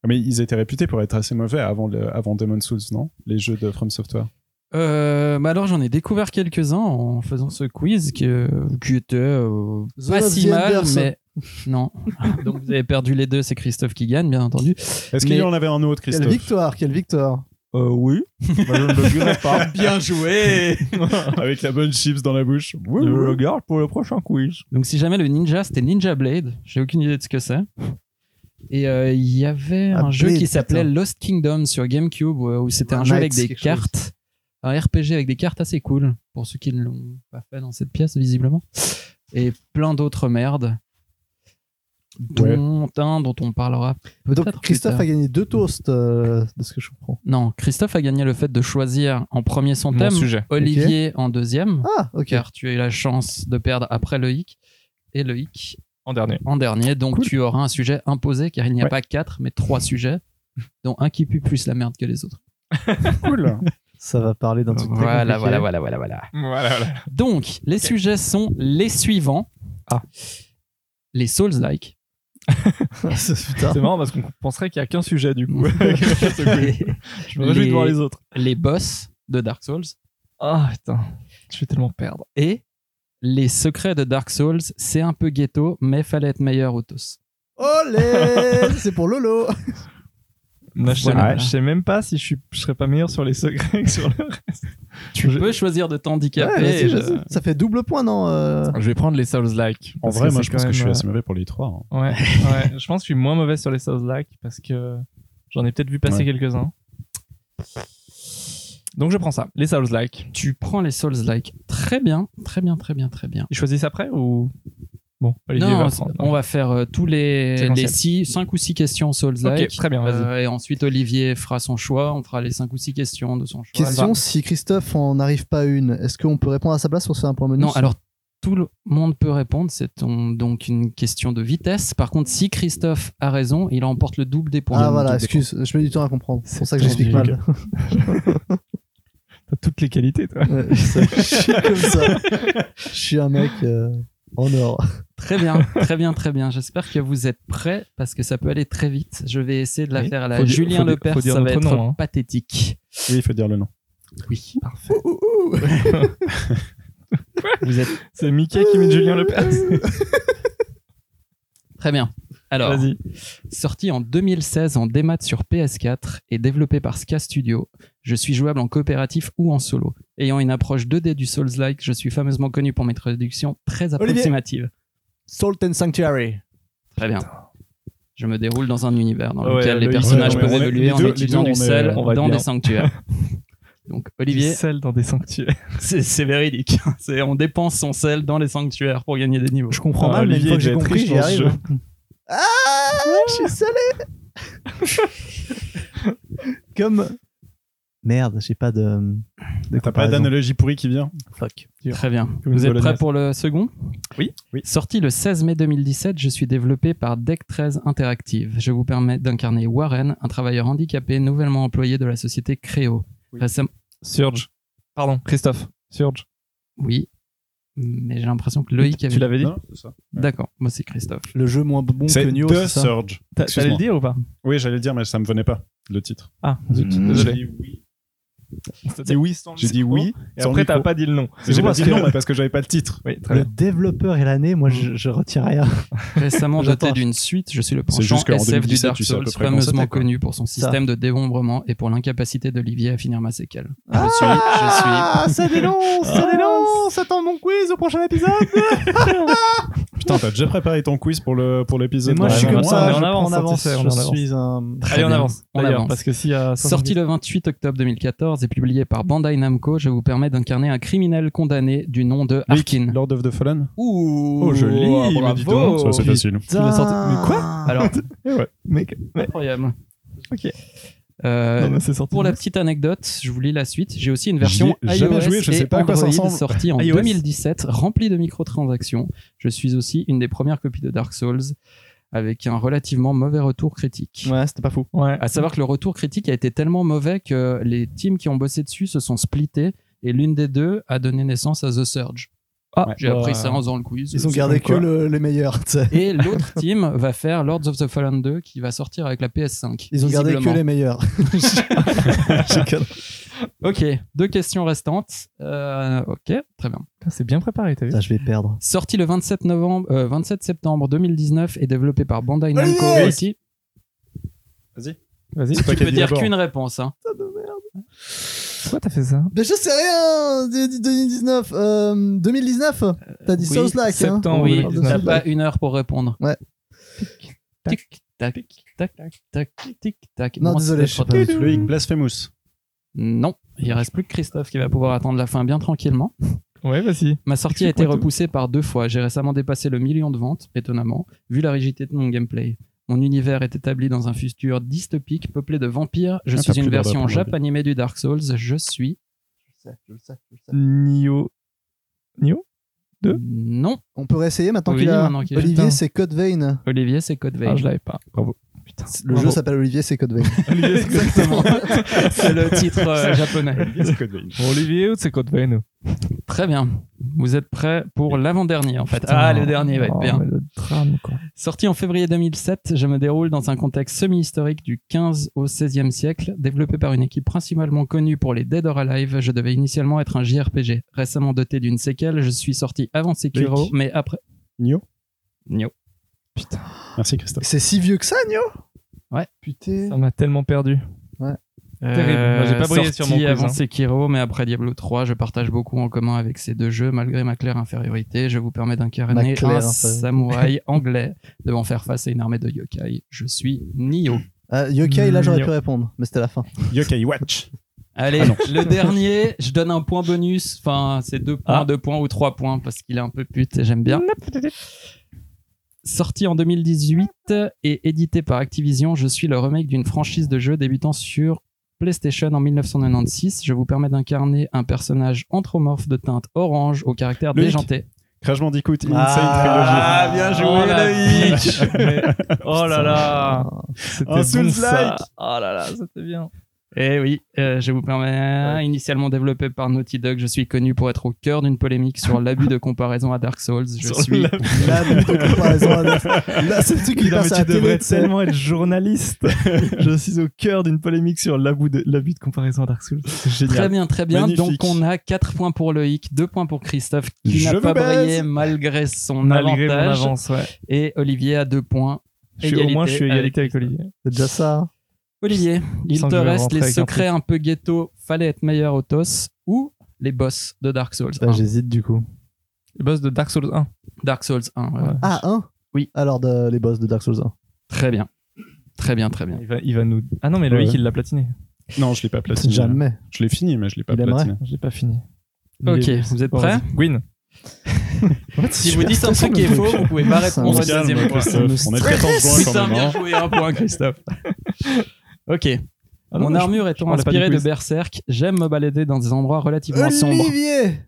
Speaker 5: Mais ils étaient réputés pour être assez mauvais avant, le, avant Demon's Souls, non Les jeux de From Software.
Speaker 6: Euh, bah alors j'en ai découvert quelques-uns en faisant ce quiz que, qui était euh,
Speaker 4: The
Speaker 6: pas
Speaker 4: Love
Speaker 6: si
Speaker 4: the
Speaker 6: mal,
Speaker 4: Enders.
Speaker 6: mais non. Donc vous avez perdu les deux, c'est Christophe qui gagne, bien entendu.
Speaker 5: Est-ce qu'il
Speaker 6: Mais-
Speaker 5: y en avait un autre,
Speaker 4: Quelle
Speaker 5: Christophe
Speaker 4: victoire, quelle victoire.
Speaker 3: oui. je ne le dirai pas.
Speaker 6: Ah, Bien joué
Speaker 5: Avec la bonne chips dans la bouche. Wouh, wouh.
Speaker 3: garde pour le prochain quiz.
Speaker 6: Donc si jamais le ninja c'était Ninja Blade, j'ai aucune idée de ce que c'est. Et euh, il y avait
Speaker 4: Ah,
Speaker 6: un jeu
Speaker 4: Blade,
Speaker 6: qui s'appelait
Speaker 4: putain.
Speaker 6: Lost Kingdom sur GameCube où, où c'était un jeu
Speaker 4: Knights,
Speaker 6: avec des
Speaker 4: quelque
Speaker 6: cartes, un RPG avec des cartes assez cool pour ceux qui ne l'ont pas fait dans cette pièce visiblement et plein d'autres merdes dont un dont on parlera.
Speaker 4: Donc
Speaker 6: Peut-être
Speaker 4: Christophe
Speaker 6: plus
Speaker 4: a gagné deux toasts, euh, de ce que je comprends.
Speaker 6: Non, Christophe a gagné le fait de choisir en premier son
Speaker 3: Mon
Speaker 6: thème,
Speaker 3: sujet.
Speaker 6: Olivier en deuxième
Speaker 4: Ah, ok.
Speaker 6: car tu as eu la chance de perdre après Loïc et Loïc
Speaker 3: En dernier.
Speaker 6: en dernier. Donc
Speaker 3: Cool.
Speaker 6: tu auras un sujet imposé car il n'y a
Speaker 3: Ouais.
Speaker 6: pas quatre mais trois sujets, dont un qui pue plus la merde que les autres.
Speaker 5: Cool.
Speaker 4: Ça va parler d'un truc très
Speaker 6: Voilà,
Speaker 4: compliqué.
Speaker 6: voilà, voilà, voilà, voilà.
Speaker 3: Voilà, voilà.
Speaker 6: Donc les sujets sont les suivants.
Speaker 3: Ah.
Speaker 6: Les Souls-like.
Speaker 4: Putain.
Speaker 3: C'est marrant parce qu'on penserait qu'il n'y a qu'un sujet du coup. je me réjouis de voir les autres.
Speaker 6: les boss de Dark Souls
Speaker 3: Ah putain. Je vais tellement perdre.
Speaker 6: et les secrets de Dark Souls. C'est un peu ghetto, mais fallait être meilleur au tous.
Speaker 4: Olé C'est pour Lolo
Speaker 3: Moi, je, sais
Speaker 6: Voilà.
Speaker 3: même, je sais même pas si je, suis, je serais pas meilleur sur les secrets que sur le reste.
Speaker 6: Tu
Speaker 3: Je-
Speaker 6: peux choisir de t'handicaper.
Speaker 4: Ouais, vas-y,
Speaker 6: et je-
Speaker 4: vas-y. Ça fait double point, non euh,
Speaker 3: Je vais prendre les Souls-like.
Speaker 5: En vrai, moi, je pense que
Speaker 3: euh,
Speaker 5: je suis assez mauvais pour les trois. hein.
Speaker 3: Ouais, ouais. je pense que je suis moins mauvais sur les Souls-like parce que j'en ai peut-être vu passer
Speaker 5: Ouais.
Speaker 3: quelques-uns. Donc je prends ça, les Souls-like.
Speaker 6: Tu prends les Souls-like. Très bien, très bien, très bien, très bien.
Speaker 3: Ils choisissent après ou Bon, Olivier
Speaker 6: non,
Speaker 3: va
Speaker 6: c'est-
Speaker 3: prendre.
Speaker 6: on va faire euh, tous les,
Speaker 3: Séquentiel.
Speaker 6: les six, cinq ou six questions Souls-like.
Speaker 3: Ok, très bien, vas-y.
Speaker 6: Euh, et ensuite, Olivier fera son choix. On fera les cinq ou six questions de son choix.
Speaker 4: Question,
Speaker 6: Enfin,
Speaker 4: si Christophe en arrive pas à une, est-ce qu'on peut répondre à sa place pour se faire un point bonus
Speaker 6: non, alors tout le monde peut répondre. C'est ton- donc une question de vitesse. Par contre, si Christophe a raison, il emporte le double des points.
Speaker 4: Ah voilà,
Speaker 6: Le double des
Speaker 4: excuse, je mets du temps à comprendre. C'est
Speaker 3: C'est
Speaker 4: pour ça que j'explique
Speaker 3: tendu.
Speaker 4: mal.
Speaker 3: T'as toutes les qualités, toi.
Speaker 4: Ouais, je suis comme ça. Je suis un mec euh, en or.
Speaker 6: points. Très bien, très bien, très bien. J'espère que vous êtes prêts parce que ça peut aller très vite. Je vais essayer de la
Speaker 3: Oui.
Speaker 6: faire à la
Speaker 3: Faut dire-
Speaker 6: Julien
Speaker 3: faut dire-
Speaker 6: Lepers.
Speaker 3: faut dire
Speaker 6: ça va
Speaker 3: notre
Speaker 6: être
Speaker 3: nom, hein.
Speaker 6: pathétique.
Speaker 5: Oui, il faut dire le nom.
Speaker 6: Oui.
Speaker 3: Parfait. Vous êtes... C'est Mickey qui met Julien Lepers.
Speaker 6: Très bien. Alors,
Speaker 3: Vas-y.
Speaker 6: sorti en 2016 en démat sur PS4 et développé par Ska Studio, je suis jouable en coopératif ou en solo. Ayant une approche 2D du Souls-like, je suis fameusement connu pour mes traductions très
Speaker 4: Olivier.
Speaker 6: approximatives.
Speaker 4: Salt and Sanctuary.
Speaker 6: Très bien. Je me déroule dans un univers dans
Speaker 1: Ouais,
Speaker 6: lequel les
Speaker 1: le-
Speaker 6: personnages
Speaker 5: ouais,
Speaker 6: peuvent
Speaker 5: on est-
Speaker 6: évoluer
Speaker 5: les
Speaker 6: en
Speaker 5: deux- les
Speaker 6: utilisant
Speaker 5: deux,
Speaker 6: du
Speaker 5: on est-
Speaker 6: sel
Speaker 3: on va
Speaker 6: dans
Speaker 3: bien.
Speaker 6: des sanctuaires. Donc Olivier,
Speaker 3: Du sel dans des sanctuaires.
Speaker 6: c'est c'est véridique. C'est- On dépense son sel dans les sanctuaires pour gagner des niveaux.
Speaker 4: Je comprends
Speaker 5: Ah,
Speaker 4: mal, mais une
Speaker 5: Olivier
Speaker 4: fois que j'ai
Speaker 5: doit être
Speaker 4: compris,
Speaker 5: riche
Speaker 4: j'y
Speaker 5: dans ce
Speaker 4: arrive.
Speaker 5: jeu.
Speaker 4: Ah, je suis salé Comme. Merde, j'ai pas de. de
Speaker 5: T'as pas
Speaker 4: comparaison.
Speaker 5: d'analogie pourrie qui vient
Speaker 4: Fuck.
Speaker 6: Très bien.
Speaker 5: Comme une
Speaker 6: Vous êtes prêts
Speaker 5: bolognaise.
Speaker 6: pour le second
Speaker 5: Oui. Oui.
Speaker 6: Sorti le 16 mai 2017, je suis développé par Deck 13 Interactive. Je vous permets d'incarner Warren, un travailleur handicapé nouvellement employé de la société Créo.
Speaker 5: Oui.
Speaker 6: Récem-
Speaker 3: Surge. Pardon, Christophe. Surge.
Speaker 6: Oui. Mais j'ai l'impression que Loïc avait.
Speaker 3: Tu l'avais dit
Speaker 5: Non, c'est ça.
Speaker 6: D'accord, moi c'est Christophe.
Speaker 4: Le jeu moins bon
Speaker 5: C'est
Speaker 4: que Nioh,
Speaker 5: The
Speaker 4: c'est ça
Speaker 5: Surge.
Speaker 3: T'a- T'allais
Speaker 5: Excuse-moi.
Speaker 3: le dire ou pas
Speaker 5: Oui, j'allais le dire, mais ça me venait pas, le titre.
Speaker 3: Ah, zut, désolé. T'as dit oui sans le
Speaker 5: J'ai dit
Speaker 3: micro,
Speaker 5: oui.
Speaker 3: Et
Speaker 5: sans
Speaker 3: après,
Speaker 5: micro.
Speaker 3: t'as pas dit le nom.
Speaker 5: J'ai pas
Speaker 4: parce
Speaker 5: dit
Speaker 4: que-
Speaker 5: non, mais parce que j'avais pas le titre.
Speaker 3: Oui, très
Speaker 4: Le
Speaker 3: bien.
Speaker 4: développeur et l'année, moi je, je retire rien.
Speaker 6: Récemment doté
Speaker 4: J'attends.
Speaker 6: d'une suite, je suis le
Speaker 5: C'est
Speaker 6: penchant
Speaker 5: juste qu'en
Speaker 6: SF du
Speaker 5: 2017,
Speaker 6: Dark
Speaker 5: tu sais à peu
Speaker 6: Souls,
Speaker 5: près quand
Speaker 6: fameusement
Speaker 5: c'était, quoi.
Speaker 6: connu pour son système de démembrement et pour l'incapacité d'Olivier à finir ma séquelle. je suis, je suis
Speaker 4: Ah, ça
Speaker 3: Oh,
Speaker 4: dénonce,
Speaker 3: Ah.
Speaker 4: ça dénonce Attends mon quiz au prochain épisode
Speaker 5: Putain, t'as déjà préparé ton quiz pour le pour
Speaker 4: Et
Speaker 5: l'épisode.
Speaker 4: moi
Speaker 5: de-
Speaker 4: je suis
Speaker 3: on
Speaker 4: comme
Speaker 3: avance, on
Speaker 4: ça,
Speaker 3: est
Speaker 4: je
Speaker 3: en
Speaker 4: prends
Speaker 3: avance,
Speaker 4: en avance,
Speaker 3: on est en
Speaker 4: je
Speaker 3: avance.
Speaker 4: suis un...
Speaker 3: Allez, on
Speaker 6: bien.
Speaker 3: avance.
Speaker 6: On
Speaker 3: d'ailleurs,
Speaker 6: avance.
Speaker 3: Parce que s'il y a.
Speaker 6: Sorti le 28 octobre 2014 et publié par Bandai Namco, je vous permets d'incarner un criminel condamné du nom de Arkin.
Speaker 5: Lord of the Fallen.
Speaker 6: Ouh,
Speaker 5: Oh, joli, mais dis donc. Ça, c'est
Speaker 3: Putain.
Speaker 5: facile.
Speaker 4: Tu l'as sorti- Mais quoi
Speaker 6: Alors,
Speaker 3: Mec, mais-
Speaker 6: incroyable.
Speaker 3: Ok.
Speaker 6: Euh,
Speaker 3: non, mais c'est sorti.
Speaker 6: pour la petite anecdote, je vous lis la suite. J'ai aussi une version
Speaker 5: J'y ai jamais
Speaker 6: iOS
Speaker 5: joué, je
Speaker 6: et
Speaker 5: sais pas à quoi ça
Speaker 6: Android
Speaker 5: ressemble.
Speaker 6: sortie en
Speaker 3: iOS.
Speaker 6: 2017, remplie de microtransactions. Je suis aussi une des premières copies de Dark Souls avec un relativement mauvais retour critique.
Speaker 4: Ouais, c'était pas fou.
Speaker 3: Ouais.
Speaker 6: À savoir que le retour critique a été tellement mauvais que les teams qui ont bossé dessus se sont splittés et l'une des deux a donné naissance à The Surge.
Speaker 3: Ah,
Speaker 6: J'ai appris ça en faisant le quiz.
Speaker 4: Bah, Ils ont gardé que le- les meilleurs, tu sais.
Speaker 6: Et l'autre team va faire Lords of the Fallen 2 qui va sortir avec la PS5.
Speaker 4: Ils ont gardé que les
Speaker 6: visiblement.
Speaker 4: meilleurs.
Speaker 6: Ok, deux questions restantes. Euh, ok, très bien.
Speaker 3: Putain, C'est bien préparé, t'as vu
Speaker 4: Putain, je vais perdre.
Speaker 6: Sorti le 27, novembre, euh, 27 septembre 2019 et développé par Bandai Namco.
Speaker 4: Olivier
Speaker 6: Aussi,
Speaker 3: Vas-y.
Speaker 5: C'est
Speaker 6: tu
Speaker 5: toi qui as
Speaker 6: peux
Speaker 5: dit
Speaker 6: dire
Speaker 5: d'abord.
Speaker 6: qu'une réponse. hein.
Speaker 3: Pourquoi t'as fait ça
Speaker 4: Mais Ben, je sais rien de- de- 2019 euh, 2019 T'as dit
Speaker 6: Oui,
Speaker 4: Souls-like,
Speaker 3: septembre,
Speaker 4: hein
Speaker 6: oui,
Speaker 3: Lords of the
Speaker 6: t'as
Speaker 3: Fallen.
Speaker 6: pas une heure pour répondre.
Speaker 4: Ouais.
Speaker 6: Tic, tac, tac, tac, tic, tac.
Speaker 4: Non,
Speaker 6: Bon,
Speaker 4: désolé,
Speaker 6: c'est
Speaker 4: je sais
Speaker 6: trop
Speaker 4: pas.
Speaker 6: tard.
Speaker 5: Loïc Blasphemous.
Speaker 6: Non, il reste plus que Christophe qui va pouvoir attendre la fin bien tranquillement.
Speaker 3: Ouais, vas-y.
Speaker 6: Ma sortie a été
Speaker 3: Explique-moi tout.
Speaker 6: repoussée par deux fois. J'ai récemment dépassé le million de ventes, étonnamment, vu la rigidité de mon gameplay. Mon univers est établi dans un futur dystopique peuplé de vampires.
Speaker 5: Ah,
Speaker 6: Je
Speaker 5: t'as
Speaker 6: suis
Speaker 5: plus
Speaker 6: une
Speaker 5: le droit
Speaker 6: version
Speaker 5: d'apprendre,
Speaker 6: jap animée du Dark Souls. Je suis.
Speaker 3: Nio. Nio Deux
Speaker 6: Non,
Speaker 4: On peut réessayer maintenant
Speaker 6: Oui,
Speaker 4: qu'il a...
Speaker 6: maintenant qu'il est-
Speaker 4: Olivier,
Speaker 6: Putain.
Speaker 4: c'est Code Vein.
Speaker 6: Olivier, c'est Code Vein.
Speaker 3: Ah, je l'avais pas. Bravo. Putain.
Speaker 4: Le jeu s'appelle Olivier, c'est Code Vein.
Speaker 3: Olivier, c'est Code Vein.
Speaker 6: c'est le titre euh, japonais.
Speaker 3: Bon, Olivier, ou c'est Code Vein
Speaker 6: Très bien. Vous êtes prêts pour l'avant-dernier, en fait. Ah, le dernier va être
Speaker 3: Oh,
Speaker 6: bien.
Speaker 3: mais Le drame, quoi.
Speaker 6: Sorti en février 2007, je me déroule dans un contexte semi-historique du 15 au 16e siècle. Développé par une équipe principalement connue pour les Dead or Alive, je devais initialement être un JRPG. Récemment doté d'une séquelle, je suis sorti avant Sekiro,
Speaker 5: Loïc.
Speaker 6: mais après.
Speaker 5: Nio.
Speaker 6: Nio.
Speaker 5: Merci Christophe.
Speaker 4: c'est si vieux que ça, Nio
Speaker 6: Ouais.
Speaker 4: Putain.
Speaker 3: Ça m'a tellement perdu. Terrible. Moi, j'ai pas brillé sur mon
Speaker 6: Euh, sorti
Speaker 3: quiz,
Speaker 6: avant
Speaker 3: hein.
Speaker 6: Sekiro, mais après Diablo 3, je partage beaucoup en commun avec ces deux jeux. Malgré ma claire infériorité, je vous permets d'incarner
Speaker 4: Ma claire
Speaker 6: un
Speaker 4: infériorité.
Speaker 6: samouraï anglais devant faire face à une armée de yokai. Je suis Nio.
Speaker 4: Ah, Yokai, là, j'aurais
Speaker 3: Nio.
Speaker 4: pu répondre, mais c'était la fin.
Speaker 5: Yokai Watch.
Speaker 6: Allez,
Speaker 5: Ah non.
Speaker 6: le dernier, je donne un point bonus. Enfin, c'est deux points,
Speaker 3: Ah.
Speaker 6: deux points ou trois points parce qu'il est un peu pute et j'aime bien. Sorti en 2018 et édité par Activision, je suis le remake d'une franchise de jeux débutant sur PlayStation en 1996. Je vous permets d'incarner un personnage anthropomorphe de teinte orange au caractère
Speaker 5: Loïc.
Speaker 6: déjanté.
Speaker 5: Crash Bandicoot Insane
Speaker 4: Ah,
Speaker 5: Trilogy.
Speaker 4: bien joué,
Speaker 6: Oh la
Speaker 3: Loïc.
Speaker 6: bitch.
Speaker 3: Mais- Oh là
Speaker 6: Ah.
Speaker 3: là C'était
Speaker 5: Un
Speaker 3: bon, ça.
Speaker 5: Souls-like.
Speaker 3: Oh là là, c'était bien.
Speaker 6: Eh oui, euh, je vous permets, initialement développé par Naughty Dog, je suis connu pour être au cœur d'une polémique sur l'abus de comparaison à Dark Souls. Je
Speaker 5: Sur
Speaker 6: suis
Speaker 4: Là, mais de Ah, comparaison à neuf. Là, c'est le truc qui
Speaker 3: Putain,
Speaker 4: passe
Speaker 3: mais
Speaker 4: à
Speaker 3: tu
Speaker 4: la télé,
Speaker 3: devrais
Speaker 4: tu sais.
Speaker 3: tellement être journaliste. Je suis au cœur d'une polémique sur l'abus de, l'abus de comparaison à Dark Souls. C'est
Speaker 6: Très
Speaker 3: génial.
Speaker 6: bien, très bien.
Speaker 5: Magnifique.
Speaker 6: Donc on a 4 points pour Loïc, 2 points pour Christophe qui
Speaker 5: Je
Speaker 6: n'a
Speaker 5: vous
Speaker 6: pas
Speaker 5: baise.
Speaker 6: brillé malgré son
Speaker 3: Malgré mon
Speaker 6: avantage
Speaker 3: avance, ouais.
Speaker 6: et Olivier a 2 points
Speaker 3: Je suis- au moins, je suis égalité
Speaker 6: Égalité avec
Speaker 3: avec Olivier.
Speaker 4: C'est déjà ça.
Speaker 6: Olivier, il
Speaker 3: sens
Speaker 6: te
Speaker 3: que je vais
Speaker 6: reste
Speaker 3: rentrer
Speaker 6: les
Speaker 3: avec un
Speaker 6: secrets un peu ghetto, fallait être meilleur au TOS, ou les boss de Dark Souls
Speaker 4: Bah,
Speaker 6: 1.
Speaker 4: J'hésite du coup.
Speaker 3: Le boss de Dark Souls 1.
Speaker 6: Dark Souls 1, ouais.
Speaker 3: Ouais.
Speaker 4: Ah, un
Speaker 6: Oui.
Speaker 4: Alors, de- les boss de Dark Souls 1.
Speaker 6: Très bien. Très bien, très bien.
Speaker 3: Il va, il va nous. Ah non, mais Loïc,
Speaker 5: Ouais.
Speaker 3: il l'a platiné.
Speaker 5: Non, je l'ai pas platiné.
Speaker 4: Jamais.
Speaker 5: Je l'ai fini, mais je l'ai pas
Speaker 4: Il aimerait.
Speaker 5: platiné.
Speaker 3: J'ai pas fini.
Speaker 6: Ok,
Speaker 3: Les-
Speaker 6: vous êtes
Speaker 3: Bon,
Speaker 6: prêts
Speaker 3: vas-y. Gwyn.
Speaker 6: Si vous dites un truc qui est faux, vous pouvez pas répondre
Speaker 5: On
Speaker 6: au
Speaker 5: se calme,
Speaker 6: deuxième point.
Speaker 5: Christophe. On est le 14 juin
Speaker 6: Putain,
Speaker 5: quand même.
Speaker 6: bien
Speaker 5: hein.
Speaker 6: joué, un point, Christophe. ok.
Speaker 3: Ah non,
Speaker 6: Mon
Speaker 3: mais je-
Speaker 6: armure étant
Speaker 3: on l'a pas
Speaker 6: inspirée
Speaker 3: dit
Speaker 6: de
Speaker 3: quiz.
Speaker 6: Berserk, j'aime me balader dans des endroits relativement sombres.
Speaker 4: Olivier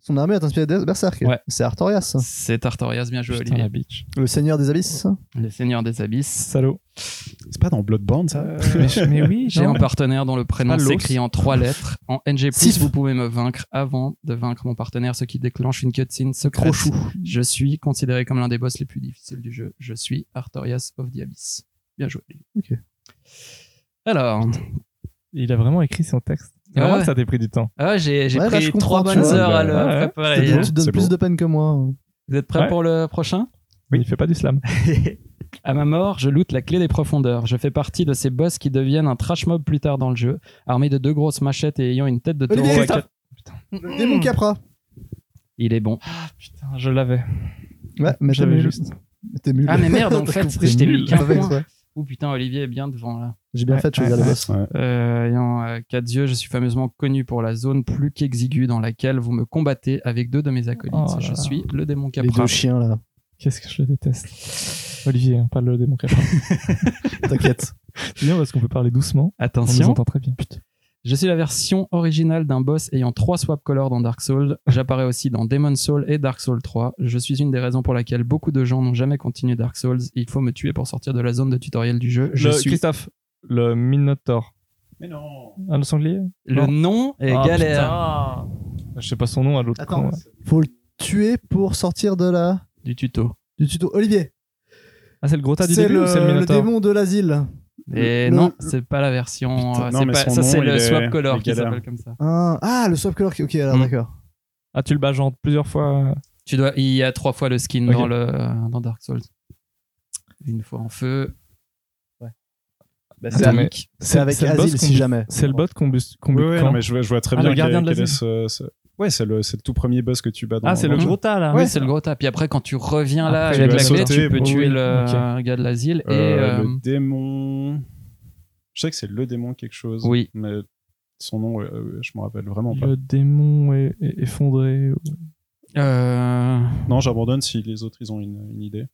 Speaker 4: Son armée est inspirée de Berserk.
Speaker 6: Ouais.
Speaker 4: C'est Artorias, ça.
Speaker 6: C'est Artorias, bien joué,
Speaker 3: Putain,
Speaker 6: Olivier.
Speaker 3: la bitch.
Speaker 4: le seigneur des abysses. ça.
Speaker 6: Le Seigneur des Abysses.
Speaker 3: Salaud.
Speaker 5: C'est pas dans Bloodborne, ça
Speaker 3: mais, je- mais oui,
Speaker 6: J'ai
Speaker 3: non.
Speaker 6: un partenaire dont le prénom
Speaker 3: Pas l'os.
Speaker 6: s'écrit en trois lettres. En NG+,
Speaker 4: Sif.
Speaker 6: vous pouvez me vaincre avant de vaincre mon partenaire, ce qui déclenche une cutscene secrète.
Speaker 4: Trop chou.
Speaker 6: Je suis considéré comme l'un des boss les plus difficiles du jeu. Je suis Artorias of the Abyss. Bien joué. Olivier.
Speaker 4: Ok.
Speaker 6: Alors,
Speaker 3: Il a vraiment écrit son texte.
Speaker 6: Ah
Speaker 3: Vraiment
Speaker 6: ouais.
Speaker 3: que ça t'a pris du temps.
Speaker 6: ah, j'ai j'ai
Speaker 4: Ouais, là, je
Speaker 6: pris
Speaker 4: comprends,
Speaker 6: trois
Speaker 4: tu
Speaker 6: bonnes
Speaker 4: vois.
Speaker 6: heures à le
Speaker 3: Ouais, ouais.
Speaker 6: préparer.
Speaker 4: Tu donnes
Speaker 5: c'est
Speaker 4: plus
Speaker 5: beau.
Speaker 4: de peine que moi. hein.
Speaker 6: Vous êtes prêts
Speaker 3: Ouais.
Speaker 6: pour le prochain
Speaker 3: Oui. Il fait pas du slam.
Speaker 6: À ma mort, je loote la clé des profondeurs. Je fais partie de ces boss qui deviennent un trash mob plus tard dans le jeu, armés de deux grosses machettes et ayant une tête de taureau.
Speaker 4: Olivier,
Speaker 6: à
Speaker 4: stop.
Speaker 6: quatre-
Speaker 4: Démon Capra.
Speaker 6: Il est bon.
Speaker 3: Putain, je l'avais.
Speaker 4: Ouais, mais t'es
Speaker 3: J'avais
Speaker 4: nul.
Speaker 3: juste.
Speaker 4: Mais t'es nul.
Speaker 6: Ah, mais merde, en
Speaker 4: T'as
Speaker 6: fait,
Speaker 4: compris.
Speaker 6: je t'ai mis qu'un
Speaker 4: T'as fait
Speaker 6: point.
Speaker 4: exprès.
Speaker 6: Ouh putain, Olivier est bien devant là.
Speaker 4: J'ai bien
Speaker 3: Ouais,
Speaker 4: fait de choisir
Speaker 3: ouais,
Speaker 4: les boss.
Speaker 5: ouais.
Speaker 6: Euh, ayant euh, quatre yeux, je suis fameusement connu pour la zone plus qu'exiguë dans laquelle vous me combattez avec deux de mes acolytes.
Speaker 3: Oh là
Speaker 6: je
Speaker 3: là.
Speaker 6: suis le démon
Speaker 4: Les
Speaker 6: Capra.
Speaker 4: deux chiens là.
Speaker 3: Qu'est-ce que je le déteste. Olivier, hein, pas le démon Capra.
Speaker 4: T'inquiète.
Speaker 3: C'est bien parce qu'on peut parler doucement. On nous
Speaker 6: Attention,
Speaker 3: entend très bien. Putain.
Speaker 6: je suis la version originale d'un boss ayant trois swap colors dans Dark Souls. J'apparais aussi dans Demon's Soul et Dark Souls 3. Je suis une des raisons pour laquelle beaucoup de gens n'ont jamais continué Dark Souls. Il faut me tuer pour sortir de la zone de tutoriel du jeu. Je
Speaker 3: Le-
Speaker 6: suis
Speaker 3: Christophe, le Minotaur.
Speaker 5: Mais non
Speaker 3: Ah, le sanglier
Speaker 6: le nom et
Speaker 3: Ah,
Speaker 6: galère
Speaker 3: putain. Je sais pas son nom à l'autre. con,
Speaker 4: Attends.
Speaker 3: ouais.
Speaker 4: Faut le tuer pour sortir de la.
Speaker 6: du tuto.
Speaker 4: Du tuto. Olivier.
Speaker 3: Ah, c'est le Grota du
Speaker 4: C'est
Speaker 3: début ou c'est le
Speaker 4: le, le
Speaker 3: Minotaur
Speaker 4: démon de l'asile.
Speaker 6: Et
Speaker 4: Le-
Speaker 6: non,
Speaker 4: le-
Speaker 6: c'est pas la version.
Speaker 5: Putain,
Speaker 6: euh,
Speaker 5: non,
Speaker 6: c'est
Speaker 5: mais
Speaker 6: pas-
Speaker 5: son
Speaker 6: ça, c'est
Speaker 5: nom,
Speaker 6: le
Speaker 5: il est-
Speaker 6: swap
Speaker 5: il
Speaker 6: color
Speaker 5: est
Speaker 6: qui
Speaker 5: galère.
Speaker 6: s'appelle comme ça.
Speaker 4: Ah, ah, le swap color. qui- Ok, alors
Speaker 3: Hmm.
Speaker 6: Mm.
Speaker 4: d'accord.
Speaker 3: Ah, tu le bats genre plusieurs fois.
Speaker 6: Tu dois, il y a trois fois le skin
Speaker 3: Ok.
Speaker 6: dans, le, dans Dark Souls. Une fois en feu.
Speaker 3: Bah, c'est-
Speaker 6: atomique.
Speaker 4: C'est avec
Speaker 3: c'est le boss
Speaker 4: Asile
Speaker 3: qu'on-
Speaker 4: si jamais.
Speaker 3: C'est le bot qu'on bus- qu'on
Speaker 5: Oui,
Speaker 3: bute
Speaker 5: oui,
Speaker 3: quand
Speaker 5: non, mais je vois, je vois très
Speaker 3: Ah,
Speaker 5: bien
Speaker 3: le gardien
Speaker 5: quel-
Speaker 3: de
Speaker 5: quel est
Speaker 3: l'asile.
Speaker 5: ce- ce- Ouais, c'est le, c'est le tout premier boss que tu bats dans
Speaker 3: Ah, c'est le
Speaker 5: dans jeu.
Speaker 3: Grota là.
Speaker 6: Oui,
Speaker 3: Ouais.
Speaker 6: c'est le gros tas. Puis après, quand tu reviens là
Speaker 3: Après,
Speaker 5: tu
Speaker 6: avec
Speaker 5: dois
Speaker 6: la clé,
Speaker 5: sauter
Speaker 6: tu peux
Speaker 5: pour-
Speaker 6: tuer le
Speaker 3: ok.
Speaker 6: un gars de l'asile.
Speaker 5: Euh,
Speaker 6: et euh,
Speaker 5: Le démon... Je sais que c'est le démon quelque chose.
Speaker 6: oui,
Speaker 5: Mais son nom, euh, euh, je m'en rappelle vraiment pas.
Speaker 3: Le démon est, est- effondré.
Speaker 6: Euh,
Speaker 5: Non, j'abandonne si les autres, ils ont une, une idée.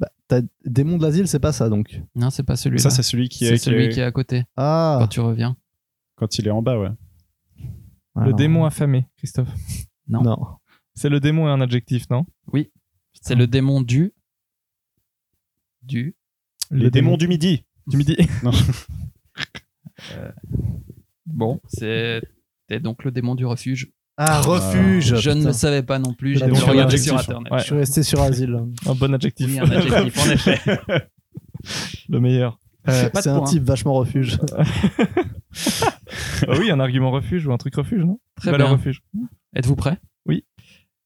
Speaker 4: Bah, t'as- démon de l'asile, c'est pas ça donc.
Speaker 6: non, c'est pas celui-là.
Speaker 5: Ça, c'est celui qui est...
Speaker 6: C'est
Speaker 5: qui
Speaker 6: celui
Speaker 5: est-
Speaker 6: qui est à côté quand
Speaker 4: Ah.
Speaker 6: tu reviens.
Speaker 5: Quand il est en bas, ouais.
Speaker 3: Le
Speaker 4: Alors,
Speaker 3: démon affamé, Christophe.
Speaker 6: Non.
Speaker 4: Non.
Speaker 3: C'est le démon et un adjectif, non Ah.
Speaker 6: C'est le démon du. Du.
Speaker 5: Les démons du midi
Speaker 3: du midi. Euh,
Speaker 6: Bon, c'est. t'es donc le démon du refuge.
Speaker 4: Ah,
Speaker 5: refuge,
Speaker 4: refuge
Speaker 6: Je ne le
Speaker 4: putain.
Speaker 6: savais pas non plus. J'ai
Speaker 4: Le
Speaker 6: dû
Speaker 4: démon
Speaker 6: regarder
Speaker 5: du
Speaker 6: sur
Speaker 5: refuge.
Speaker 6: internet.
Speaker 3: Ouais,
Speaker 4: Je suis resté sur Asile.
Speaker 3: un bon adjectif.
Speaker 6: Oui, un adjectif, en effet.
Speaker 3: le meilleur.
Speaker 6: Euh, pas de
Speaker 4: c'est un
Speaker 6: point.
Speaker 4: type vachement refuge.
Speaker 3: Ah oui, un argument refuge ou un truc refuge, non
Speaker 6: Très
Speaker 3: Valeur
Speaker 6: bien.
Speaker 3: refuge.
Speaker 6: Êtes-vous prêt
Speaker 3: Oui.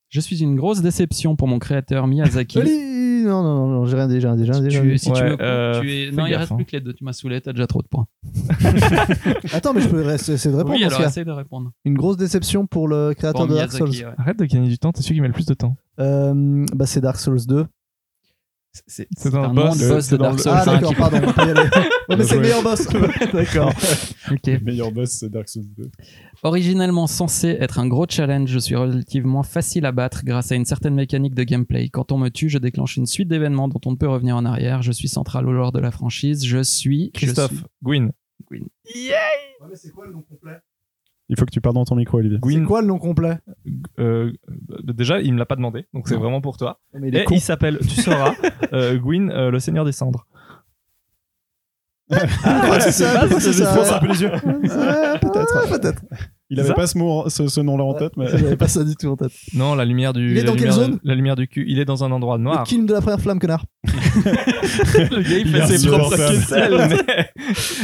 Speaker 6: Je suis une grosse déception pour mon créateur Miyazaki.
Speaker 4: Oli- Non, non, non, non, j'ai rien dit, j'ai rien dit, j'ai rien dit, j'ai rien
Speaker 6: Tu-
Speaker 4: dit.
Speaker 6: si tu
Speaker 3: Ouais,
Speaker 6: me coupes,
Speaker 3: euh,
Speaker 6: tu es-
Speaker 3: fais
Speaker 6: Non, il
Speaker 3: gaffe,
Speaker 6: reste
Speaker 3: hein.
Speaker 6: plus que les deux. Tu m'as saoulé, t'as déjà trop de points.
Speaker 4: Attends, mais je peux rester- essayer de répondre.
Speaker 6: oui,
Speaker 4: parce
Speaker 6: alors
Speaker 4: qu'il y a
Speaker 6: essaye de répondre.
Speaker 4: une grosse déception pour le créateur
Speaker 6: Pour
Speaker 4: de Dark Souls.
Speaker 6: Miyazaki, ouais.
Speaker 3: Arrête de gagner du temps, t'es celui qui met le plus de temps.
Speaker 4: Euh, bah, c'est Dark Souls 2.
Speaker 6: C'est
Speaker 3: C'est
Speaker 6: c'est
Speaker 3: dans
Speaker 6: un
Speaker 3: le
Speaker 6: nom
Speaker 3: boss, euh,
Speaker 6: de boss
Speaker 3: c'est
Speaker 6: de
Speaker 3: dans
Speaker 6: Dark
Speaker 3: le-
Speaker 6: Souls.
Speaker 4: Ah,
Speaker 6: hein,
Speaker 4: d'accord,
Speaker 6: qui-
Speaker 4: pardon, on peut y aller. Ouais, mais
Speaker 5: Bien
Speaker 4: c'est le
Speaker 5: joué.
Speaker 4: meilleur boss. d'accord.
Speaker 6: Ok.
Speaker 5: Le meilleur boss, c'est Dark Souls 2.
Speaker 6: Originellement censé être un gros challenge, je suis relativement facile à battre grâce à une certaine mécanique de gameplay. Quand on me tue, je déclenche une suite d'événements dont on ne peut revenir en arrière. Je suis central au lore de la franchise. Je suis. je
Speaker 3: Christophe,
Speaker 6: suis-
Speaker 3: Gwyn.
Speaker 5: Il faut que tu parles dans ton micro, Olivier.
Speaker 4: C'est
Speaker 3: Gwyn,
Speaker 4: quoi le nom complet
Speaker 3: euh, déjà, il me l'a pas demandé, donc c'est
Speaker 6: Non.
Speaker 3: vraiment pour toi.
Speaker 4: Non, mais Eh, il
Speaker 3: Et
Speaker 4: est con.
Speaker 3: il s'appelle, tu sauras, euh, Gwyn, euh, le seigneur des cendres.
Speaker 4: Ah, c'est
Speaker 5: c'est
Speaker 4: ça,
Speaker 5: pas-
Speaker 4: peut-être c'est
Speaker 5: c'est
Speaker 4: ça.
Speaker 5: juste pour les yeux.
Speaker 4: Ah, Peut-être, peut-être.
Speaker 5: Il avait
Speaker 3: Ça
Speaker 5: pas ce, mot- ce, ce nom-là en tête, mais...
Speaker 4: J'avais pas ça du tout en tête.
Speaker 3: Non, la lumière du.
Speaker 4: Il est
Speaker 3: la
Speaker 4: dans quelle
Speaker 3: lumière-
Speaker 4: zone
Speaker 3: La lumière du cul. Il est dans un endroit
Speaker 4: Le
Speaker 3: noir.
Speaker 4: kiln de la première flamme, connard.
Speaker 3: le gars, il
Speaker 5: Il
Speaker 3: fait
Speaker 5: est
Speaker 3: ses
Speaker 5: dans
Speaker 3: propres
Speaker 5: ça.
Speaker 3: quetzels, mais-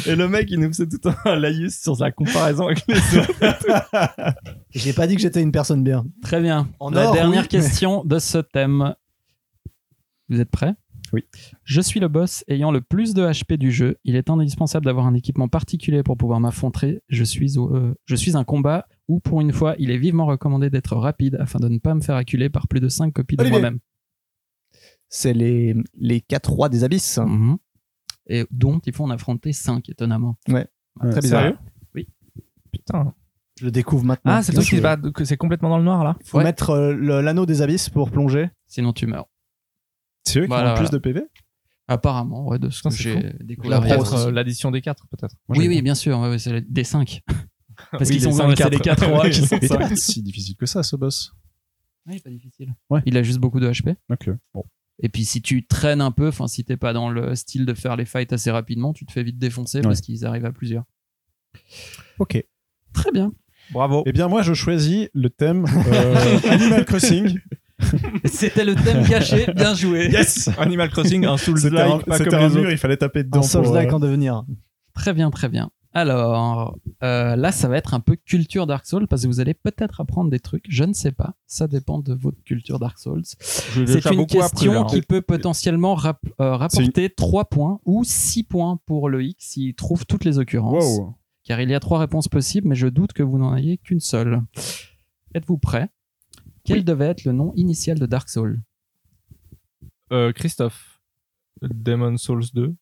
Speaker 3: Et le mec, il nous faisait tout un laïus sur sa comparaison avec les autres.
Speaker 4: J'ai pas dit que j'étais une personne bien.
Speaker 6: Très bien.
Speaker 4: En
Speaker 6: La
Speaker 4: or,
Speaker 6: dernière
Speaker 4: oui,
Speaker 6: question de ce thème. Vous êtes prêts
Speaker 5: Oui.
Speaker 6: Je suis le boss ayant le plus de HP du jeu. Il est indispensable d'avoir un équipement particulier pour pouvoir m'affronter. Je suis, au- euh, je suis un combat où, pour une fois, il est vivement recommandé d'être rapide afin de ne pas me faire acculer par plus de 5 copies de
Speaker 4: Olivier.
Speaker 6: moi-même.
Speaker 7: C'est les, les 4 rois des abysses.
Speaker 6: Mhm. Et dont il faut en affronter 5, étonnamment.
Speaker 5: Ouais,
Speaker 7: bizarre.
Speaker 5: sérieux
Speaker 3: Putain.
Speaker 4: Je le découvre maintenant.
Speaker 3: Ah, c'est le truc qui
Speaker 4: Je-
Speaker 3: se bat- que c'est complètement dans le noir là.
Speaker 4: Faut
Speaker 6: Ouais.
Speaker 4: mettre euh, le- l'anneau des abysses pour plonger.
Speaker 6: Sinon, tu meurs.
Speaker 5: C'est eux qui
Speaker 6: Voilà,
Speaker 5: ont le plus
Speaker 6: voilà.
Speaker 5: de PV
Speaker 6: Apparemment, ouais, de ce
Speaker 3: Putain,
Speaker 6: que
Speaker 3: c'est
Speaker 6: j'ai
Speaker 3: Ou
Speaker 6: découvert.
Speaker 3: peut-être euh, l'addition des quatre, peut-être. Moi,
Speaker 6: oui,
Speaker 3: j'avais
Speaker 6: oui, bien sûr, ouais, ouais, c'est la- des 5. Parce
Speaker 3: Oui,
Speaker 6: qu'ils
Speaker 3: les
Speaker 6: sont
Speaker 3: cinq,
Speaker 6: restés
Speaker 3: quatre.
Speaker 6: les 4 rois qui sont
Speaker 5: Mais c'est
Speaker 6: ça.
Speaker 5: pas si difficile que ça, ce boss.
Speaker 6: Ouais, pas difficile.
Speaker 5: Ouais.
Speaker 6: Il a juste beaucoup de HP.
Speaker 5: Ok. Bon.
Speaker 6: Et puis si tu traînes un peu, enfin si t'es pas dans le style de faire les fights assez rapidement, tu te fais vite défoncer parce qu'ils arrivent à plusieurs.
Speaker 4: Ok.
Speaker 6: Très bien.
Speaker 3: pas. Bravo.
Speaker 5: Eh bien, moi, je choisis le thème euh, Animal Crossing.
Speaker 6: C'était le thème caché, bien joué.
Speaker 5: Yes
Speaker 3: Animal Crossing, un souls
Speaker 5: C'était un,
Speaker 3: like, pas
Speaker 5: c'était
Speaker 3: comme
Speaker 5: un
Speaker 3: les
Speaker 5: mur,
Speaker 3: autres.
Speaker 5: il fallait taper
Speaker 4: Un
Speaker 5: dedans.
Speaker 4: souls
Speaker 5: pour, euh,
Speaker 4: en devenir.
Speaker 6: Très bien, très bien. Alors euh, là, ça va être un peu culture Dark Souls parce que vous allez peut-être apprendre des trucs, je ne sais pas. Ça dépend de votre culture Dark Souls. C'est une question
Speaker 3: hein.
Speaker 6: qui peut potentiellement rap- euh, rapporter 3 points ou 6 points pour le X s'il trouve toutes les occurrences.
Speaker 5: Wow.
Speaker 6: car il y a trois réponses possibles, mais je doute que vous n'en ayez qu'une seule. Êtes-vous prêt Quel devait être le nom initial de Dark Souls
Speaker 3: Euh, Christophe. Demon Souls 2.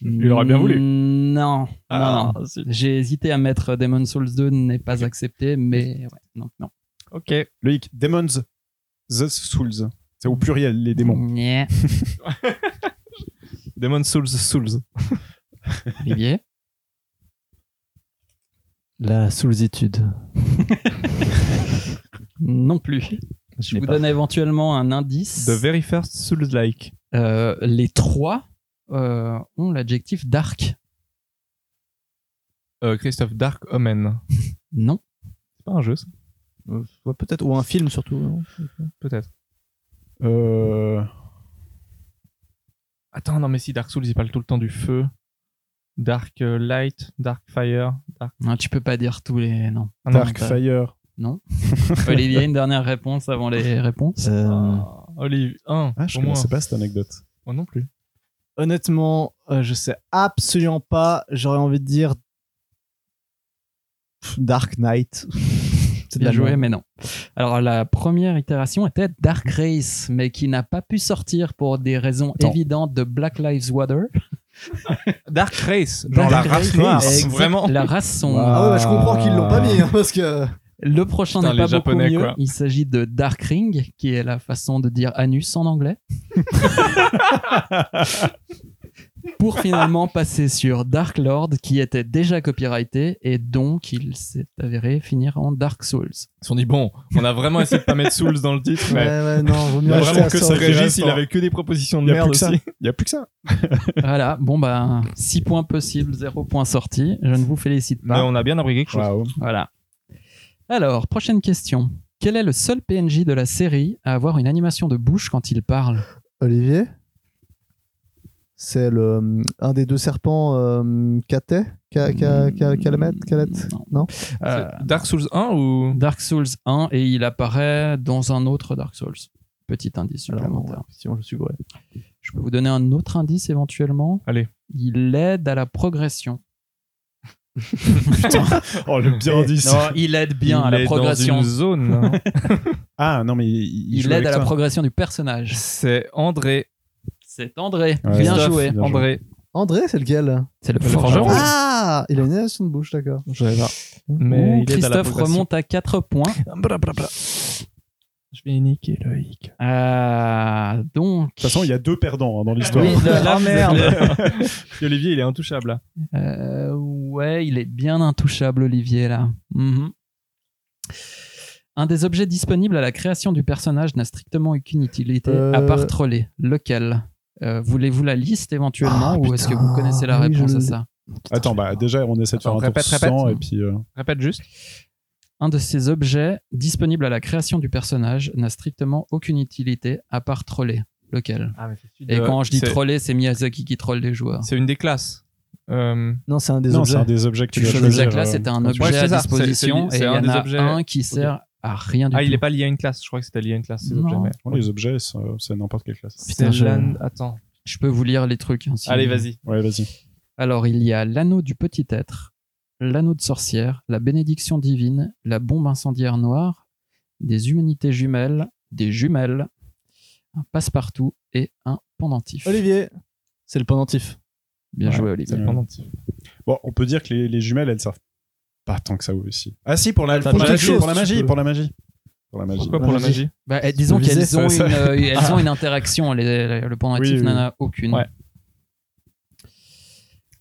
Speaker 3: Il aurait bien voulu.
Speaker 6: Mm, Non,
Speaker 3: Ah,
Speaker 6: non, non. J'ai hésité à mettre Demon Souls 2 n'est pas accepté, mais ouais, non, non.
Speaker 3: Ok.
Speaker 5: Loïc, Demons, The Souls. C'est au pluriel, les démons.
Speaker 6: Nyeh.
Speaker 3: Demon Souls Souls.
Speaker 6: Olivier
Speaker 7: La soulsitude.
Speaker 6: Non plus. Je
Speaker 7: l'ai
Speaker 6: vous
Speaker 7: pas.
Speaker 6: donne éventuellement un indice.
Speaker 3: The very first Souls like.
Speaker 6: Euh, les trois euh, ont l'adjectif dark.
Speaker 3: Euh, Christophe Dark Omen.
Speaker 6: Non.
Speaker 3: C'est pas un jeu, ça
Speaker 4: Euh, ouais, peut-être ou un film surtout. non
Speaker 3: Peut-être.
Speaker 5: Euh,
Speaker 3: Attends, non, mais si Dark Souls, il parle tout le temps du feu. Dark euh, Light, Dark Fire, Dark.
Speaker 6: Non, tu peux pas dire tous les noms.
Speaker 3: Ah non,
Speaker 5: Dark
Speaker 3: t'as-
Speaker 5: Fire.
Speaker 6: Olivier, une dernière réponse avant les réponses.
Speaker 4: Euh,
Speaker 3: Ah, Olive 1.
Speaker 5: Ah, je
Speaker 3: au moins.
Speaker 5: connaissais pas cette anecdote.
Speaker 3: Moi non plus.
Speaker 4: Honnêtement, euh, je sais absolument pas. J'aurais envie de dire Pff, Dark Knight. C'est de
Speaker 6: Bien
Speaker 4: la
Speaker 6: joué,
Speaker 4: merde.
Speaker 6: mais non. Alors, la première itération était Dark Race, mais qui n'a pas pu sortir pour des raisons
Speaker 5: Attends.
Speaker 6: évidentes de Black Lives Water.
Speaker 3: Bah, Dark Race,
Speaker 6: genre la race noire.
Speaker 4: Exact.
Speaker 3: Vraiment.
Speaker 6: La race sont. euh,
Speaker 5: Wow.
Speaker 4: Ah ouais, bah, je comprends qu'ils l'ont pas mis hein, parce que
Speaker 6: Le prochain
Speaker 3: Putain,
Speaker 6: n'est pas
Speaker 3: les Japonais,
Speaker 6: beaucoup mieux.
Speaker 3: quoi.
Speaker 6: Il s'agit de Dark Ring, qui est la façon de dire anus en anglais. pour finalement passer sur Dark Lord, qui était déjà copyrighté et donc il s'est avéré finir en Dark Souls.
Speaker 3: Ils se sont dit, bon, on a vraiment essayé de pas mettre Souls dans le titre, mais.
Speaker 4: ouais, ouais, non, vaut
Speaker 5: Il
Speaker 4: mieux
Speaker 5: y a
Speaker 4: rester
Speaker 5: vraiment
Speaker 4: à
Speaker 5: que
Speaker 4: ça.
Speaker 5: ça
Speaker 3: Régis,
Speaker 5: reste,
Speaker 3: il
Speaker 5: hein.
Speaker 3: avait que des propositions de
Speaker 5: Il y a
Speaker 3: merde
Speaker 5: plus que ça.
Speaker 3: aussi.
Speaker 5: Il y a plus que ça.
Speaker 6: Voilà, bon ben 6 points possibles, 0 points sortis. Je ne vous félicite
Speaker 3: Mais
Speaker 6: pas.
Speaker 3: on a bien appris quelque chose.
Speaker 5: Waouh.
Speaker 6: Voilà. Alors, prochaine question. Quel est le seul PNJ de la série à avoir une animation de bouche quand il parle
Speaker 4: Olivier, c'est le hum, un des deux serpents euh, Katé, Ka- Ka- Ka- Kalamet, Kalat,
Speaker 6: Non.
Speaker 4: non
Speaker 6: Euh,
Speaker 3: C'est Dark Souls 1 ou.
Speaker 6: Dark Souls 1 et il apparaît dans un autre Dark Souls. Petit indice
Speaker 4: Alors, non,
Speaker 6: supplémentaire.
Speaker 4: sinon je suis gouré.
Speaker 6: Je peux vous donner un autre indice éventuellement
Speaker 3: Allez.
Speaker 6: Il aide à la progression.
Speaker 5: Oh, le bien indice.
Speaker 6: Non, il aide bien à
Speaker 3: Il
Speaker 6: la
Speaker 3: est
Speaker 6: progression.
Speaker 3: Dans une zone. hein.
Speaker 5: Ah, non, mais il,
Speaker 6: Il,
Speaker 5: joue
Speaker 6: aide
Speaker 5: avec
Speaker 6: à la
Speaker 5: ça.
Speaker 6: progression du personnage.
Speaker 3: C'est André.
Speaker 6: C'est André.
Speaker 5: Ouais.
Speaker 6: bien
Speaker 3: Christophe,
Speaker 6: joué.
Speaker 5: Bien joué.
Speaker 3: André.
Speaker 4: André, c'est lequel
Speaker 6: C'est le
Speaker 3: Le
Speaker 6: forgeron.
Speaker 3: forgeron.
Speaker 4: Ah, il a une animation de bouche, d'accord.
Speaker 3: Mais
Speaker 6: Ouh,
Speaker 3: il aide à la
Speaker 6: Christophe
Speaker 3: progression.
Speaker 6: remonte à 4 points.
Speaker 3: Je vais niquer Loïc.
Speaker 6: Ah, donc.
Speaker 5: De toute façon, il y a deux perdants hein, dans l'histoire.
Speaker 6: Oui, là, là,
Speaker 3: Olivier, il est intouchable là.
Speaker 6: Euh, ouais, il est bien intouchable, Olivier, là. Mhm. Un des objets disponibles à la création du personnage n'a strictement aucune utilité à
Speaker 4: Euh.
Speaker 6: part troller. Lequel Euh, Voulez-vous la liste éventuellement
Speaker 4: Ah,
Speaker 6: ou est-ce que
Speaker 4: putain, ah
Speaker 6: vous connaissez la
Speaker 4: oui, je
Speaker 6: réponse à
Speaker 4: l'ai.
Speaker 6: ça
Speaker 5: Attends, bah déjà, on essaie de faire
Speaker 3: Attends,
Speaker 5: un tour
Speaker 3: répète, répète.
Speaker 5: sans, et puis. euh,
Speaker 3: Répète juste.
Speaker 6: Un de ces objets disponibles à la création du personnage n'a strictement aucune utilité à part troller. Lequel Et quand je dis
Speaker 3: Euh, c'est-
Speaker 6: troller, c'est Miyazaki qui trolle les joueurs.
Speaker 3: C'est une des classes. Euh,
Speaker 4: Non, c'est un des
Speaker 5: Non, c'est
Speaker 4: objets.
Speaker 5: un des objets que tu
Speaker 6: Le
Speaker 5: dois
Speaker 6: objet
Speaker 5: choisir.
Speaker 6: là,
Speaker 5: euh,
Speaker 6: c'est un
Speaker 5: quand tu-
Speaker 6: objet
Speaker 3: c'est
Speaker 6: à
Speaker 3: ça, c'est-
Speaker 6: disposition
Speaker 3: c'est-
Speaker 6: et il
Speaker 3: c'est
Speaker 6: y
Speaker 3: un
Speaker 6: en
Speaker 3: des
Speaker 6: a
Speaker 3: objets-
Speaker 6: un qui sert Ah, rien du
Speaker 3: Ah,
Speaker 6: tout.
Speaker 3: il n'est pas lié à une classe. Je crois que c'était lié à une classe, ces
Speaker 6: Non.
Speaker 3: objets. mais-
Speaker 5: Non, Les objets, c'est c'est n'importe quelle classe.
Speaker 6: Putain, je-
Speaker 3: Lan- Attends.
Speaker 6: Je peux vous lire les trucs. hein, si-
Speaker 3: Allez, vas-y.
Speaker 5: Ouais, vas-y.
Speaker 6: Alors, il y a l'anneau du petit être, l'anneau de sorcière, la bénédiction divine, la bombe incendiaire noire, des humanités jumelles, des jumelles, un passe-partout et un pendentif.
Speaker 4: Olivier, c'est le pendentif.
Speaker 6: Bien
Speaker 5: Ouais.
Speaker 6: joué, Olivier.
Speaker 5: Ouais. Bon, on peut dire que les, les jumelles, elles servent pas tant que ça aussi. Ah si, pour la,
Speaker 4: Ça
Speaker 5: pour la
Speaker 4: peut être
Speaker 5: magie,
Speaker 4: chose,
Speaker 5: pour la
Speaker 4: tu
Speaker 5: magie,
Speaker 4: peux.
Speaker 5: pour la magie. Pour la magie.
Speaker 3: Pourquoi pour la
Speaker 4: Vas-y.
Speaker 3: magie
Speaker 6: Bah, eh, disons
Speaker 4: Je le
Speaker 6: qu'elles
Speaker 4: disais,
Speaker 6: ont,
Speaker 5: ça-
Speaker 6: une,
Speaker 5: ça-
Speaker 6: euh, elles ont une interaction. les- le pendentif
Speaker 5: Oui, oui,
Speaker 6: n'en a aucune.
Speaker 3: Ouais.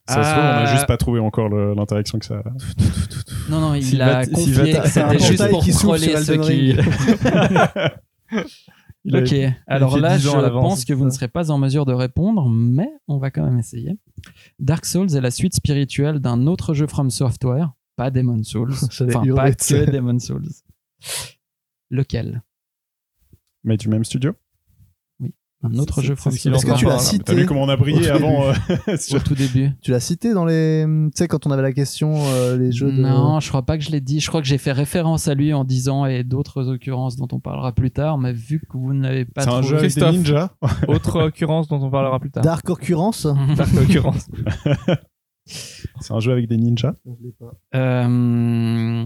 Speaker 5: Ça se trouve, on a
Speaker 6: Ah.
Speaker 5: juste pas trouvé encore le- l'interaction que ça.
Speaker 6: Non, non, il
Speaker 4: S'il
Speaker 6: a
Speaker 4: va- s'il va
Speaker 6: confié que
Speaker 4: t'arrêter, un
Speaker 6: c'était juste
Speaker 4: portail
Speaker 6: pour
Speaker 4: qui s'ouvre
Speaker 6: troller
Speaker 4: sur
Speaker 6: ceux
Speaker 4: Elden
Speaker 6: qui...
Speaker 4: Ring.
Speaker 5: Il
Speaker 6: Ok, alors
Speaker 3: fait
Speaker 6: là,
Speaker 3: 10
Speaker 6: je
Speaker 3: ans à l'avance,
Speaker 6: pense que vous ne serez pas en mesure de répondre, mais on va quand même essayer. Dark Souls est la suite spirituelle d'un autre jeu From Software, pas Demon Souls.
Speaker 4: J'allais
Speaker 6: enfin,
Speaker 4: hurler
Speaker 6: pas
Speaker 4: dessus.
Speaker 6: que Demon Souls. Lequel
Speaker 5: Mais du même studio.
Speaker 6: Un autre
Speaker 3: c'est-
Speaker 6: jeu
Speaker 3: c'est
Speaker 6: From
Speaker 3: ce qu'il en
Speaker 6: Software.
Speaker 4: Est-ce que tu l'as
Speaker 5: Ah, mais T'as vu
Speaker 4: cité
Speaker 5: comment on a brillé
Speaker 4: Au tout
Speaker 5: avant euh,
Speaker 6: au
Speaker 5: sur-
Speaker 6: tout début
Speaker 8: Tu l'as cité dans les. Tu sais, quand on avait la question, euh, les jeux de.
Speaker 6: Non, je crois pas que je l'ai dit. Je crois que j'ai fait référence à lui en disant et d'autres occurrences dont on parlera plus tard, mais vu que vous ne l'avez pas
Speaker 5: C'est un
Speaker 6: trouvé-
Speaker 5: jeu avec des
Speaker 3: Christophe.
Speaker 5: ninjas.
Speaker 3: Autre occurrence dont on parlera plus tard.
Speaker 4: Dark Occurrence
Speaker 3: Dark occurrence.
Speaker 5: C'est un jeu avec des ninjas.
Speaker 6: Euh,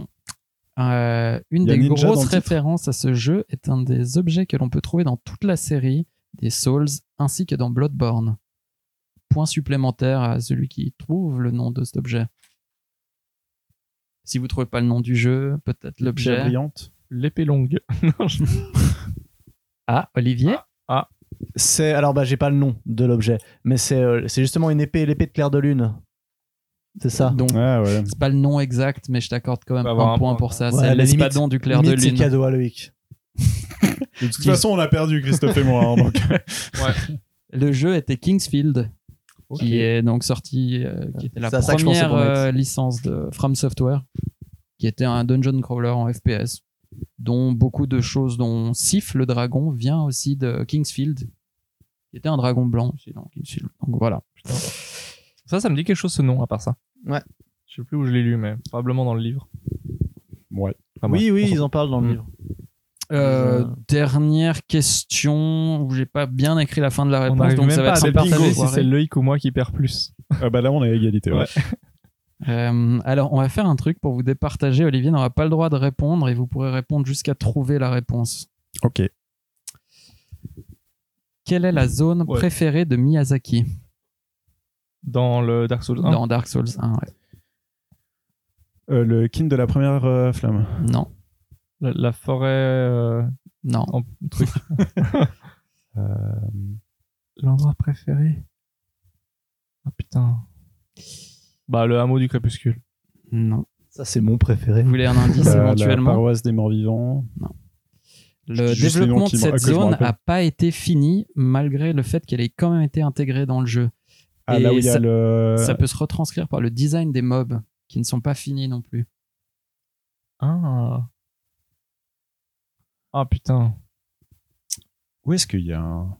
Speaker 6: euh, une
Speaker 5: Il y a
Speaker 6: des
Speaker 5: Ninja dans le
Speaker 6: grosses
Speaker 5: titre.
Speaker 6: références à ce jeu est un des objets que l'on peut trouver dans toute la série des Souls ainsi que dans Bloodborne. Point supplémentaire à celui qui trouve le nom de cet objet. Si vous trouvez pas le nom du jeu, peut-être
Speaker 5: Pierre
Speaker 6: l'objet.
Speaker 5: brillante.
Speaker 3: L'épée longue. Non, je-
Speaker 6: Ah, Olivier
Speaker 4: C'est alors bah j'ai pas le nom de l'objet, mais c'est euh, c'est justement une épée, l'épée de clair de lune. C'est ça.
Speaker 6: Donc,
Speaker 5: Ouais, ouais.
Speaker 6: c'est pas le nom exact, mais je t'accorde quand même
Speaker 3: Faut
Speaker 6: un
Speaker 3: avoir
Speaker 6: point,
Speaker 3: un point.
Speaker 6: pour ça.
Speaker 4: Ouais, à
Speaker 6: c'est
Speaker 4: la limite-
Speaker 6: l'espadon du clair de
Speaker 4: Limite, c'est
Speaker 6: lune.
Speaker 4: cadeau à Loïc.
Speaker 5: De toute façon, on a perdu Christophe et moi. hein, donc.
Speaker 6: Le jeu était Kingsfield,
Speaker 5: Ok.
Speaker 6: qui est donc sorti, euh, qui était la
Speaker 8: C'est à ça que je pensais
Speaker 6: première
Speaker 8: qu'on
Speaker 6: euh, licence de From Software, qui était un dungeon crawler en FPS, dont beaucoup de choses, dont Sif le dragon vient aussi de Kingsfield, qui était un dragon blanc aussi dans Kingsfield. Donc voilà.
Speaker 3: Ça, ça me dit quelque chose ce nom, à part ça.
Speaker 8: Ouais.
Speaker 3: Je sais plus où je l'ai lu, mais probablement dans le livre.
Speaker 5: Ouais.
Speaker 3: Ah,
Speaker 4: oui, oui,
Speaker 3: on s'en
Speaker 4: ils en parlent dans le
Speaker 3: Mm.
Speaker 4: livre.
Speaker 6: Euh,
Speaker 4: Euh,
Speaker 6: Dernière question où j'ai pas bien écrit la fin de la
Speaker 3: On
Speaker 6: réponse,
Speaker 3: n'arrive
Speaker 6: donc
Speaker 3: même
Speaker 6: ça va
Speaker 3: pas
Speaker 6: être
Speaker 3: à
Speaker 6: sans
Speaker 3: départager si
Speaker 6: parler.
Speaker 3: c'est Loïc ou moi qui perd plus.
Speaker 5: Ah bah là, on est à égalité. ouais.
Speaker 3: Ouais.
Speaker 6: Euh, alors, on va faire un truc pour vous départager. Olivier n'aura pas le droit de répondre et vous pourrez répondre jusqu'à trouver la réponse.
Speaker 5: Ok.
Speaker 6: Quelle est la zone
Speaker 3: Ouais.
Speaker 6: préférée de Miyazaki
Speaker 3: Dans le Dark Souls 1.
Speaker 6: dans Dark Souls 1 ouais.
Speaker 5: Euh, le kin de la première euh, flamme.
Speaker 6: Non,
Speaker 3: La, la forêt. euh,
Speaker 6: non.
Speaker 3: en truc. L'endroit préféré. Ah putain. Bah, le hameau du crépuscule.
Speaker 6: Non.
Speaker 4: Ça c'est mon préféré.
Speaker 6: Vous voulez un indice
Speaker 5: Euh, la
Speaker 6: éventuellement
Speaker 5: paroisse des morts vivants.
Speaker 6: Le
Speaker 5: Juste les
Speaker 6: développement
Speaker 5: noms
Speaker 6: de
Speaker 5: qui me-
Speaker 6: cette
Speaker 5: que je me
Speaker 6: zone
Speaker 5: rappelle.
Speaker 6: n'a pas été fini malgré le fait qu'elle ait quand même été intégrée dans le jeu.
Speaker 5: Ah,
Speaker 6: Et
Speaker 5: là où il y a
Speaker 6: ça-
Speaker 5: le. euh,
Speaker 6: Ça peut se retranscrire par le design des mobs qui ne sont pas finis non plus.
Speaker 3: Ah. Ah putain.
Speaker 5: Où est-ce qu'il y a un.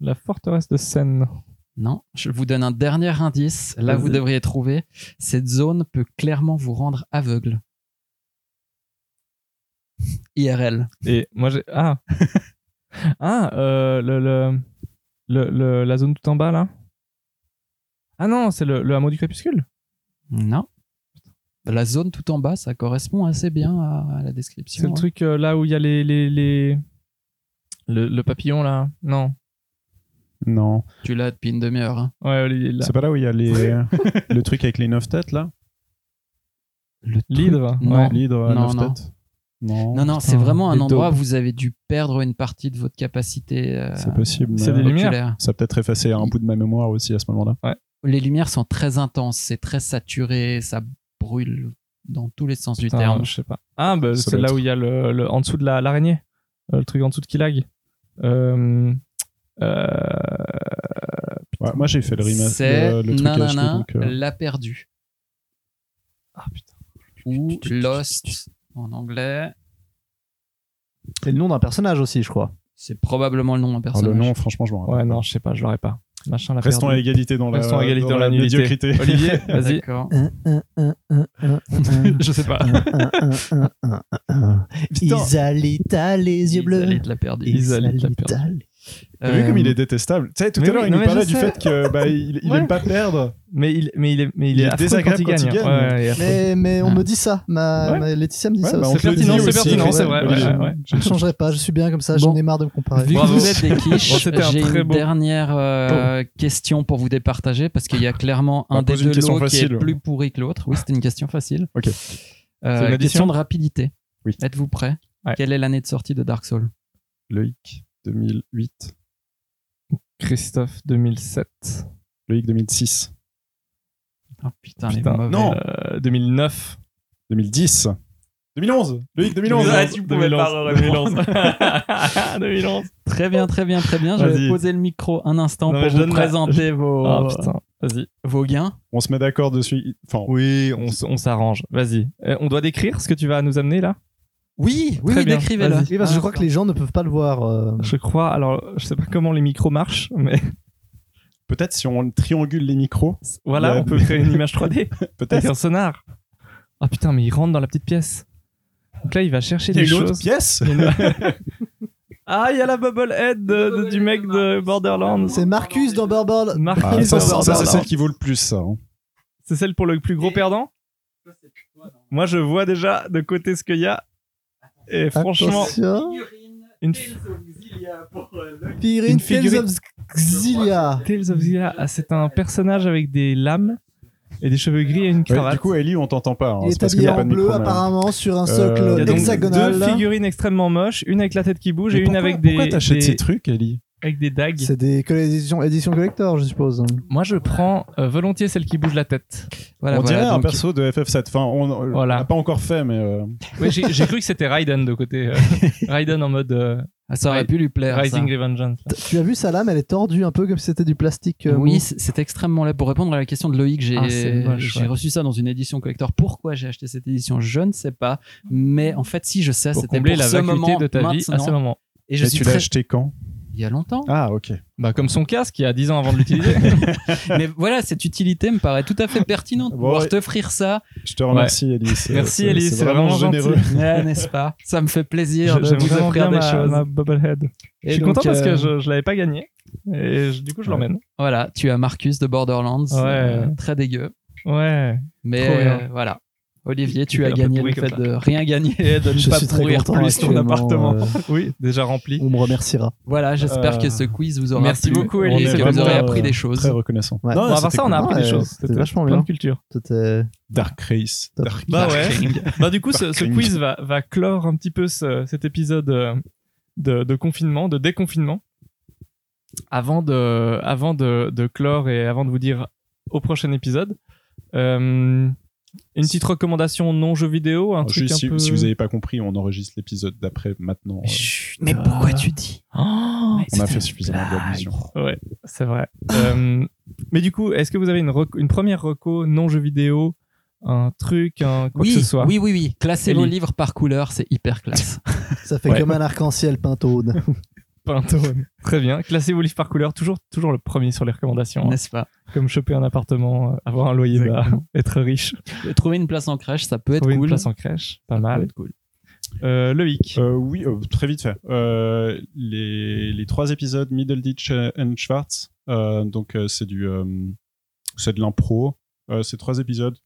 Speaker 3: La forteresse de Seine.
Speaker 6: Non, je vous donne un dernier indice. Là, vous devriez trouver. Cette zone peut clairement vous rendre aveugle. IRL.
Speaker 3: Et moi j'ai. Ah Ah euh, le, le, le, le- La zone tout en bas là Ah non, c'est le, le hameau du crépuscule
Speaker 6: Non. La zone tout en bas, ça correspond assez bien à, à la description.
Speaker 3: C'est le
Speaker 6: hein.
Speaker 3: truc euh, là où il y a les. les, les- Le, le papillon là Non.
Speaker 5: Non.
Speaker 6: Tu l'as depuis une demi-heure. hein.
Speaker 3: Ouais, Olivier, là.
Speaker 5: C'est pas là où il y a les. le truc avec les neuf têtes, là
Speaker 6: Le
Speaker 3: L'hydre
Speaker 6: Non.
Speaker 3: ouais.
Speaker 5: L'hydre à
Speaker 6: Non,
Speaker 5: neuf
Speaker 6: non.
Speaker 5: têtes Non.
Speaker 6: Non, non, c'est
Speaker 3: putain,
Speaker 6: vraiment un
Speaker 3: les
Speaker 6: endroit où
Speaker 3: daubes.
Speaker 6: vous avez dû perdre une partie de votre capacité euh,
Speaker 5: C'est possible.
Speaker 3: C'est
Speaker 5: mais-
Speaker 3: des-
Speaker 6: oculaire.
Speaker 5: Ça a peut-être effacé un bout de ma mémoire aussi à ce moment-là.
Speaker 6: Les lumières sont très intenses, c'est très saturé, ça brûle dans tous les sens
Speaker 3: Putain,
Speaker 6: du terme.
Speaker 3: je sais pas. Ah, bah,
Speaker 5: Ça
Speaker 3: c'est
Speaker 5: doit
Speaker 3: là
Speaker 5: être-
Speaker 3: où il y a le, le- en dessous de la- l'araignée. Euh, le truc en dessous de qui lag. Euh, euh,
Speaker 5: Ouais, moi, j'ai fait le remake.
Speaker 6: C'est
Speaker 5: Le, le truc à acheter,
Speaker 6: nanana,
Speaker 5: donc, euh,
Speaker 6: la perdue.
Speaker 3: Ah putain.
Speaker 6: ou Lost en anglais.
Speaker 4: C'est le nom d'un personnage aussi, je crois.
Speaker 6: C'est probablement le nom d'un
Speaker 5: alors,
Speaker 6: personnage.
Speaker 5: Oh, le nom, franchement, je m'en rappelle.
Speaker 3: Ouais, non, je sais pas, je l'aurais pas. Machin, la
Speaker 5: Restons à
Speaker 3: perdue.
Speaker 5: égalité dans la,
Speaker 3: Restons à égalité dans la nullité.
Speaker 5: médiocrité.
Speaker 3: Olivier, vas-y.
Speaker 6: D'accord.
Speaker 3: Je sais pas.
Speaker 4: Isalit a les yeux bleus.
Speaker 6: Isalit l'a perdu.
Speaker 4: Isalit
Speaker 6: l'a perdu.
Speaker 4: a
Speaker 5: T'as vu
Speaker 6: Euh,
Speaker 5: comme il est détestable Tu sais, tout
Speaker 3: mais
Speaker 5: à l'heure,
Speaker 3: oui,
Speaker 5: il
Speaker 3: non,
Speaker 5: nous
Speaker 3: mais je
Speaker 5: parlait du
Speaker 3: sais.
Speaker 5: fait que bah, il, il
Speaker 3: Ouais.
Speaker 5: aime pas perdre.
Speaker 3: Mais il, mais il est, mais il
Speaker 5: Il
Speaker 3: est
Speaker 5: est
Speaker 3: affreux
Speaker 5: désagréable
Speaker 3: quand il gagne. hein.
Speaker 5: quand il gagne.
Speaker 3: Ouais, ouais, il est affreux.
Speaker 4: Mais, mais on
Speaker 6: Ah.
Speaker 4: me dit ça. Ma,
Speaker 3: Ouais.
Speaker 4: ma- Laetitia me dit
Speaker 5: Ouais,
Speaker 4: ça
Speaker 5: bah,
Speaker 4: aussi.
Speaker 5: on te le
Speaker 3: pertinent,
Speaker 5: dit
Speaker 3: c'est
Speaker 5: aussi,
Speaker 3: pertinent, c'est vrai,
Speaker 5: Olivier.
Speaker 3: ouais, ouais.
Speaker 4: Je ne changerai pas. Je suis bien comme ça. J'en
Speaker 6: Bon.
Speaker 4: ai marre de me comparer.
Speaker 6: Vu que
Speaker 3: Bravo.
Speaker 6: vous êtes des quiches,
Speaker 3: Bon, c'était un
Speaker 6: j'ai
Speaker 3: très
Speaker 6: une
Speaker 3: beau-
Speaker 6: dernière euh, question pour vous départager parce qu'il y a clairement
Speaker 5: On
Speaker 6: un des
Speaker 5: pose une
Speaker 6: deux
Speaker 5: question
Speaker 6: lots qui est
Speaker 5: facile.
Speaker 6: plus pourri que l'autre. Oui, c'était une question facile.
Speaker 5: Ok.
Speaker 6: Euh,
Speaker 3: C'est une addition
Speaker 6: question de rapidité.
Speaker 5: Oui.
Speaker 6: Êtes-vous prêts
Speaker 3: Ouais.
Speaker 6: Quelle est l'année de sortie de Dark Souls
Speaker 5: Loïc 2008.
Speaker 3: Christophe 2007.
Speaker 5: Loïc 2006.
Speaker 6: Ah, Putain, les
Speaker 3: Putain,
Speaker 6: mauvais.
Speaker 5: non.
Speaker 3: Euh, 2009.
Speaker 5: 2010. 2011. Loïc 2011.
Speaker 3: Ah, tu pouvais pas
Speaker 5: 2011.
Speaker 3: reprendre. 2011.
Speaker 6: Très bien, très bien, très bien. Je
Speaker 3: Vas-y.
Speaker 6: vais poser le micro un instant
Speaker 3: Non, mais
Speaker 6: pour
Speaker 3: je
Speaker 6: vous
Speaker 3: donne la-
Speaker 6: présenter vos...
Speaker 3: Oh putain, vas-y.
Speaker 6: vos gains.
Speaker 5: On se met d'accord dessus. Enfin,
Speaker 3: Oui, on, s- on s'arrange. Vas-y. Euh, on doit décrire ce que tu vas nous amener là
Speaker 6: Oui, oui,
Speaker 3: Très
Speaker 6: oui,
Speaker 3: bien,
Speaker 6: décrivez-le. Ah.
Speaker 3: vas-y. Ah.
Speaker 4: Oui, parce que je crois que les gens ne peuvent pas le voir. euh.
Speaker 3: Je crois. Alors, je sais pas comment les micros marchent, mais
Speaker 5: peut-être si on triangule les micros,
Speaker 3: voilà,
Speaker 5: Ouais.
Speaker 3: on peut créer une image 3D avec
Speaker 5: peut-être.
Speaker 3: un sonar. Ah putain, mais il rentre dans la petite pièce. Donc là, il va chercher
Speaker 5: Il y a
Speaker 3: des
Speaker 5: une autre
Speaker 3: choses.
Speaker 5: pièce.
Speaker 3: Ah, il y a la bubblehead de- de- du mec de Borderlands.
Speaker 4: C'est Marcus dans Burble.
Speaker 3: Marquis,
Speaker 5: Ah, ça, ça, ça, c'est
Speaker 4: non.
Speaker 5: celle qui vaut le plus, ça. hein.
Speaker 3: c'est celle pour le plus gros perdant. Moi, je vois déjà de côté ce qu'il y a. Et franchement,
Speaker 4: Attention.
Speaker 3: une
Speaker 4: Figurine
Speaker 3: Une figurine.
Speaker 4: Tales of Xillia.
Speaker 3: Tales of Zia, ah, c'est un personnage avec des lames et des cheveux gris et une
Speaker 5: Ouais,
Speaker 3: cravate.
Speaker 5: du coup, Ellie, on t'entend pas. hein,
Speaker 4: Il
Speaker 5: c'est
Speaker 4: est
Speaker 5: parce qu'il y
Speaker 4: habillé
Speaker 5: a pas
Speaker 4: en
Speaker 5: de
Speaker 4: bleu
Speaker 5: micro, mais-
Speaker 4: apparemment sur un
Speaker 5: Euh,
Speaker 4: socle
Speaker 5: il y a
Speaker 3: donc
Speaker 4: hexagonal.
Speaker 3: Deux figurines extrêmement moches, une avec la tête qui bouge
Speaker 5: Mais
Speaker 3: et une
Speaker 5: pourquoi-
Speaker 3: avec des,
Speaker 5: Pourquoi t'achètes
Speaker 3: des-
Speaker 5: ces trucs, Ellie
Speaker 3: avec des dagues.
Speaker 4: C'est des coll- éditions éditions collector, je suppose.
Speaker 3: Moi, je prends euh, volontiers celle qui bouge la tête.
Speaker 6: Voilà,
Speaker 5: On
Speaker 6: voilà,
Speaker 5: dirait un
Speaker 6: donc-
Speaker 5: perso de FF7. Enfin, on euh, on
Speaker 3: Ah, Voilà.
Speaker 5: l'a pas encore fait, mais. euh,
Speaker 3: Oui, j'ai j'ai cru que c'était Raiden de côté. euh, Raiden en mode euh,
Speaker 6: Ah, ça aurait pu lui plaire. ça.
Speaker 3: Rising Revengeance.
Speaker 4: T- Tu as vu sa lame, elle est tordue un peu comme si c'était du plastique. euh,
Speaker 6: Oui,
Speaker 4: mou.
Speaker 6: c'est c'est extrêmement laid. Pour répondre à la question de Loïc, j'ai
Speaker 3: Ah, c'est moche,
Speaker 6: j'ai
Speaker 3: ouais.
Speaker 6: reçu ça dans une édition collector. Pourquoi j'ai acheté cette édition Je ne sais pas. Mais en fait, si je sais,
Speaker 3: Pour
Speaker 6: c'était
Speaker 3: combler
Speaker 6: pour
Speaker 3: la
Speaker 6: ce
Speaker 3: vacuité
Speaker 6: moment
Speaker 3: de ta vie Ah, à
Speaker 6: maintenant.
Speaker 3: ce moment.
Speaker 6: Et je
Speaker 5: mais
Speaker 6: suis
Speaker 5: tu l'as
Speaker 6: très...
Speaker 5: acheté quand
Speaker 6: Il y a longtemps.
Speaker 5: Ah, ok.
Speaker 3: Bah, comme son casque, il y a 10 ans avant de l'utiliser. Ah.
Speaker 6: Mais voilà, cette utilité me paraît tout à fait pertinente.
Speaker 5: Bon,
Speaker 6: Pouvoir
Speaker 5: ouais.
Speaker 6: t'offrir ça,
Speaker 5: Je te remercie, Ellie. c'est-
Speaker 3: Merci,
Speaker 5: c'est-
Speaker 3: Ellie, c'est vraiment
Speaker 5: généreux.
Speaker 6: Ah, n'est-ce pas Ça me fait plaisir de
Speaker 3: J'aime
Speaker 6: vous
Speaker 3: vraiment
Speaker 6: offrir
Speaker 3: bien
Speaker 6: des
Speaker 3: ma,
Speaker 6: choses.
Speaker 3: ma Bubblehead. je
Speaker 6: Et
Speaker 3: suis
Speaker 6: donc,
Speaker 3: content parce
Speaker 6: euh,
Speaker 3: que je, je l'avais pas gagné. Et je- du coup, je
Speaker 5: Ouais.
Speaker 3: l'emmène.
Speaker 6: Voilà, tu as Marcus de Borderlands.
Speaker 3: Ouais.
Speaker 6: euh, très dégueu.
Speaker 3: Ouais.
Speaker 6: Mais
Speaker 3: Trop bien.
Speaker 6: euh, voilà. Olivier,
Speaker 3: Il
Speaker 6: tu
Speaker 3: est
Speaker 6: as
Speaker 3: un peu
Speaker 6: gagné
Speaker 3: pourri
Speaker 6: le
Speaker 3: comme
Speaker 6: fait
Speaker 3: ça.
Speaker 6: de rien gagner et de ne
Speaker 4: je
Speaker 6: pas
Speaker 4: suis très
Speaker 6: pourrir
Speaker 4: content hein,
Speaker 6: plus ton
Speaker 4: actuellement,
Speaker 6: appartement.
Speaker 4: euh,
Speaker 3: Oui, déjà rempli.
Speaker 4: on me remerciera.
Speaker 6: Voilà, j'espère
Speaker 5: Euh,
Speaker 6: que ce quiz vous aura
Speaker 3: merci
Speaker 6: plu.
Speaker 3: beaucoup,
Speaker 5: Ellie,
Speaker 6: et que
Speaker 5: c'est
Speaker 6: vous
Speaker 5: vraiment,
Speaker 6: aurez
Speaker 5: euh,
Speaker 6: appris des choses.
Speaker 5: Très reconnaissant.
Speaker 4: Ouais.
Speaker 3: Bon, à part
Speaker 5: c'était
Speaker 3: ça, on a
Speaker 5: cool.
Speaker 3: appris des
Speaker 4: Ouais,
Speaker 3: choses.
Speaker 4: c'était
Speaker 3: C'était
Speaker 4: vachement
Speaker 3: plein
Speaker 4: bien.
Speaker 3: de culture.
Speaker 4: C'était-
Speaker 5: Dark Race.
Speaker 4: Top.
Speaker 5: Dark
Speaker 3: Bah
Speaker 5: Dark
Speaker 3: ouais.
Speaker 5: Ring.
Speaker 3: Bah du coup, ce, ce
Speaker 5: Parking.
Speaker 3: quiz va, va clore un petit peu ce- cet épisode euh, de, de confinement, de déconfinement. Avant de, avant de, de clore et avant de vous dire au prochain épisode, euh, une petite recommandation non jeu vidéo, un
Speaker 5: Alors,
Speaker 3: truc
Speaker 5: Oh, juste,
Speaker 3: un
Speaker 5: si,
Speaker 3: peu.
Speaker 5: si vous n'avez pas compris, on enregistre l'épisode d'après maintenant. euh,
Speaker 6: mais pourquoi tu dis
Speaker 3: Oh,
Speaker 5: on a fait suffisamment d'allusions.
Speaker 3: c'est vrai. Euh, mais du coup, est-ce que vous avez une, reco- une première reco non jeu vidéo, un truc, un quoi
Speaker 6: oui,
Speaker 3: que ce soit
Speaker 6: oui, oui, oui. Classez vos
Speaker 3: Ellie.
Speaker 6: livres par couleur, c'est hyper classe.
Speaker 4: Ça fait
Speaker 3: Ouais.
Speaker 4: comme un arc-en-ciel pintaude.
Speaker 3: Pintone. Très bien. Classez vos livres par couleur, toujours, toujours le premier sur les recommandations. hein.
Speaker 6: n'est-ce pas
Speaker 3: comme choper un appartement, euh, avoir un loyer bas, être riche,
Speaker 6: Trouver une place en crèche, ça peut être
Speaker 3: trouver
Speaker 6: cool.
Speaker 3: une place en crèche, pas
Speaker 6: Ça peut
Speaker 3: mal.
Speaker 6: être cool.
Speaker 3: Euh, Loïc,
Speaker 5: Euh, oui, euh, très vite fait. Euh, les, les trois épisodes Middle Ditch and Schwartz, euh, donc euh, c'est du, euh, c'est de l'impro. Euh, c'est trois épisodes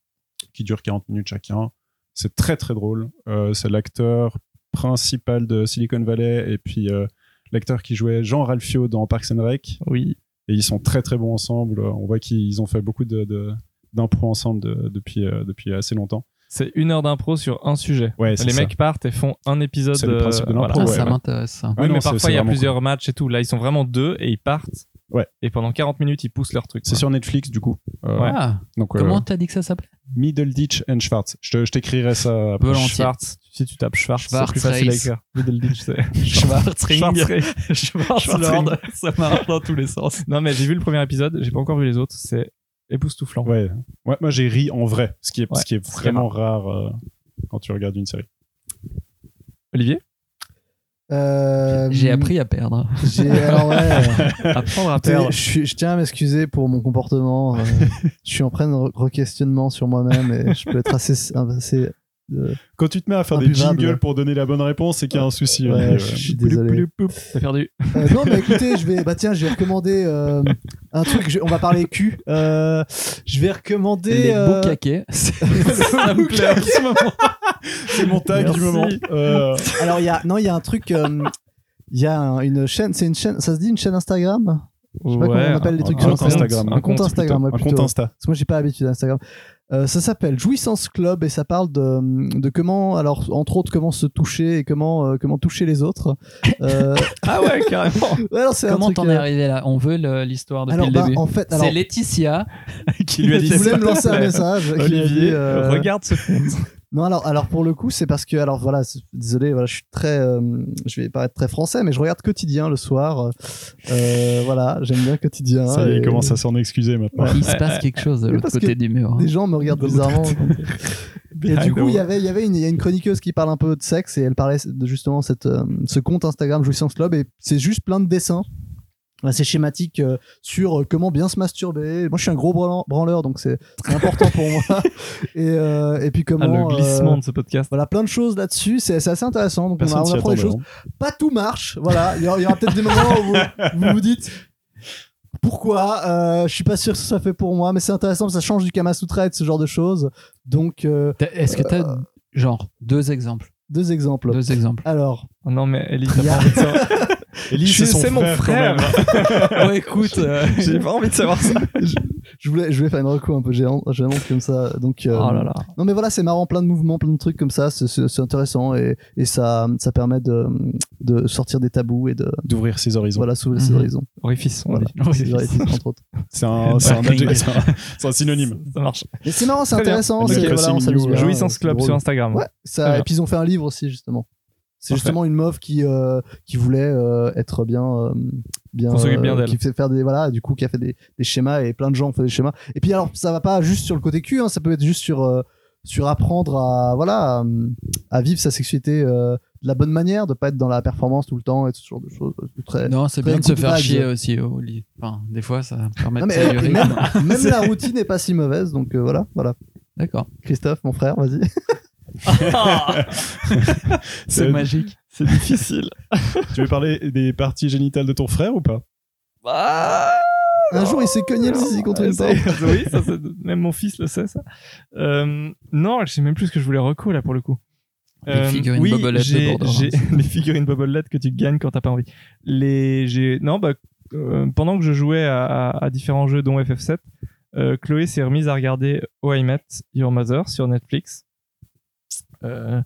Speaker 5: qui durent 40 minutes chacun. C'est très très drôle. Euh, c'est l'acteur principal de Silicon Valley et puis euh, l'acteur qui jouait Jean Ralphio dans Parks and Rec.
Speaker 3: oui,
Speaker 5: Et ils sont très très bons ensemble. Euh, On voit qu'ils ont fait beaucoup de, de- d'impro ensemble de- depuis euh, depuis assez longtemps.
Speaker 3: c'est une heure d'impro sur un sujet.
Speaker 5: Ouais, c'est
Speaker 3: Ah, Les
Speaker 5: ça.
Speaker 3: mecs partent et font un épisode.
Speaker 5: C'est le principe de
Speaker 3: euh,
Speaker 5: l'impro,
Speaker 6: Ah,
Speaker 3: voilà.
Speaker 5: ouais,
Speaker 6: ça
Speaker 5: ouais.
Speaker 6: m'intéresse. ça.
Speaker 5: Ouais,
Speaker 3: Oui,
Speaker 5: non,
Speaker 3: mais
Speaker 5: c'est-
Speaker 3: parfois
Speaker 5: c'est
Speaker 3: il y a
Speaker 5: vraiment
Speaker 3: plusieurs matchs et tout. Là, ils sont vraiment deux et ils partent.
Speaker 5: Ouais.
Speaker 3: Et pendant 40 minutes, ils poussent leur truc.
Speaker 5: cool. C'est
Speaker 3: quoi.
Speaker 5: sur Netflix du coup. Euh,
Speaker 3: Ouais.
Speaker 6: Ah,
Speaker 5: Donc, euh,
Speaker 6: comment t'as dit que ça s'appelait
Speaker 5: Middle Ditch and Schwartz. Je, te- je t'écrirai ça après.
Speaker 6: Volontiers.
Speaker 3: Schwartz, si tu tapes Schwartz, c'est
Speaker 6: Schwartz
Speaker 3: plus facile à
Speaker 6: Race.
Speaker 3: écrire. Middle Ditch, c'est.
Speaker 6: Schwarzring.
Speaker 3: Schwartz Race.
Speaker 6: Schwarzlord. Ça marche dans tous les sens.
Speaker 3: Non, mais j'ai vu le premier épisode, j'ai pas encore vu les autres. C'est époustouflant.
Speaker 5: Ouais. ouais. Moi, j'ai ri en vrai, ce qui est,
Speaker 3: Ouais,
Speaker 5: ce qui est
Speaker 3: très
Speaker 5: vraiment rare euh, quand tu regardes une série.
Speaker 3: Olivier
Speaker 4: Euh,
Speaker 6: J'ai appris à perdre.
Speaker 4: j'ai- alors ouais,
Speaker 6: Apprendre à
Speaker 4: Écoutez,
Speaker 6: perdre.
Speaker 4: je, suis- je tiens à m'excuser pour mon comportement. euh, je suis en plein de re- re-questionnement sur moi-même et je peux être assez. assez euh,
Speaker 5: Quand tu te mets à faire
Speaker 4: Imbuvable.
Speaker 5: des jingles pour donner la bonne réponse, c'est qu'il y a un souci.
Speaker 4: ouais,
Speaker 5: hein, mais,
Speaker 4: je
Speaker 5: ouais.
Speaker 4: suis désolé.
Speaker 9: T'as perdu.
Speaker 4: Euh, non, mais écoutez, je vais. Bah tiens, je vais recommander euh, un truc. je- on va parler cul. Euh, je vais recommander.
Speaker 6: Les
Speaker 4: euh,
Speaker 6: beaux caquets.
Speaker 5: Ça me plaît en ce moment. C'est mon tag
Speaker 4: Merci.
Speaker 5: du moment. Euh,
Speaker 4: alors il y a. Non, il y a un truc. euh, Il y a un- une chaîne. C'est une chaîne. Ça se dit une chaîne Instagram. Je sais pas comment on appelle les
Speaker 5: un
Speaker 4: trucs
Speaker 5: compte
Speaker 4: sur Instagram.
Speaker 5: Instagram.
Speaker 4: Un compte Instagram, ouais,
Speaker 5: plutôt. Un compte
Speaker 4: plutôt.
Speaker 5: Insta.
Speaker 4: Parce que moi, j'ai pas l'habitude d'Instagram. Euh, ça s'appelle Jouissance Club et ça parle de, de comment, alors entre autres, comment se toucher et comment, euh, comment toucher les autres. Euh,
Speaker 6: Ah ouais, carrément.
Speaker 4: ouais, alors, c'est un
Speaker 6: Comment
Speaker 4: truc,
Speaker 6: t'en
Speaker 4: euh,
Speaker 6: es arrivé là On veut le- l'histoire depuis
Speaker 4: alors,
Speaker 6: le
Speaker 4: bah,
Speaker 6: début.
Speaker 4: en fait, alors,
Speaker 6: C'est Laetitia qui
Speaker 5: lui a dit
Speaker 4: je
Speaker 5: ça.
Speaker 4: voulais me lancer un message. qui a dit,
Speaker 3: Olivier,
Speaker 4: euh,
Speaker 3: regarde ce
Speaker 4: Non, alors, alors pour le coup, c'est parce que, alors voilà, c'est- désolé, voilà, je suis très, euh, je vais paraître très français, mais je regarde quotidien le soir. Euh, voilà, j'aime bien quotidien.
Speaker 5: Ça y est,
Speaker 4: et-
Speaker 5: il commence à s'en excuser maintenant.
Speaker 6: Il se passe quelque chose de
Speaker 4: Mais
Speaker 6: l'autre
Speaker 4: parce que
Speaker 6: côté du mur. hein.
Speaker 4: Des gens me regardent bizarrement. Et du coup, il y avait, il y avait une, il y a une chroniqueuse qui parle un peu de sexe et elle parlait de justement cette, euh, ce compte Instagram Jouissance Club et c'est juste plein de dessins assez schématiques euh, sur euh, comment bien se masturber. Moi, je suis un gros branleur, branleur, donc c'est c'est important pour moi. Et, euh, et puis comment.
Speaker 9: Ah, le glissement
Speaker 4: euh,
Speaker 9: de ce podcast.
Speaker 4: voilà, plein de choses là-dessus, c'est c'est assez intéressant. Donc on,
Speaker 5: Personne
Speaker 4: a- on
Speaker 5: s'y
Speaker 4: apprend des
Speaker 5: attendait. hein.
Speaker 4: choses. Pas tout marche, voilà. Il y aura, il y aura peut-être des moments où vous vous, vous dites pourquoi, euh, je suis pas sûr que ce soit fait pour moi, mais c'est intéressant, parce que ça change du Kama Sutra et de ce genre de choses. Donc, euh,
Speaker 6: T'as- Est-ce que t'as genre deux exemples
Speaker 4: deux exemples.
Speaker 6: Deux exemples.
Speaker 4: Alors,
Speaker 3: Ah
Speaker 9: Oh non, mais Ellie,
Speaker 4: il y a-
Speaker 5: Et Lee,
Speaker 9: Je-
Speaker 5: c'est son hein,
Speaker 9: c'est mon frère.
Speaker 5: quand même.
Speaker 6: Oh, écoute, euh,
Speaker 9: j'ai pas envie de savoir ça.
Speaker 4: je, voulais, je voulais faire une reco un peu géante, géante comme ça. Donc, euh,
Speaker 6: oh là là.
Speaker 4: Non mais voilà, c'est marrant, plein de mouvements, plein de trucs comme ça, c'est- c'est c'est intéressant et, et ça, ça permet de, de sortir des tabous et de
Speaker 5: D'ouvrir ses horizons.
Speaker 4: voilà, s'ouvrir ses
Speaker 6: Mhm.
Speaker 4: horizons.
Speaker 9: Orifice, on
Speaker 4: Voilà.
Speaker 9: dit.
Speaker 4: Ses horizons, entre autres.
Speaker 5: C'est un, c'est un
Speaker 9: Barking.
Speaker 5: objet- c'est un- c'est un synonyme.
Speaker 9: Ça marche.
Speaker 4: Mais c'est marrant, c'est
Speaker 9: Très bien.
Speaker 4: intéressant.
Speaker 5: Le
Speaker 4: c'est-
Speaker 5: Crossing
Speaker 4: voilà, on
Speaker 5: You,
Speaker 4: s'amuse bien,
Speaker 9: Jouissance
Speaker 4: c'est
Speaker 9: Club
Speaker 4: drôle.
Speaker 9: sur
Speaker 3: Hein.
Speaker 9: Instagram.
Speaker 4: Ouais,
Speaker 9: Très
Speaker 4: ça,
Speaker 9: bien.
Speaker 4: et puis ils ont fait un livre aussi, justement. C'est
Speaker 9: Parfait.
Speaker 4: justement une meuf qui, euh, qui voulait euh, être bien. euh, bien, euh,
Speaker 9: Qu'on s'occupe bien d'elle.
Speaker 4: qui fait faire des voilà du coup qui a fait des, des schémas et plein de gens ont fait des schémas et puis alors ça va pas juste sur le côté cul hein, ça peut être juste sur euh, sur apprendre à voilà à, à vivre sa sexualité euh, de la bonne manière de pas être dans la performance tout le temps et ce genre de choses c'est très
Speaker 6: Non, c'est
Speaker 4: Très
Speaker 6: bien de se
Speaker 4: good
Speaker 6: faire
Speaker 4: vibes.
Speaker 6: chier aussi au lit. Enfin, des fois, ça permet
Speaker 4: Non,
Speaker 6: de
Speaker 4: mais,
Speaker 6: faire
Speaker 4: euh,
Speaker 6: du
Speaker 4: et
Speaker 6: rythme.
Speaker 4: même la routine n'est pas si mauvaise donc euh, voilà voilà
Speaker 6: D'accord.
Speaker 4: Christophe mon frère vas-y
Speaker 6: C'est
Speaker 5: Euh,
Speaker 6: magique.
Speaker 3: C'est difficile.
Speaker 5: Tu veux parler des parties génitales de ton frère ou pas
Speaker 4: un jour il s'est cogné le zizi contre
Speaker 3: Ouais,
Speaker 4: une porte
Speaker 3: Ah, c'est- oui, ça, c'est- même mon fils le sait, ça. Euh, non, je sais même plus ce que je voulais reco là pour le coup. Euh,
Speaker 6: Les figurines
Speaker 3: oui,
Speaker 6: bobelettes de
Speaker 3: j'ai-
Speaker 6: Bordeaux,
Speaker 3: j'ai-
Speaker 6: hein.
Speaker 3: les figurines bobelettes que tu gagnes quand t'as pas envie. Les, j'ai, non, bah, euh, pendant que je jouais à, à- à différents jeux, dont FF7, euh, Chloé s'est remise à regarder Oh I Met Your Mother sur Netflix, euh,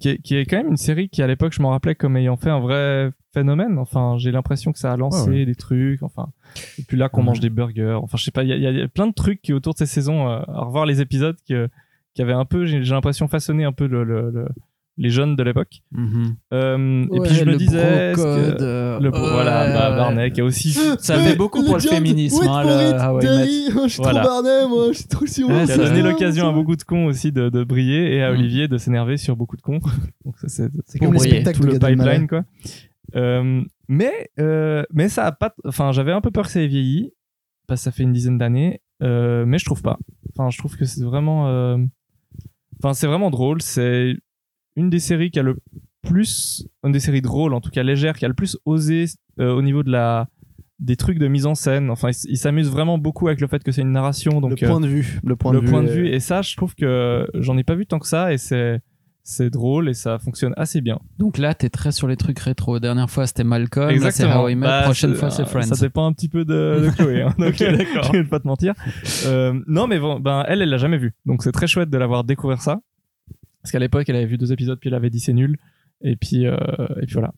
Speaker 3: qui, est, qui est quand même une série qui, à l'époque, je m'en rappelais comme ayant fait un vrai phénomène. Enfin, j'ai l'impression que ça a lancé
Speaker 5: Ouais,
Speaker 3: des trucs. Enfin, et puis là, qu'on mange des burgers. Enfin, je sais pas, il y, a- il y a- il y a plein de trucs qui, autour de ces saisons, euh, à revoir les épisodes qui, euh, qui avaient un peu, j'ai j'ai l'impression, façonné un peu le- le- le- les jeunes de l'époque.
Speaker 6: Mhm.
Speaker 3: Euh, et puis je me disais. est-ce que-
Speaker 6: euh,
Speaker 3: le bro- voilà, bah, Barnet qui a aussi.
Speaker 6: Ça fait beaucoup pour le féminisme. hein, le How I Met.
Speaker 4: Oh, Je suis
Speaker 3: trop Voilà.
Speaker 4: trop barnet, moi, je suis trop si
Speaker 6: Ouais,
Speaker 3: qui a
Speaker 6: ça-
Speaker 3: donné l'occasion à beaucoup de cons aussi de, de briller et à
Speaker 6: Mm.
Speaker 3: Olivier de s'énerver sur beaucoup de cons. Donc ça, c'est
Speaker 4: C'est
Speaker 6: Pour
Speaker 4: comme les
Speaker 6: briller,
Speaker 4: spectacles
Speaker 3: tout
Speaker 4: de
Speaker 3: le
Speaker 4: Gad Elmaleh.
Speaker 3: pipeline quoi. Euh, mais euh, mais ça a pas enfin j'avais un peu peur que ça ait vieilli parce que ça fait une dizaine d'années euh, mais je trouve pas. Enfin je trouve que c'est vraiment euh, enfin c'est vraiment drôle, c'est une des séries qui a le plus une des séries drôles en tout cas légères qui a le plus osé euh, au niveau de la des trucs de mise en scène. Enfin ils ils s'amusent vraiment beaucoup avec le fait que c'est une narration donc
Speaker 4: le
Speaker 3: euh,
Speaker 4: point de vue. Le point
Speaker 3: le
Speaker 4: de
Speaker 3: point
Speaker 4: vue.
Speaker 3: de vue. Et ça, je trouve que j'en ai pas vu tant que ça et c'est c'est drôle et ça fonctionne assez bien.
Speaker 6: Donc là, t'es très sur les trucs rétro. Dernière fois, c'était Malcolm. là, c'est How I Met.
Speaker 3: Bah,
Speaker 6: Prochaine
Speaker 3: c'est-
Speaker 6: fois, c'est Friends.
Speaker 3: Ça dépend un petit peu de, de Chloé. hein. Donc,
Speaker 6: Ok, d'accord.
Speaker 3: Je vais pas te mentir. Euh, non, mais bon, ben, elle, elle l'a jamais vu. Donc c'est très chouette de l'avoir découvert ça. Parce qu'à l'époque, elle avait vu deux épisodes puis elle avait dit c'est nul. Et puis, euh, et puis voilà.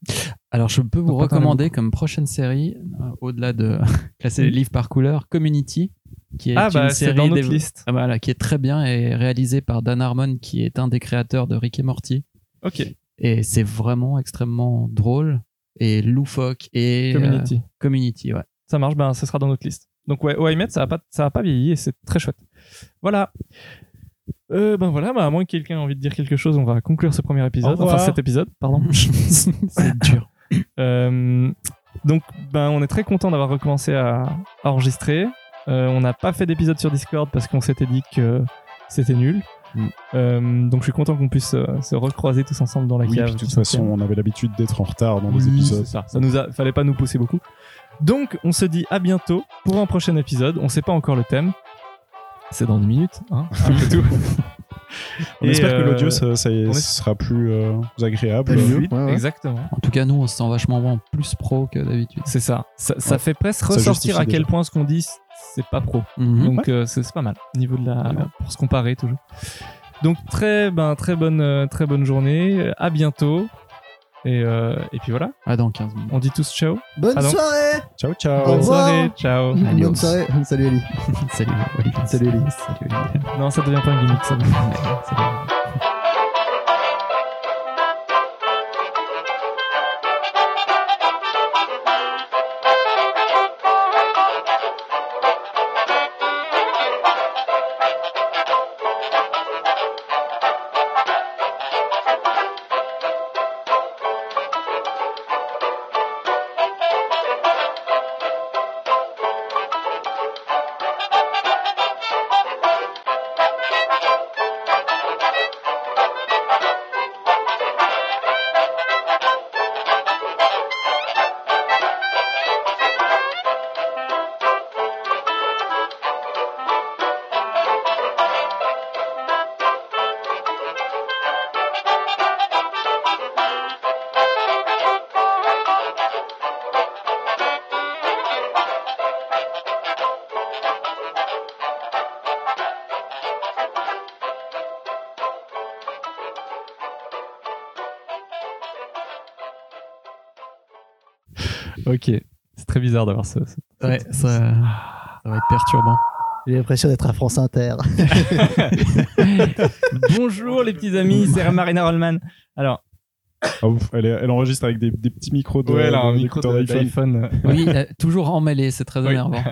Speaker 6: Alors, je peux
Speaker 3: On
Speaker 6: vous
Speaker 3: peut parler
Speaker 6: recommander comme prochaine série, euh, au-delà de classer les livres par couleur, Community, qui est
Speaker 3: Ah,
Speaker 6: une
Speaker 3: bah, c'est
Speaker 6: série
Speaker 3: dans notre
Speaker 6: dévo-
Speaker 3: liste.
Speaker 6: Ah, voilà, qui est très bien et réalisée par Dan Harmon, qui est un des créateurs de Rick et Morty.
Speaker 3: Ok,
Speaker 6: Et c'est vraiment extrêmement drôle et loufoque et euh,
Speaker 3: community.
Speaker 6: community, ouais.
Speaker 3: Ça marche, ben, ça sera dans notre liste. Donc ouais, OIMET, ça a pas, ça a pas vieilli et c'est très chouette. Voilà. Euh, ben voilà, bah, à moins que quelqu'un ait envie de dire quelque chose, on va conclure ce premier
Speaker 5: Au
Speaker 3: épisode,
Speaker 5: revoir. Mm-hmm.
Speaker 3: enfin cet épisode, pardon.
Speaker 6: c'est dur.
Speaker 3: Euh, donc, ben, on est très content d'avoir recommencé à, à enregistrer. Euh, on n'a pas fait d'épisode sur Discord parce qu'on s'était dit que c'était nul.
Speaker 5: Mm.
Speaker 3: Euh, donc, je suis content qu'on puisse euh, se recroiser tous ensemble dans la
Speaker 5: Oui,
Speaker 3: cave.
Speaker 5: puis de toute façon, on avait l'habitude d'être en retard dans les
Speaker 3: Oui,
Speaker 5: épisodes.
Speaker 3: c'est ça. Ça nous a, fallait pas nous pousser beaucoup. Donc, on se dit à bientôt pour un prochain épisode. On sait pas encore le thème. C'est dans 10 minutes, hein, après tout.
Speaker 5: On
Speaker 3: Et,
Speaker 5: espère
Speaker 3: euh,
Speaker 5: que l'audio ça, ça y est,
Speaker 3: on est-
Speaker 5: sera plus euh, agréable.
Speaker 4: Plus
Speaker 5: Euh,
Speaker 4: fluide, ouais, ouais.
Speaker 3: Exactement.
Speaker 6: En tout cas, nous, on se sent vachement moins plus pro que d'habitude.
Speaker 3: C'est ça. Ça, ça
Speaker 5: Ouais.
Speaker 3: fait presque
Speaker 5: Ça
Speaker 3: ressortir
Speaker 5: justifie
Speaker 3: à quel
Speaker 5: déjà. Hmm.
Speaker 3: point ce qu'on dit, c'est pas pro.
Speaker 6: Mhm.
Speaker 3: Donc euh, c'est c'est pas mal au niveau de la pour se comparer toujours. Donc très ben très bonne euh, très bonne journée. euh, À bientôt. Et, euh, et puis voilà,
Speaker 6: Ah, dans 15 minutes.
Speaker 3: on dit tous ciao.
Speaker 4: Bonne
Speaker 3: Ah non.
Speaker 4: soirée
Speaker 5: Ciao, ciao.
Speaker 4: Au
Speaker 3: Bonne
Speaker 4: revoir.
Speaker 3: soirée, ciao.
Speaker 6: Adios.
Speaker 4: Bonne soirée Salut Ali
Speaker 3: Oh.
Speaker 6: Salut. Olivier.
Speaker 4: Salut, Olivier.
Speaker 6: Salut. Olivier.
Speaker 3: Non, ça devient pas une gimmick. Ça.
Speaker 6: Ouais, salut.
Speaker 3: Ok, c'est très bizarre d'avoir ce. ce-
Speaker 6: Ouais, ça, ça va être perturbant.
Speaker 10: J'ai l'impression d'être à France Inter.
Speaker 3: Bonjour les petits amis, c'est Marina Rollman. Alors
Speaker 5: Ah, ouf, elle, est- elle enregistre avec des, des petits micros de,
Speaker 3: ouais, là, un
Speaker 5: de-
Speaker 3: micro
Speaker 5: d'écouteurs
Speaker 3: de-
Speaker 5: d'iPhone.
Speaker 3: d'iPhone. euh,
Speaker 6: Oui, euh, toujours emmêlé, c'est très
Speaker 3: Oui.
Speaker 6: énervant.